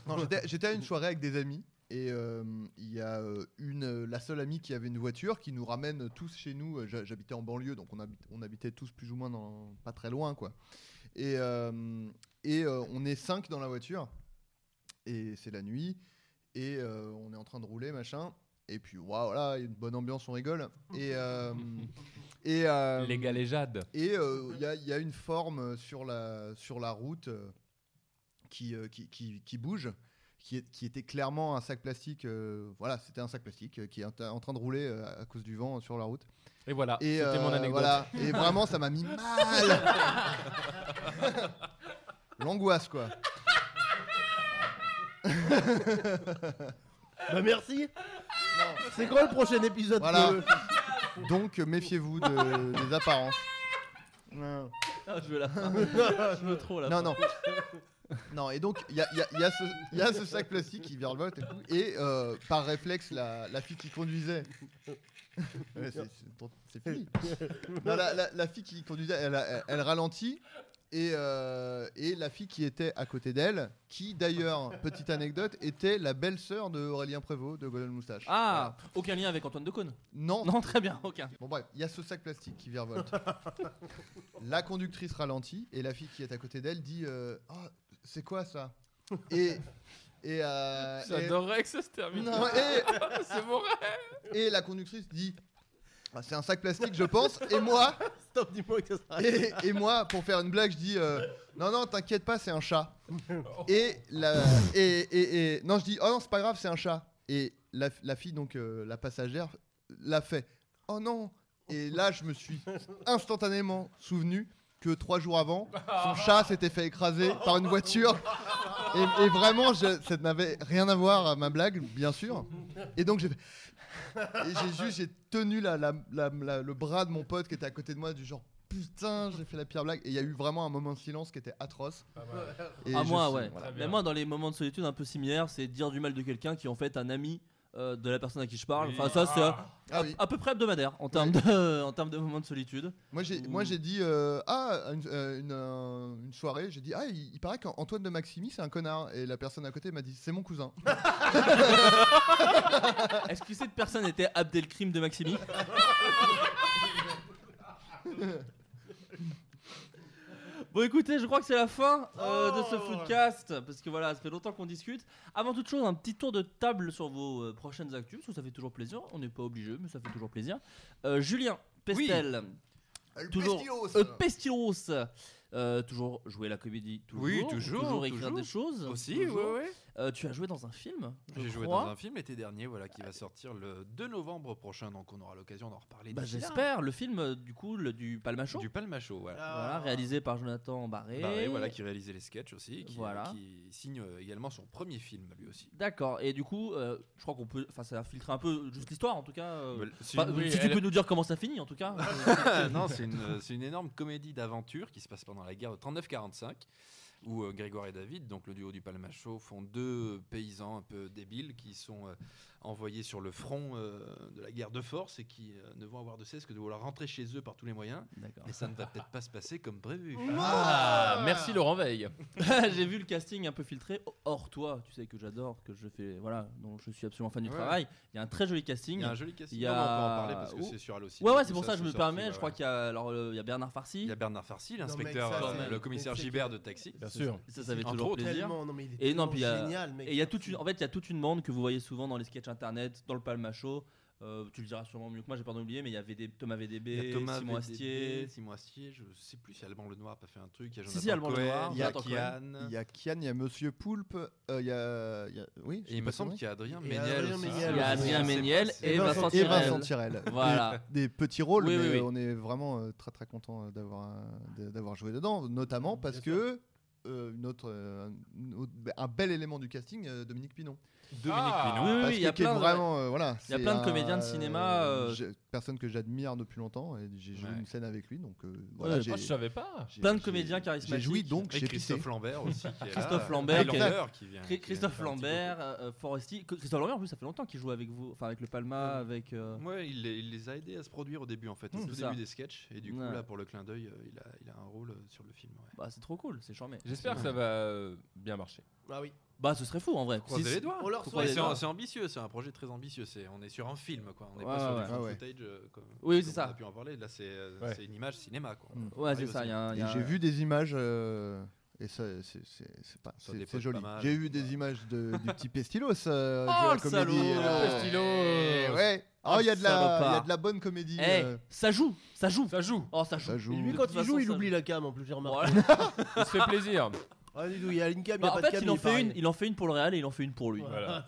F: non j'étais, j'étais à une soirée avec des amis et euh, il y a euh, une, euh, la seule amie qui avait une voiture qui nous ramène tous chez nous. Euh, j'ha- J'habitais en banlieue, donc on, habite- on habitait tous plus ou moins dans, pas très loin quoi. Et euh, et euh, on est cinq dans la voiture et c'est la nuit et euh, on est en train de rouler machin. Et puis waouh là, il y a une bonne ambiance, on rigole. Et euh, et euh,
D: Les galéjades.
F: et il y, a- y a une forme euh, sur la, sur la route euh, qui, euh, qui, qui- qui bouge, qui, est- qui était clairement un sac plastique. euh, voilà, c'était un sac plastique euh, qui est en en train de rouler euh, à cause du vent euh, sur la route.
D: Et voilà.
F: Et,
D: Ah, C'était mon
F: euh,
D: anecdote.
F: voilà. et vraiment, ça m'a mis mal. L'angoisse, quoi.
B: Ah.
C: Bah merci C'est quoi le prochain épisode
F: Voilà.
C: de-
F: Donc, euh, méfiez-vous de- des apparences. Non.
B: Ah, je veux la fin. je veux trop la
F: Ah, Non,
B: fin.
F: non. Non, et donc, il y a, il y a- il y a ce- il y a ce sac plastique qui vire le vote et tout. Et euh, par réflexe, la, la fille qui conduisait. Ouais, c'est- c'est ton- c'est fini. Non, la, la- la fille qui conduisait, elle, a- elle- elle ralentit. Et, euh, et la fille qui était à côté d'elle, qui d'ailleurs, petite anecdote, était la belle-sœur de Aurélien Prévost de Golden Moustache. Voilà.
B: Ah, aucun lien avec Antoine Decaune.
F: Non,
B: Non, très bien, aucun.
F: Bon bref, il y a ce sac plastique qui virevolte. la conductrice ralentit et la fille qui est à côté d'elle dit euh, Ah, c'est quoi ça Et et, euh,
D: J'adorerais que ça se
F: et-
D: termine.
F: non, et-
D: C'est mon rêve.
F: et la conductrice dit Ah, c'est un sac plastique je pense et moi
C: Stop, dis-moi que ça s'arrête.
F: et, et moi pour faire une blague je dis euh, non non t'inquiète pas c'est un chat et la et, et- et- non je dis oh non c'est pas grave c'est un chat et la, la fille donc euh, la passagère l'a fait oh non et là je me suis instantanément souvenu que trois jours avant son chat s'était fait écraser par une voiture Et, et vraiment, je- ça n'avait rien à voir à ma blague, bien sûr. Et donc j'ai fait- et j'ai juste j'ai tenu la- la- la- la- le bras de mon pote qui était à côté de moi du genre putain j'ai fait la pire blague et il y a eu vraiment un moment de silence qui était atroce. Et
B: Ah
F: je
B: moi
F: sais-
B: ouais.
F: voilà.
B: Mais moi dans les moments de solitude un peu similaires, c'est dire du mal de quelqu'un qui est en fait un ami euh, de la personne à qui je parle. Enfin ça c'est euh,
F: Ah oui.
B: à peu près hebdomadaire en termes de en termes de moments de solitude.
F: Moi j'ai moi j'ai dit euh, ah une, euh, une, euh, une soirée j'ai dit ah il, il paraît qu'Antoine de Maximi c'est un connard et la personne à côté m'a dit c'est mon cousin.
B: Est-ce que cette personne était Abdelkrim de Maximi Bon écoutez, je crois que c'est la fin euh, de
E: Oh.
B: ce foodcast parce que voilà, ça fait longtemps qu'on discute. Avant toute chose, un petit tour de table sur vos euh, prochaines actus, parce que ça fait toujours plaisir. On n'est pas obligé, mais ça fait toujours plaisir. Euh, Julien Pestel,
F: El
B: toujours
F: bestios.
B: euh, Pestiros, euh, toujours jouer à la comédie, toujours,
E: Oui, toujours,
B: écrire
E: toujours.
B: des choses.
E: Aussi,
B: toujours.
E: ouais, ouais.
B: Euh, tu as joué dans un film je
E: J'ai joué
B: crois.
E: dans un film l'été dernier, voilà, qui va sortir le 2 novembre prochain, donc on aura l'occasion d'en reparler.
B: Bah,
E: d'ici là. hein,
B: j'espère. Le film euh, du coup, le, du Palmachot.
E: Du Palmachot, voilà.
B: Voilà, réalisé par Jonathan Barré.
E: Barré, Ah. Bah voilà, qui réalisait les sketchs aussi, qui,
B: Voilà.
E: qui signe euh, également son premier film lui aussi.
B: D'accord. Et du coup, euh, je crois qu'on peut. Enfin, ça filtre un peu juste l'histoire en tout cas. euh,
E: Bah, c'est
B: enfin,
E: une-
B: si tu peux nous dire comment ça finit en tout cas.
E: Ah.
B: Euh,
E: non, c'est une, euh, c'est une énorme comédie d'aventure qui se passe pendant la guerre de 39-45, où euh, Grégoire et David, donc le duo du Palmachot, font deux paysans un peu débiles qui sont euh, envoyés sur le front euh, de la guerre de force et qui euh, ne vont avoir de cesse que de vouloir rentrer chez eux par tous les moyens.
B: D'accord.
E: Et ça ne va peut-être pas se passer comme prévu.
D: Ah, merci Laurent Veil.
B: J'ai vu le casting un peu filtré. Hors toi, tu sais que j'adore, que je fais. Voilà, dont je suis absolument fan du
E: Ouais.
B: travail. Il y a un très joli casting.
E: Il y a un joli casting.
B: Il y a-
E: Non, mais on peut en parler parce que
B: Oh.
E: c'est sur Allociné.
B: Ouais, ouais,
E: tout
B: c'est pour ça, que je
E: se
B: me
E: sortit,
B: permets.
E: ouais,
B: je crois
E: ouais.
B: qu'il y a alors euh, il y a Bernard Farcy.
E: Il y a Bernard Farcy,
C: mais
E: l'inspecteur,
C: ça,
E: euh,
B: c'est-
E: le commissaire
C: c'est-
E: Gibert de Taxi.
D: Bien sûr.
B: Ça, ça fait
E: Entre
B: toujours
E: autres,
B: plaisir.
C: Tellement, non, mais il est
B: Et non,
C: tellement
B: puis il y a-
C: génial, mec.
B: Et il y a toute une, en fait, il y a toute une bande que vous voyez souvent dans les sketchs internet, dans le palmacho. Euh, tu le diras sûrement mieux que moi, j'ai pas oublié, mais il y avait des, Thomas
E: Il y
B: VDB,
E: a Thomas
B: Simon
E: VDB,
B: Astier.
E: Simon Astier, je sais plus si Alban Lenoir a pas fait un truc. Il y a
B: Si,
E: Jonathan
B: si, Alban
E: Cohen,
B: Lenoir,
E: il y a
B: Jonathan Cohen.
E: Kian.
F: Il y a Kian, il y a Monsieur Poulpe, euh, il y a- il y, a oui. je
E: Et
F: sais
E: il
F: pas
E: me semble
F: son
E: qu'il y a Adrien
C: Et
E: Méniel
C: Adrien
E: aussi.
B: Il
C: Méniel
B: y a
C: aussi.
B: Adrien
E: C'est
B: Méniel
E: passé.
B: et
C: Et
B: Vincent
C: Vincent-
F: nom. Et Vincent
B: Tirel.
F: Tirel.
B: Voilà.
F: Des, des petits rôles,
B: Oui,
F: mais
B: oui, oui.
F: on est vraiment euh, très très content d'avoir euh, d'avoir joué dedans, notamment parce que euh, une autre, euh, un, autre- un bel élément du casting, euh, Dominique Pinon.
D: Dominique
B: Oui, oui,
F: Parce
B: il y a
F: que qui est
B: plein de-
F: vraiment, euh, voilà,
B: il y a
F: c'est
B: plein de
F: un,
B: comédiens de cinéma, euh,
F: j'ai- Personne que j'admire depuis longtemps et j'ai joué
E: Ouais.
F: une scène avec lui, donc euh, voilà. j'ai-
D: moi, je savais pas.
F: j'ai-
B: Plein de
F: j'ai-
B: comédiens
F: J'ai
B: charismatiques.
F: joui donc
E: Et
F: chez
E: Christophe Lambert aussi. qui est là.
B: Christophe Lambert,
E: Highlander qui vient.
B: Cri-
E: qui
B: Christophe
E: vient faire
B: Lambert, euh, Foresti. Que- Christophe Lambert, en plus, ça fait longtemps qu'il joue avec vous, enfin avec le Palma, avec. euh,
E: un petit peu. Ouais, il, les- il les a aidés à se produire au début en fait,
B: Mm,
E: au
B: c'est
E: tout
B: ça.
E: début des sketchs. Et du coup,
B: Ouais.
E: là, pour le clin d'œil, euh, il a, il a un rôle euh, sur le film. ouais.
B: Bah, c'est trop cool, c'est charmé.
D: J'espère que ça va euh, bien marcher.
C: Ah oui.
B: Bah, ce serait fou en vrai.
E: Croisez
B: Si-
E: les doigts.
C: On leur
B: Faut
C: souhaite.
B: croiser
E: C'est
B: les doigts.
E: un- c'est ambitieux, c'est un projet très ambitieux. c'est- On est sur un film, quoi. On n'est
B: Ouais,
E: pas sur
B: ouais.
E: du found
F: Ah ouais.
E: footage. euh, comme-
B: Oui, c'est
E: comme
B: ça. Hmm.
E: On a pu en parler. Là, c'est euh,
D: Ouais.
E: c'est une image cinéma, quoi.
F: Mm.
B: Ouais, c'est
E: Arrive au
B: ça. il y
E: cinéma.
B: a un- il y
F: Et
B: a
F: j'ai
B: un-
F: vu des images euh, et ça, c'est- c'est c'est pas,
E: Ça
F: c'est-
E: dépote
F: c'est joli.
E: pas mal.
F: J'ai vu des images de, du petit Pestilos. euh,
B: Oh,
F: jouer à la
B: le
F: comédie,
B: salaud,
F: euh,
D: le Pestilos.
F: eh
D: euh,
F: Ouais. Ah,
B: Ah,
F: il y a de la,
B: salopard.
F: il y a de la bonne comédie.
B: Eh,
F: euh,
B: ça joue, ça joue.
D: Ça joue.
B: Oh, ça joue.
F: ça joue.
C: Et lui,
B: De
C: quand
B: toute
C: il
B: façon,
C: joue, il
B: ça-
C: oublie la cam en plus, j'ai remarqué.
B: Voilà.
D: Il se fait plaisir.
C: Ah, dis donc, il y a une cam, il y
B: Bah,
C: a
B: en
C: pas de
B: fait,
C: cam.
B: il en
C: c'est pareil.
B: fait une, il en fait une pour le Real et il en fait une pour lui.
D: Voilà.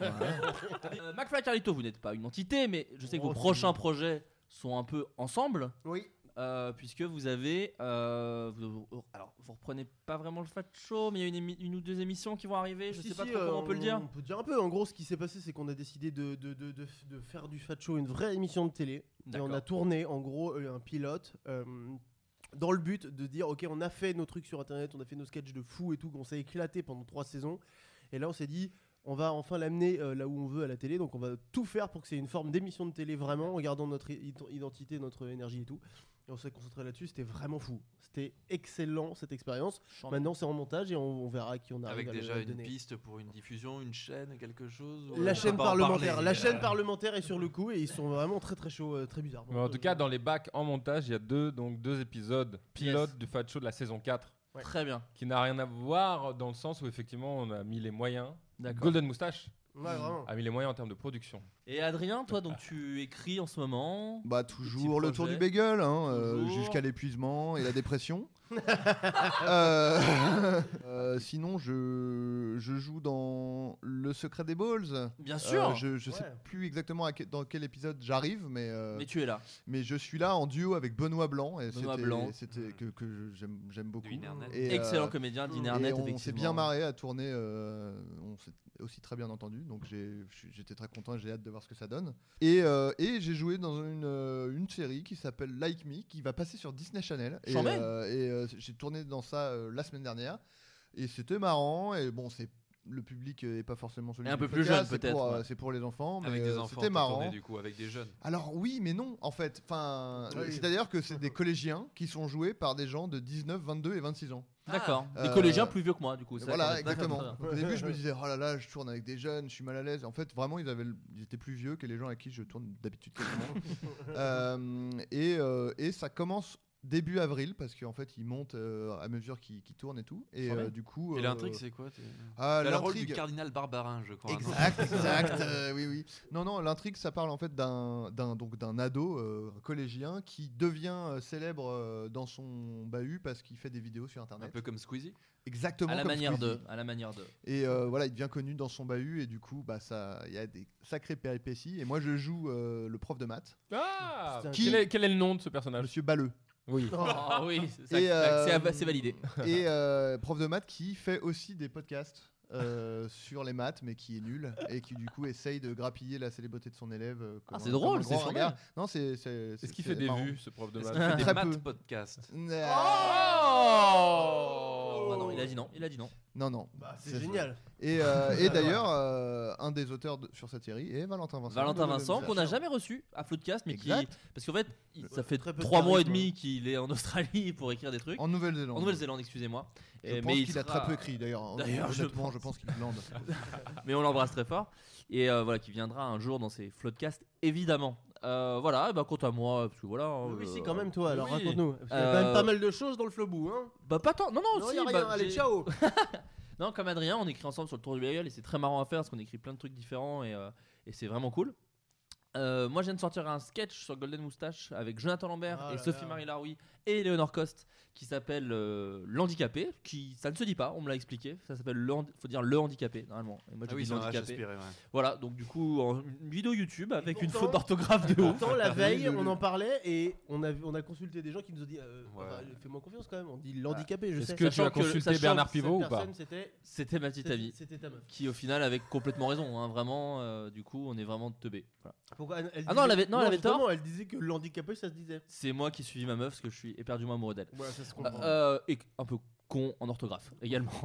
B: Euh, McFly et Carlito, vous n'êtes pas une entité, mais je sais que
C: Oh,
B: vos
C: si.
B: prochains projets sont un peu ensemble,
C: Oui.
B: euh, puisque vous avez, euh, vous- vous- alors vous reprenez pas vraiment le Fat Show, mais il y a une, émi- une ou deux émissions qui vont arriver. Je
C: Si,
B: sais pas
C: si,
B: trop
C: euh,
B: comment on peut le dire.
C: On peut dire un peu. En gros, ce qui s'est passé, c'est qu'on a décidé de, de, de, de, de faire du Fat Show une vraie émission de télé. Et
B: D'accord.
C: on a tourné, en gros, euh, un pilote. euh, dans le but de dire, ok, on a fait nos trucs sur internet, on a fait nos sketchs de fou et tout, qu'on s'est éclaté pendant trois saisons. Et là, on s'est dit, on va enfin l'amener euh, là où on veut à la télé. Donc, on va tout faire pour que c'est une forme d'émission de télé vraiment, en gardant notre i- identité, notre énergie et tout. Et on s'est concentré là-dessus. C'était vraiment fou. C'était excellent cette expérience.
B: Chante.
C: Maintenant, c'est en montage et on, on verra à qui on arrive
E: Avec
C: à le
E: déjà une
C: donner.
E: piste pour une diffusion, une chaîne, quelque chose ou-
C: La
E: on
C: chaîne
E: peut pas en parler,
C: parlementaire, la
E: mais,
C: chaîne
E: euh,
C: parlementaire est sur le coup et ils sont vraiment très très chauds, euh, très bizarres.
D: Mais en tout cas, dans les bacs en montage, il y a deux, donc, deux épisodes pilotes du Fat Show de la saison 4
C: Ouais.
B: Très bien.
D: qui n'a rien à voir dans le sens où effectivement on a mis les moyens.
B: D'accord.
D: Golden Moustache
C: Ouais, vraiment.
D: a mis les moyens en termes de production.
B: Et Adrien, toi, donc tu écris en ce moment.
F: Bah
B: Petit
F: toujours le tour du
B: projet.
F: bagel, hein, euh,
B: Toujours.
F: jusqu'à l'épuisement et la dépression. Euh, euh, sinon, je, je joue dans Le Secret des Balls.
B: Bien
F: Euh,
B: sûr.
F: je je sais
C: Ouais.
F: plus exactement à que- dans quel épisode j'arrive, mais, euh,
B: Mais
F: mais,
B: tu es là.
F: je suis là en duo avec Benoît Blanc. Et
B: Benoît
F: c'était-
B: Blanc. Mmh.
F: C'était que, que je- j'aime j'aime beaucoup.
E: Internet.
F: Et, euh,
B: Excellent comédien
F: et
B: d'Internet,
F: on
B: effectivement.
F: s'est bien marré à tourner. euh, on s'est aussi très bien entendu. Donc j'ai- j'étais très content et j'ai hâte de voir ce que ça donne. Et, euh, et j'ai joué dans une, euh, une série qui s'appelle Like Me, qui va passer sur Disney Channel. Et,
B: Chambé.
F: euh, et, euh, j'ai tourné dans ça euh, la semaine dernière. Et c'était marrant. Et bon, c'est. Le public euh, est pas forcément celui
B: Et un
F: du
B: peu plus
F: podcast,
B: jeune,
F: c'est
B: peut-être,
F: pour, euh,
B: ouais.
F: C'est pour les enfants, mais
E: Avec des
F: euh,
E: enfants,
F: c'était
E: t'as
F: marrant.
E: tourné, du coup, avec des jeunes.
F: Alors oui, mais non, en fait. Enfin,
C: Oui.
F: c'est-à-dire que c'est des collégiens qui sont joués par des gens de 19, 22 et 26 ans.
B: D'accord.
F: Ah.
B: Des
F: Euh,
B: collégiens plus vieux que moi, du coup.
F: Et
B: ça,
F: Voilà,
B: ça- d'accord,
F: exactement.
B: très bien.
F: Donc, au début, je me disais, oh là là, je tourne avec des jeunes, je suis mal à l'aise. En fait, vraiment, ils, avaient, le- ils étaient plus vieux que les gens avec qui je tourne d'habitude. quasiment. Euh, et, euh, et ça commence début avril, parce qu'en fait, ils montent euh, à mesure qu'ils qu'ils tournent et tout. Et
B: Formé.
F: euh, du coup.
E: Et
F: euh,
E: l'intrigue, c'est quoi t'es-
F: ah,
E: T'as le rôle du
F: l'intrigue-
E: cardinal Barbarin, je crois. hein. non
F: Exact, exact. euh, oui, oui. Non, non, l'intrigue, ça parle en fait d'un, d'un, donc d'un ado, euh, un collégien, qui devient euh, célèbre euh, dans son bahut parce qu'il fait des vidéos sur
E: Un
F: Internet.
E: peu comme Squeezie.
F: Exactement.
B: À la
F: comme
B: manière
F: Squeezie.
B: de. À la manière de.
F: Et euh, voilà, il devient connu dans son bahut et du coup, bah ça, il y a des sacrées péripéties. Et moi, je joue euh, le prof de maths,
D: Ah
C: Putain,
F: Qui-
D: quel, est, quel est le nom de ce personnage
F: Monsieur Balleux.
D: Oui.
B: Ah oui, c'est-
F: Et,
B: c'est c'est-
F: euh,
B: c'est- c'est validé.
F: et euh, prof de maths qui fait aussi des podcasts euh, sur les maths, mais qui est nul et qui du coup essaye de grappiller la célébrité de son élève. euh, comme
B: Ah,
F: un-
B: c'est
F: comme
B: drôle,
F: un
B: c'est
F: grand
B: formel.
F: regard. Non, c'est. c'est- c'est-
D: Est-ce qu'il
F: c'est
D: fait des
F: marrant.
D: vues, ce prof de
E: Est-ce
D: maths
E: qu'il fait des
F: Très
E: maths
F: peu.
E: podcasts
F: Euh,
D: Oh
B: Ah non, il a dit non. Il a dit non.
F: non, non.
C: Bah, c'est
F: C'est-
C: génial.
F: Et, euh, et d'ailleurs, euh, un des auteurs de- sur cette série est Valentin Vincent.
B: Valentin
F: Le- le-
B: Vincent,
F: le-
B: qu'on n'a jamais reçu à Floodcast, mais qui.
F: Exact.
B: Parce qu'en fait, il- ça
C: Ouais,
B: fait
C: très peu de euh,
B: trois mois et
C: charisme,
B: demi qu'il est en Australie pour écrire des trucs.
F: En Nouvelle-Zélande.
B: En Nouvelle-Zélande, excusez-moi.
F: Je
B: Et-
F: pense
B: il
F: qu'il a
B: sera-
F: très peu écrit d'ailleurs.
B: D'ailleurs, je
F: Honnêtement,
B: pense. Euh.
F: je pense qu'il blande.
B: Mais on l'embrasse très fort. Et euh, voilà, qui viendra un jour dans ces floodcasts, évidemment. Euh, voilà, et ben, quant à moi, parce que voilà. hein,
C: Oui,
B: euh,
C: si, quand même, toi, alors
D: oui.
C: raconte-nous. Il y a
B: Euh,
C: quand même pas mal de choses dans le flobou, hein.
B: Bah, pas tant. Non, non,
C: Non,
B: si,
C: y a rien,
B: bah,
C: allez,
B: j'ai-
C: ciao
B: Non, comme Adrien, on écrit ensemble sur le tour du bagel et c'est très marrant à faire parce qu'on écrit plein de trucs différents et, euh, et c'est vraiment cool. Euh, moi, je viens de sortir un sketch sur Golden Moustache avec Jonathan Lambert
C: Ah
B: et
C: là
B: Sophie
C: là.
B: Marie Laroui et Léonore Coste qui s'appelle euh, L'handicapé. Qui ça ne se dit pas, on me l'a expliqué. Ça s'appelle le, handi- faut dire le handicapé normalement. Et moi, je
E: Ah oui,
B: dis
E: c'est un H
B: l'handicapé.
E: aspiré, ouais.
B: Voilà, donc du coup, en- une vidéo YouTube avec une
C: pourtant-
B: faute d'orthographe de ouf.
C: Pourtant, la veille,
F: Le- le-
C: on en parlait et on a, on a consulté des gens qui nous ont dit euh,
E: Ouais.
C: enfin, Fais-moi confiance quand même, on dit l'handicapé, je
D: Est-ce
C: sais.
D: que tu
B: Sachant
D: as
B: que-
D: consulté
B: sachant
D: Bernard
C: Cette
D: Pivot ou pas
C: personne, C'était
B: C'était ma petite
C: c'était-
B: amie
C: c'était ta meuf.
B: qui, au final, avait complètement raison. hein, vraiment, euh, du coup, on est vraiment teubé. Voilà.
C: Pourquoi elle, elle
B: Ah non, elle avait- non, elle avait
C: justement,
B: tort.
C: Elle disait que l'handicapé, ça se disait. Bah,
B: C'est moi qui suis ma meuf parce que je suis éperdument amoureux d'elle.
C: Voilà, ça se
B: Euh, et un peu con en orthographe également.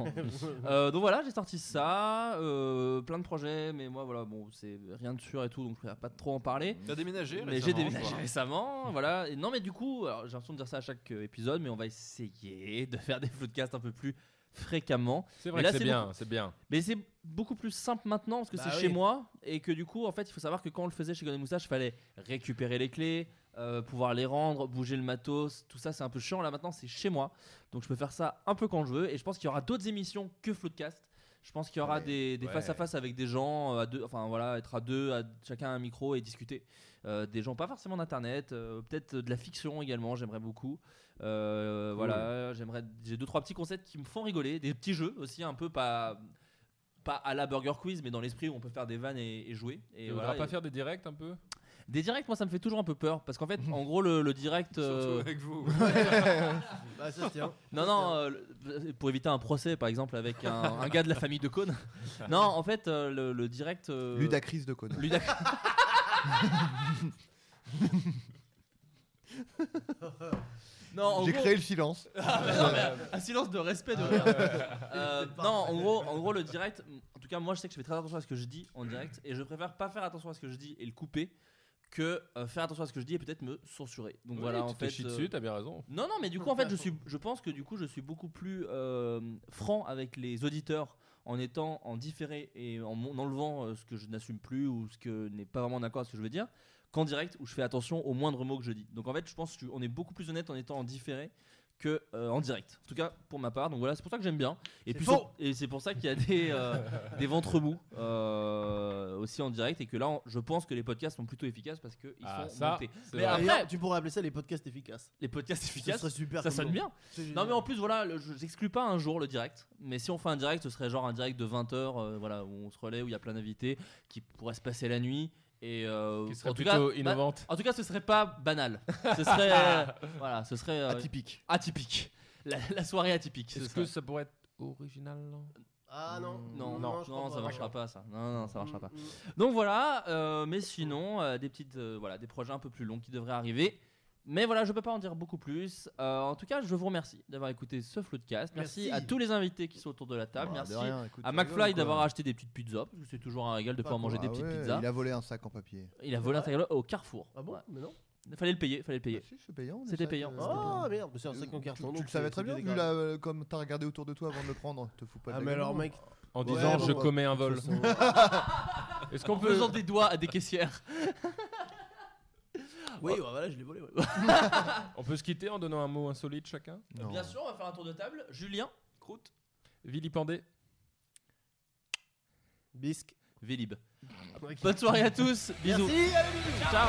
B: Euh, donc voilà, j'ai sorti ça, euh, plein de projets, mais moi voilà, bon, c'est rien de sûr et tout, donc je vais pas trop en parler.
E: T'as déménagé
B: Mais j'ai
E: récemment,
B: déménagé
E: quoi.
B: récemment, voilà. Et non, mais du coup, alors, j'ai l'impression de dire ça à chaque euh, épisode, mais on va essayer de faire des podcasts un peu plus fréquemment.
D: C'est
B: Mais
D: vrai
B: là,
D: que c'est
B: c'est
D: bien, c'est bien.
B: Mais c'est beaucoup plus simple maintenant parce que
C: Bah
B: c'est
C: oui.
B: chez moi et que du coup, en fait, il faut savoir que quand on le faisait chez Golden Moustache, il fallait récupérer les clés, euh, pouvoir les rendre, bouger le matos, tout ça, c'est un peu chiant. Là maintenant, c'est chez moi, donc je peux faire ça un peu quand je veux. Et je pense qu'il y aura d'autres émissions que Floodcast. Je pense qu'il y aura
F: Ouais.
B: des, des
D: Ouais.
B: face à face avec des gens euh, à deux, enfin voilà, être à deux, à chacun un micro et discuter. Euh, des gens pas forcément d'internet, euh, peut-être de la fiction également. J'aimerais beaucoup. Euh, Voilà, j'aimerais. J'ai deux trois petits concepts qui me font rigoler, des petits jeux aussi un peu pas pas à la Burger Quiz, mais dans l'esprit où on peut faire des vannes et, et jouer. Et
D: Et on
B: voilà,
D: pas
B: et-
D: faire des directs un peu
B: Des directs, moi ça me fait toujours un peu peur parce qu'en fait, en gros, le, le direct. euh,
E: Surtout avec vous.
C: Bah, ça se tient.
B: Non, non, euh, le- pour éviter un procès par exemple avec un, un gars de la famille de Cône. Non, en fait, euh, le, le direct. euh,
F: Ludacris de Conan.
B: Ludac- non, en
F: J'ai
B: gros-
F: créé le silence.
D: Ah,
B: un silence de respect de rire. Euh, non, en gros, en gros, le direct, en tout cas, moi je sais que je fais très attention à ce que je dis en direct et je préfère pas faire attention à ce que je dis et le couper que euh, faire attention à ce que je dis et peut-être me censurer. Donc
D: Oui,
B: voilà,
D: tu
B: en
D: te
B: fait.
D: chies
B: euh,
D: dessus, t'as bien raison.
B: non, non, mais du coup, en fait, je, suis, je pense que du coup, je suis beaucoup plus euh, franc avec les auditeurs en étant en différé et en, mon- enlevant euh, ce que je n'assume plus ou ce que n'est pas vraiment d'accord avec ce que je veux dire qu'en direct où je fais attention aux moindres mots que je dis. Donc en fait, je pense qu'on est beaucoup plus honnête en étant en différé que euh, en direct. En tout cas, pour ma part. Donc voilà, c'est pour ça que j'aime bien. Et
C: C'est
B: puis
C: faux
B: et c'est pour ça qu'il y a des euh, des ventres mous euh, aussi en direct et que là, on- je pense que les podcasts sont plutôt efficaces parce qu'ils
D: Ah,
B: sont
D: ça,
B: montés.
D: c'est
B: Mais
D: vrai.
B: après,
C: D'ailleurs, tu pourrais appeler ça les podcasts efficaces.
B: les podcasts
C: Ça
B: efficaces,
C: serait super.
B: ça
C: comme
B: sonne
C: nom.
B: bien.
C: C'est génial.
B: Non mais en plus voilà, le- je- j'exclus pas un jour le direct, mais si on fait un direct, ce serait genre un direct de 20h voilà, où on se relaie où il y a plein d'invités qui pourraient se passer la nuit et euh,
D: qui serait
B: en tout
D: plutôt
B: cas, bah,
D: innovante.
B: en tout cas, ce serait pas banal. Ce serait euh, voilà, ce serait euh,
F: Atypique.
B: atypique. La, la soirée atypique. ce
D: Est-ce
B: serait.
D: que ça pourrait être original
C: Ah non.
B: non,
C: non,
B: non,
C: je crois
B: non,
C: pas.
B: ça marchera pas ça. Non, non, ça marchera pas.
C: Mm, mm.
B: Donc voilà, euh, mais sinon, euh, des petites, euh, voilà, des projets un peu plus longs qui devraient arriver. Mais voilà, je peux pas en dire beaucoup plus. Euh, en tout cas, je vous remercie d'avoir écouté ce Floodcast. Merci,
C: Merci.
B: à tous les invités qui sont autour de la table.
F: Bah, de
B: Merci
F: rien, écoute,
B: à
F: tu
B: McFly
F: rigoles,
B: d'avoir
F: quoi.
B: acheté des petites pizzas. parce que C'est toujours un régal de
C: Pas
B: pouvoir manger des
F: Ah
B: petites
F: ouais,
B: pizzas.
F: Il a volé un sac en papier.
B: volé un tagalog au Carrefour.
C: Ah bon
B: Ouais.
C: Mais non.
B: Il Fallait le payer, fallait le
F: Ah,
B: payer.
F: si, c'est payant. les
B: C'était
F: sacs,
B: payant.
F: euh,
B: C'était payant.
C: Ah merde, mais c'est un sac en
F: Tu-
C: carton.
F: Tu,
C: donc
F: le savais
C: c'est-
F: très
C: c'est
F: bien, vu la-
C: dégueulasse.
F: euh, comme t'as regardé autour de toi avant de le prendre, te fous pas de
C: Ah
F: la
C: mais
F: gueule.
C: alors mec.
D: En
C: Ouais,
D: disant
C: bon,
D: je
C: bah,
D: commets un
C: de
D: vol.
C: toute façon,
D: Est-ce qu'on
B: En
D: peut
B: faisant des doigts à des caissières.
C: Oui, Ah, ouais, bah voilà, je l'ai volé. ouais.
D: on peut se quitter en donnant un mot insolite chacun
F: Non.
B: Bien sûr, on va faire un tour de table. Julien, Croûte,
D: Vilipendé.
C: Bisque.
B: Vélib. Bonne soirée à tous. Bisous.
C: Merci, allez, bisous.
B: Ciao.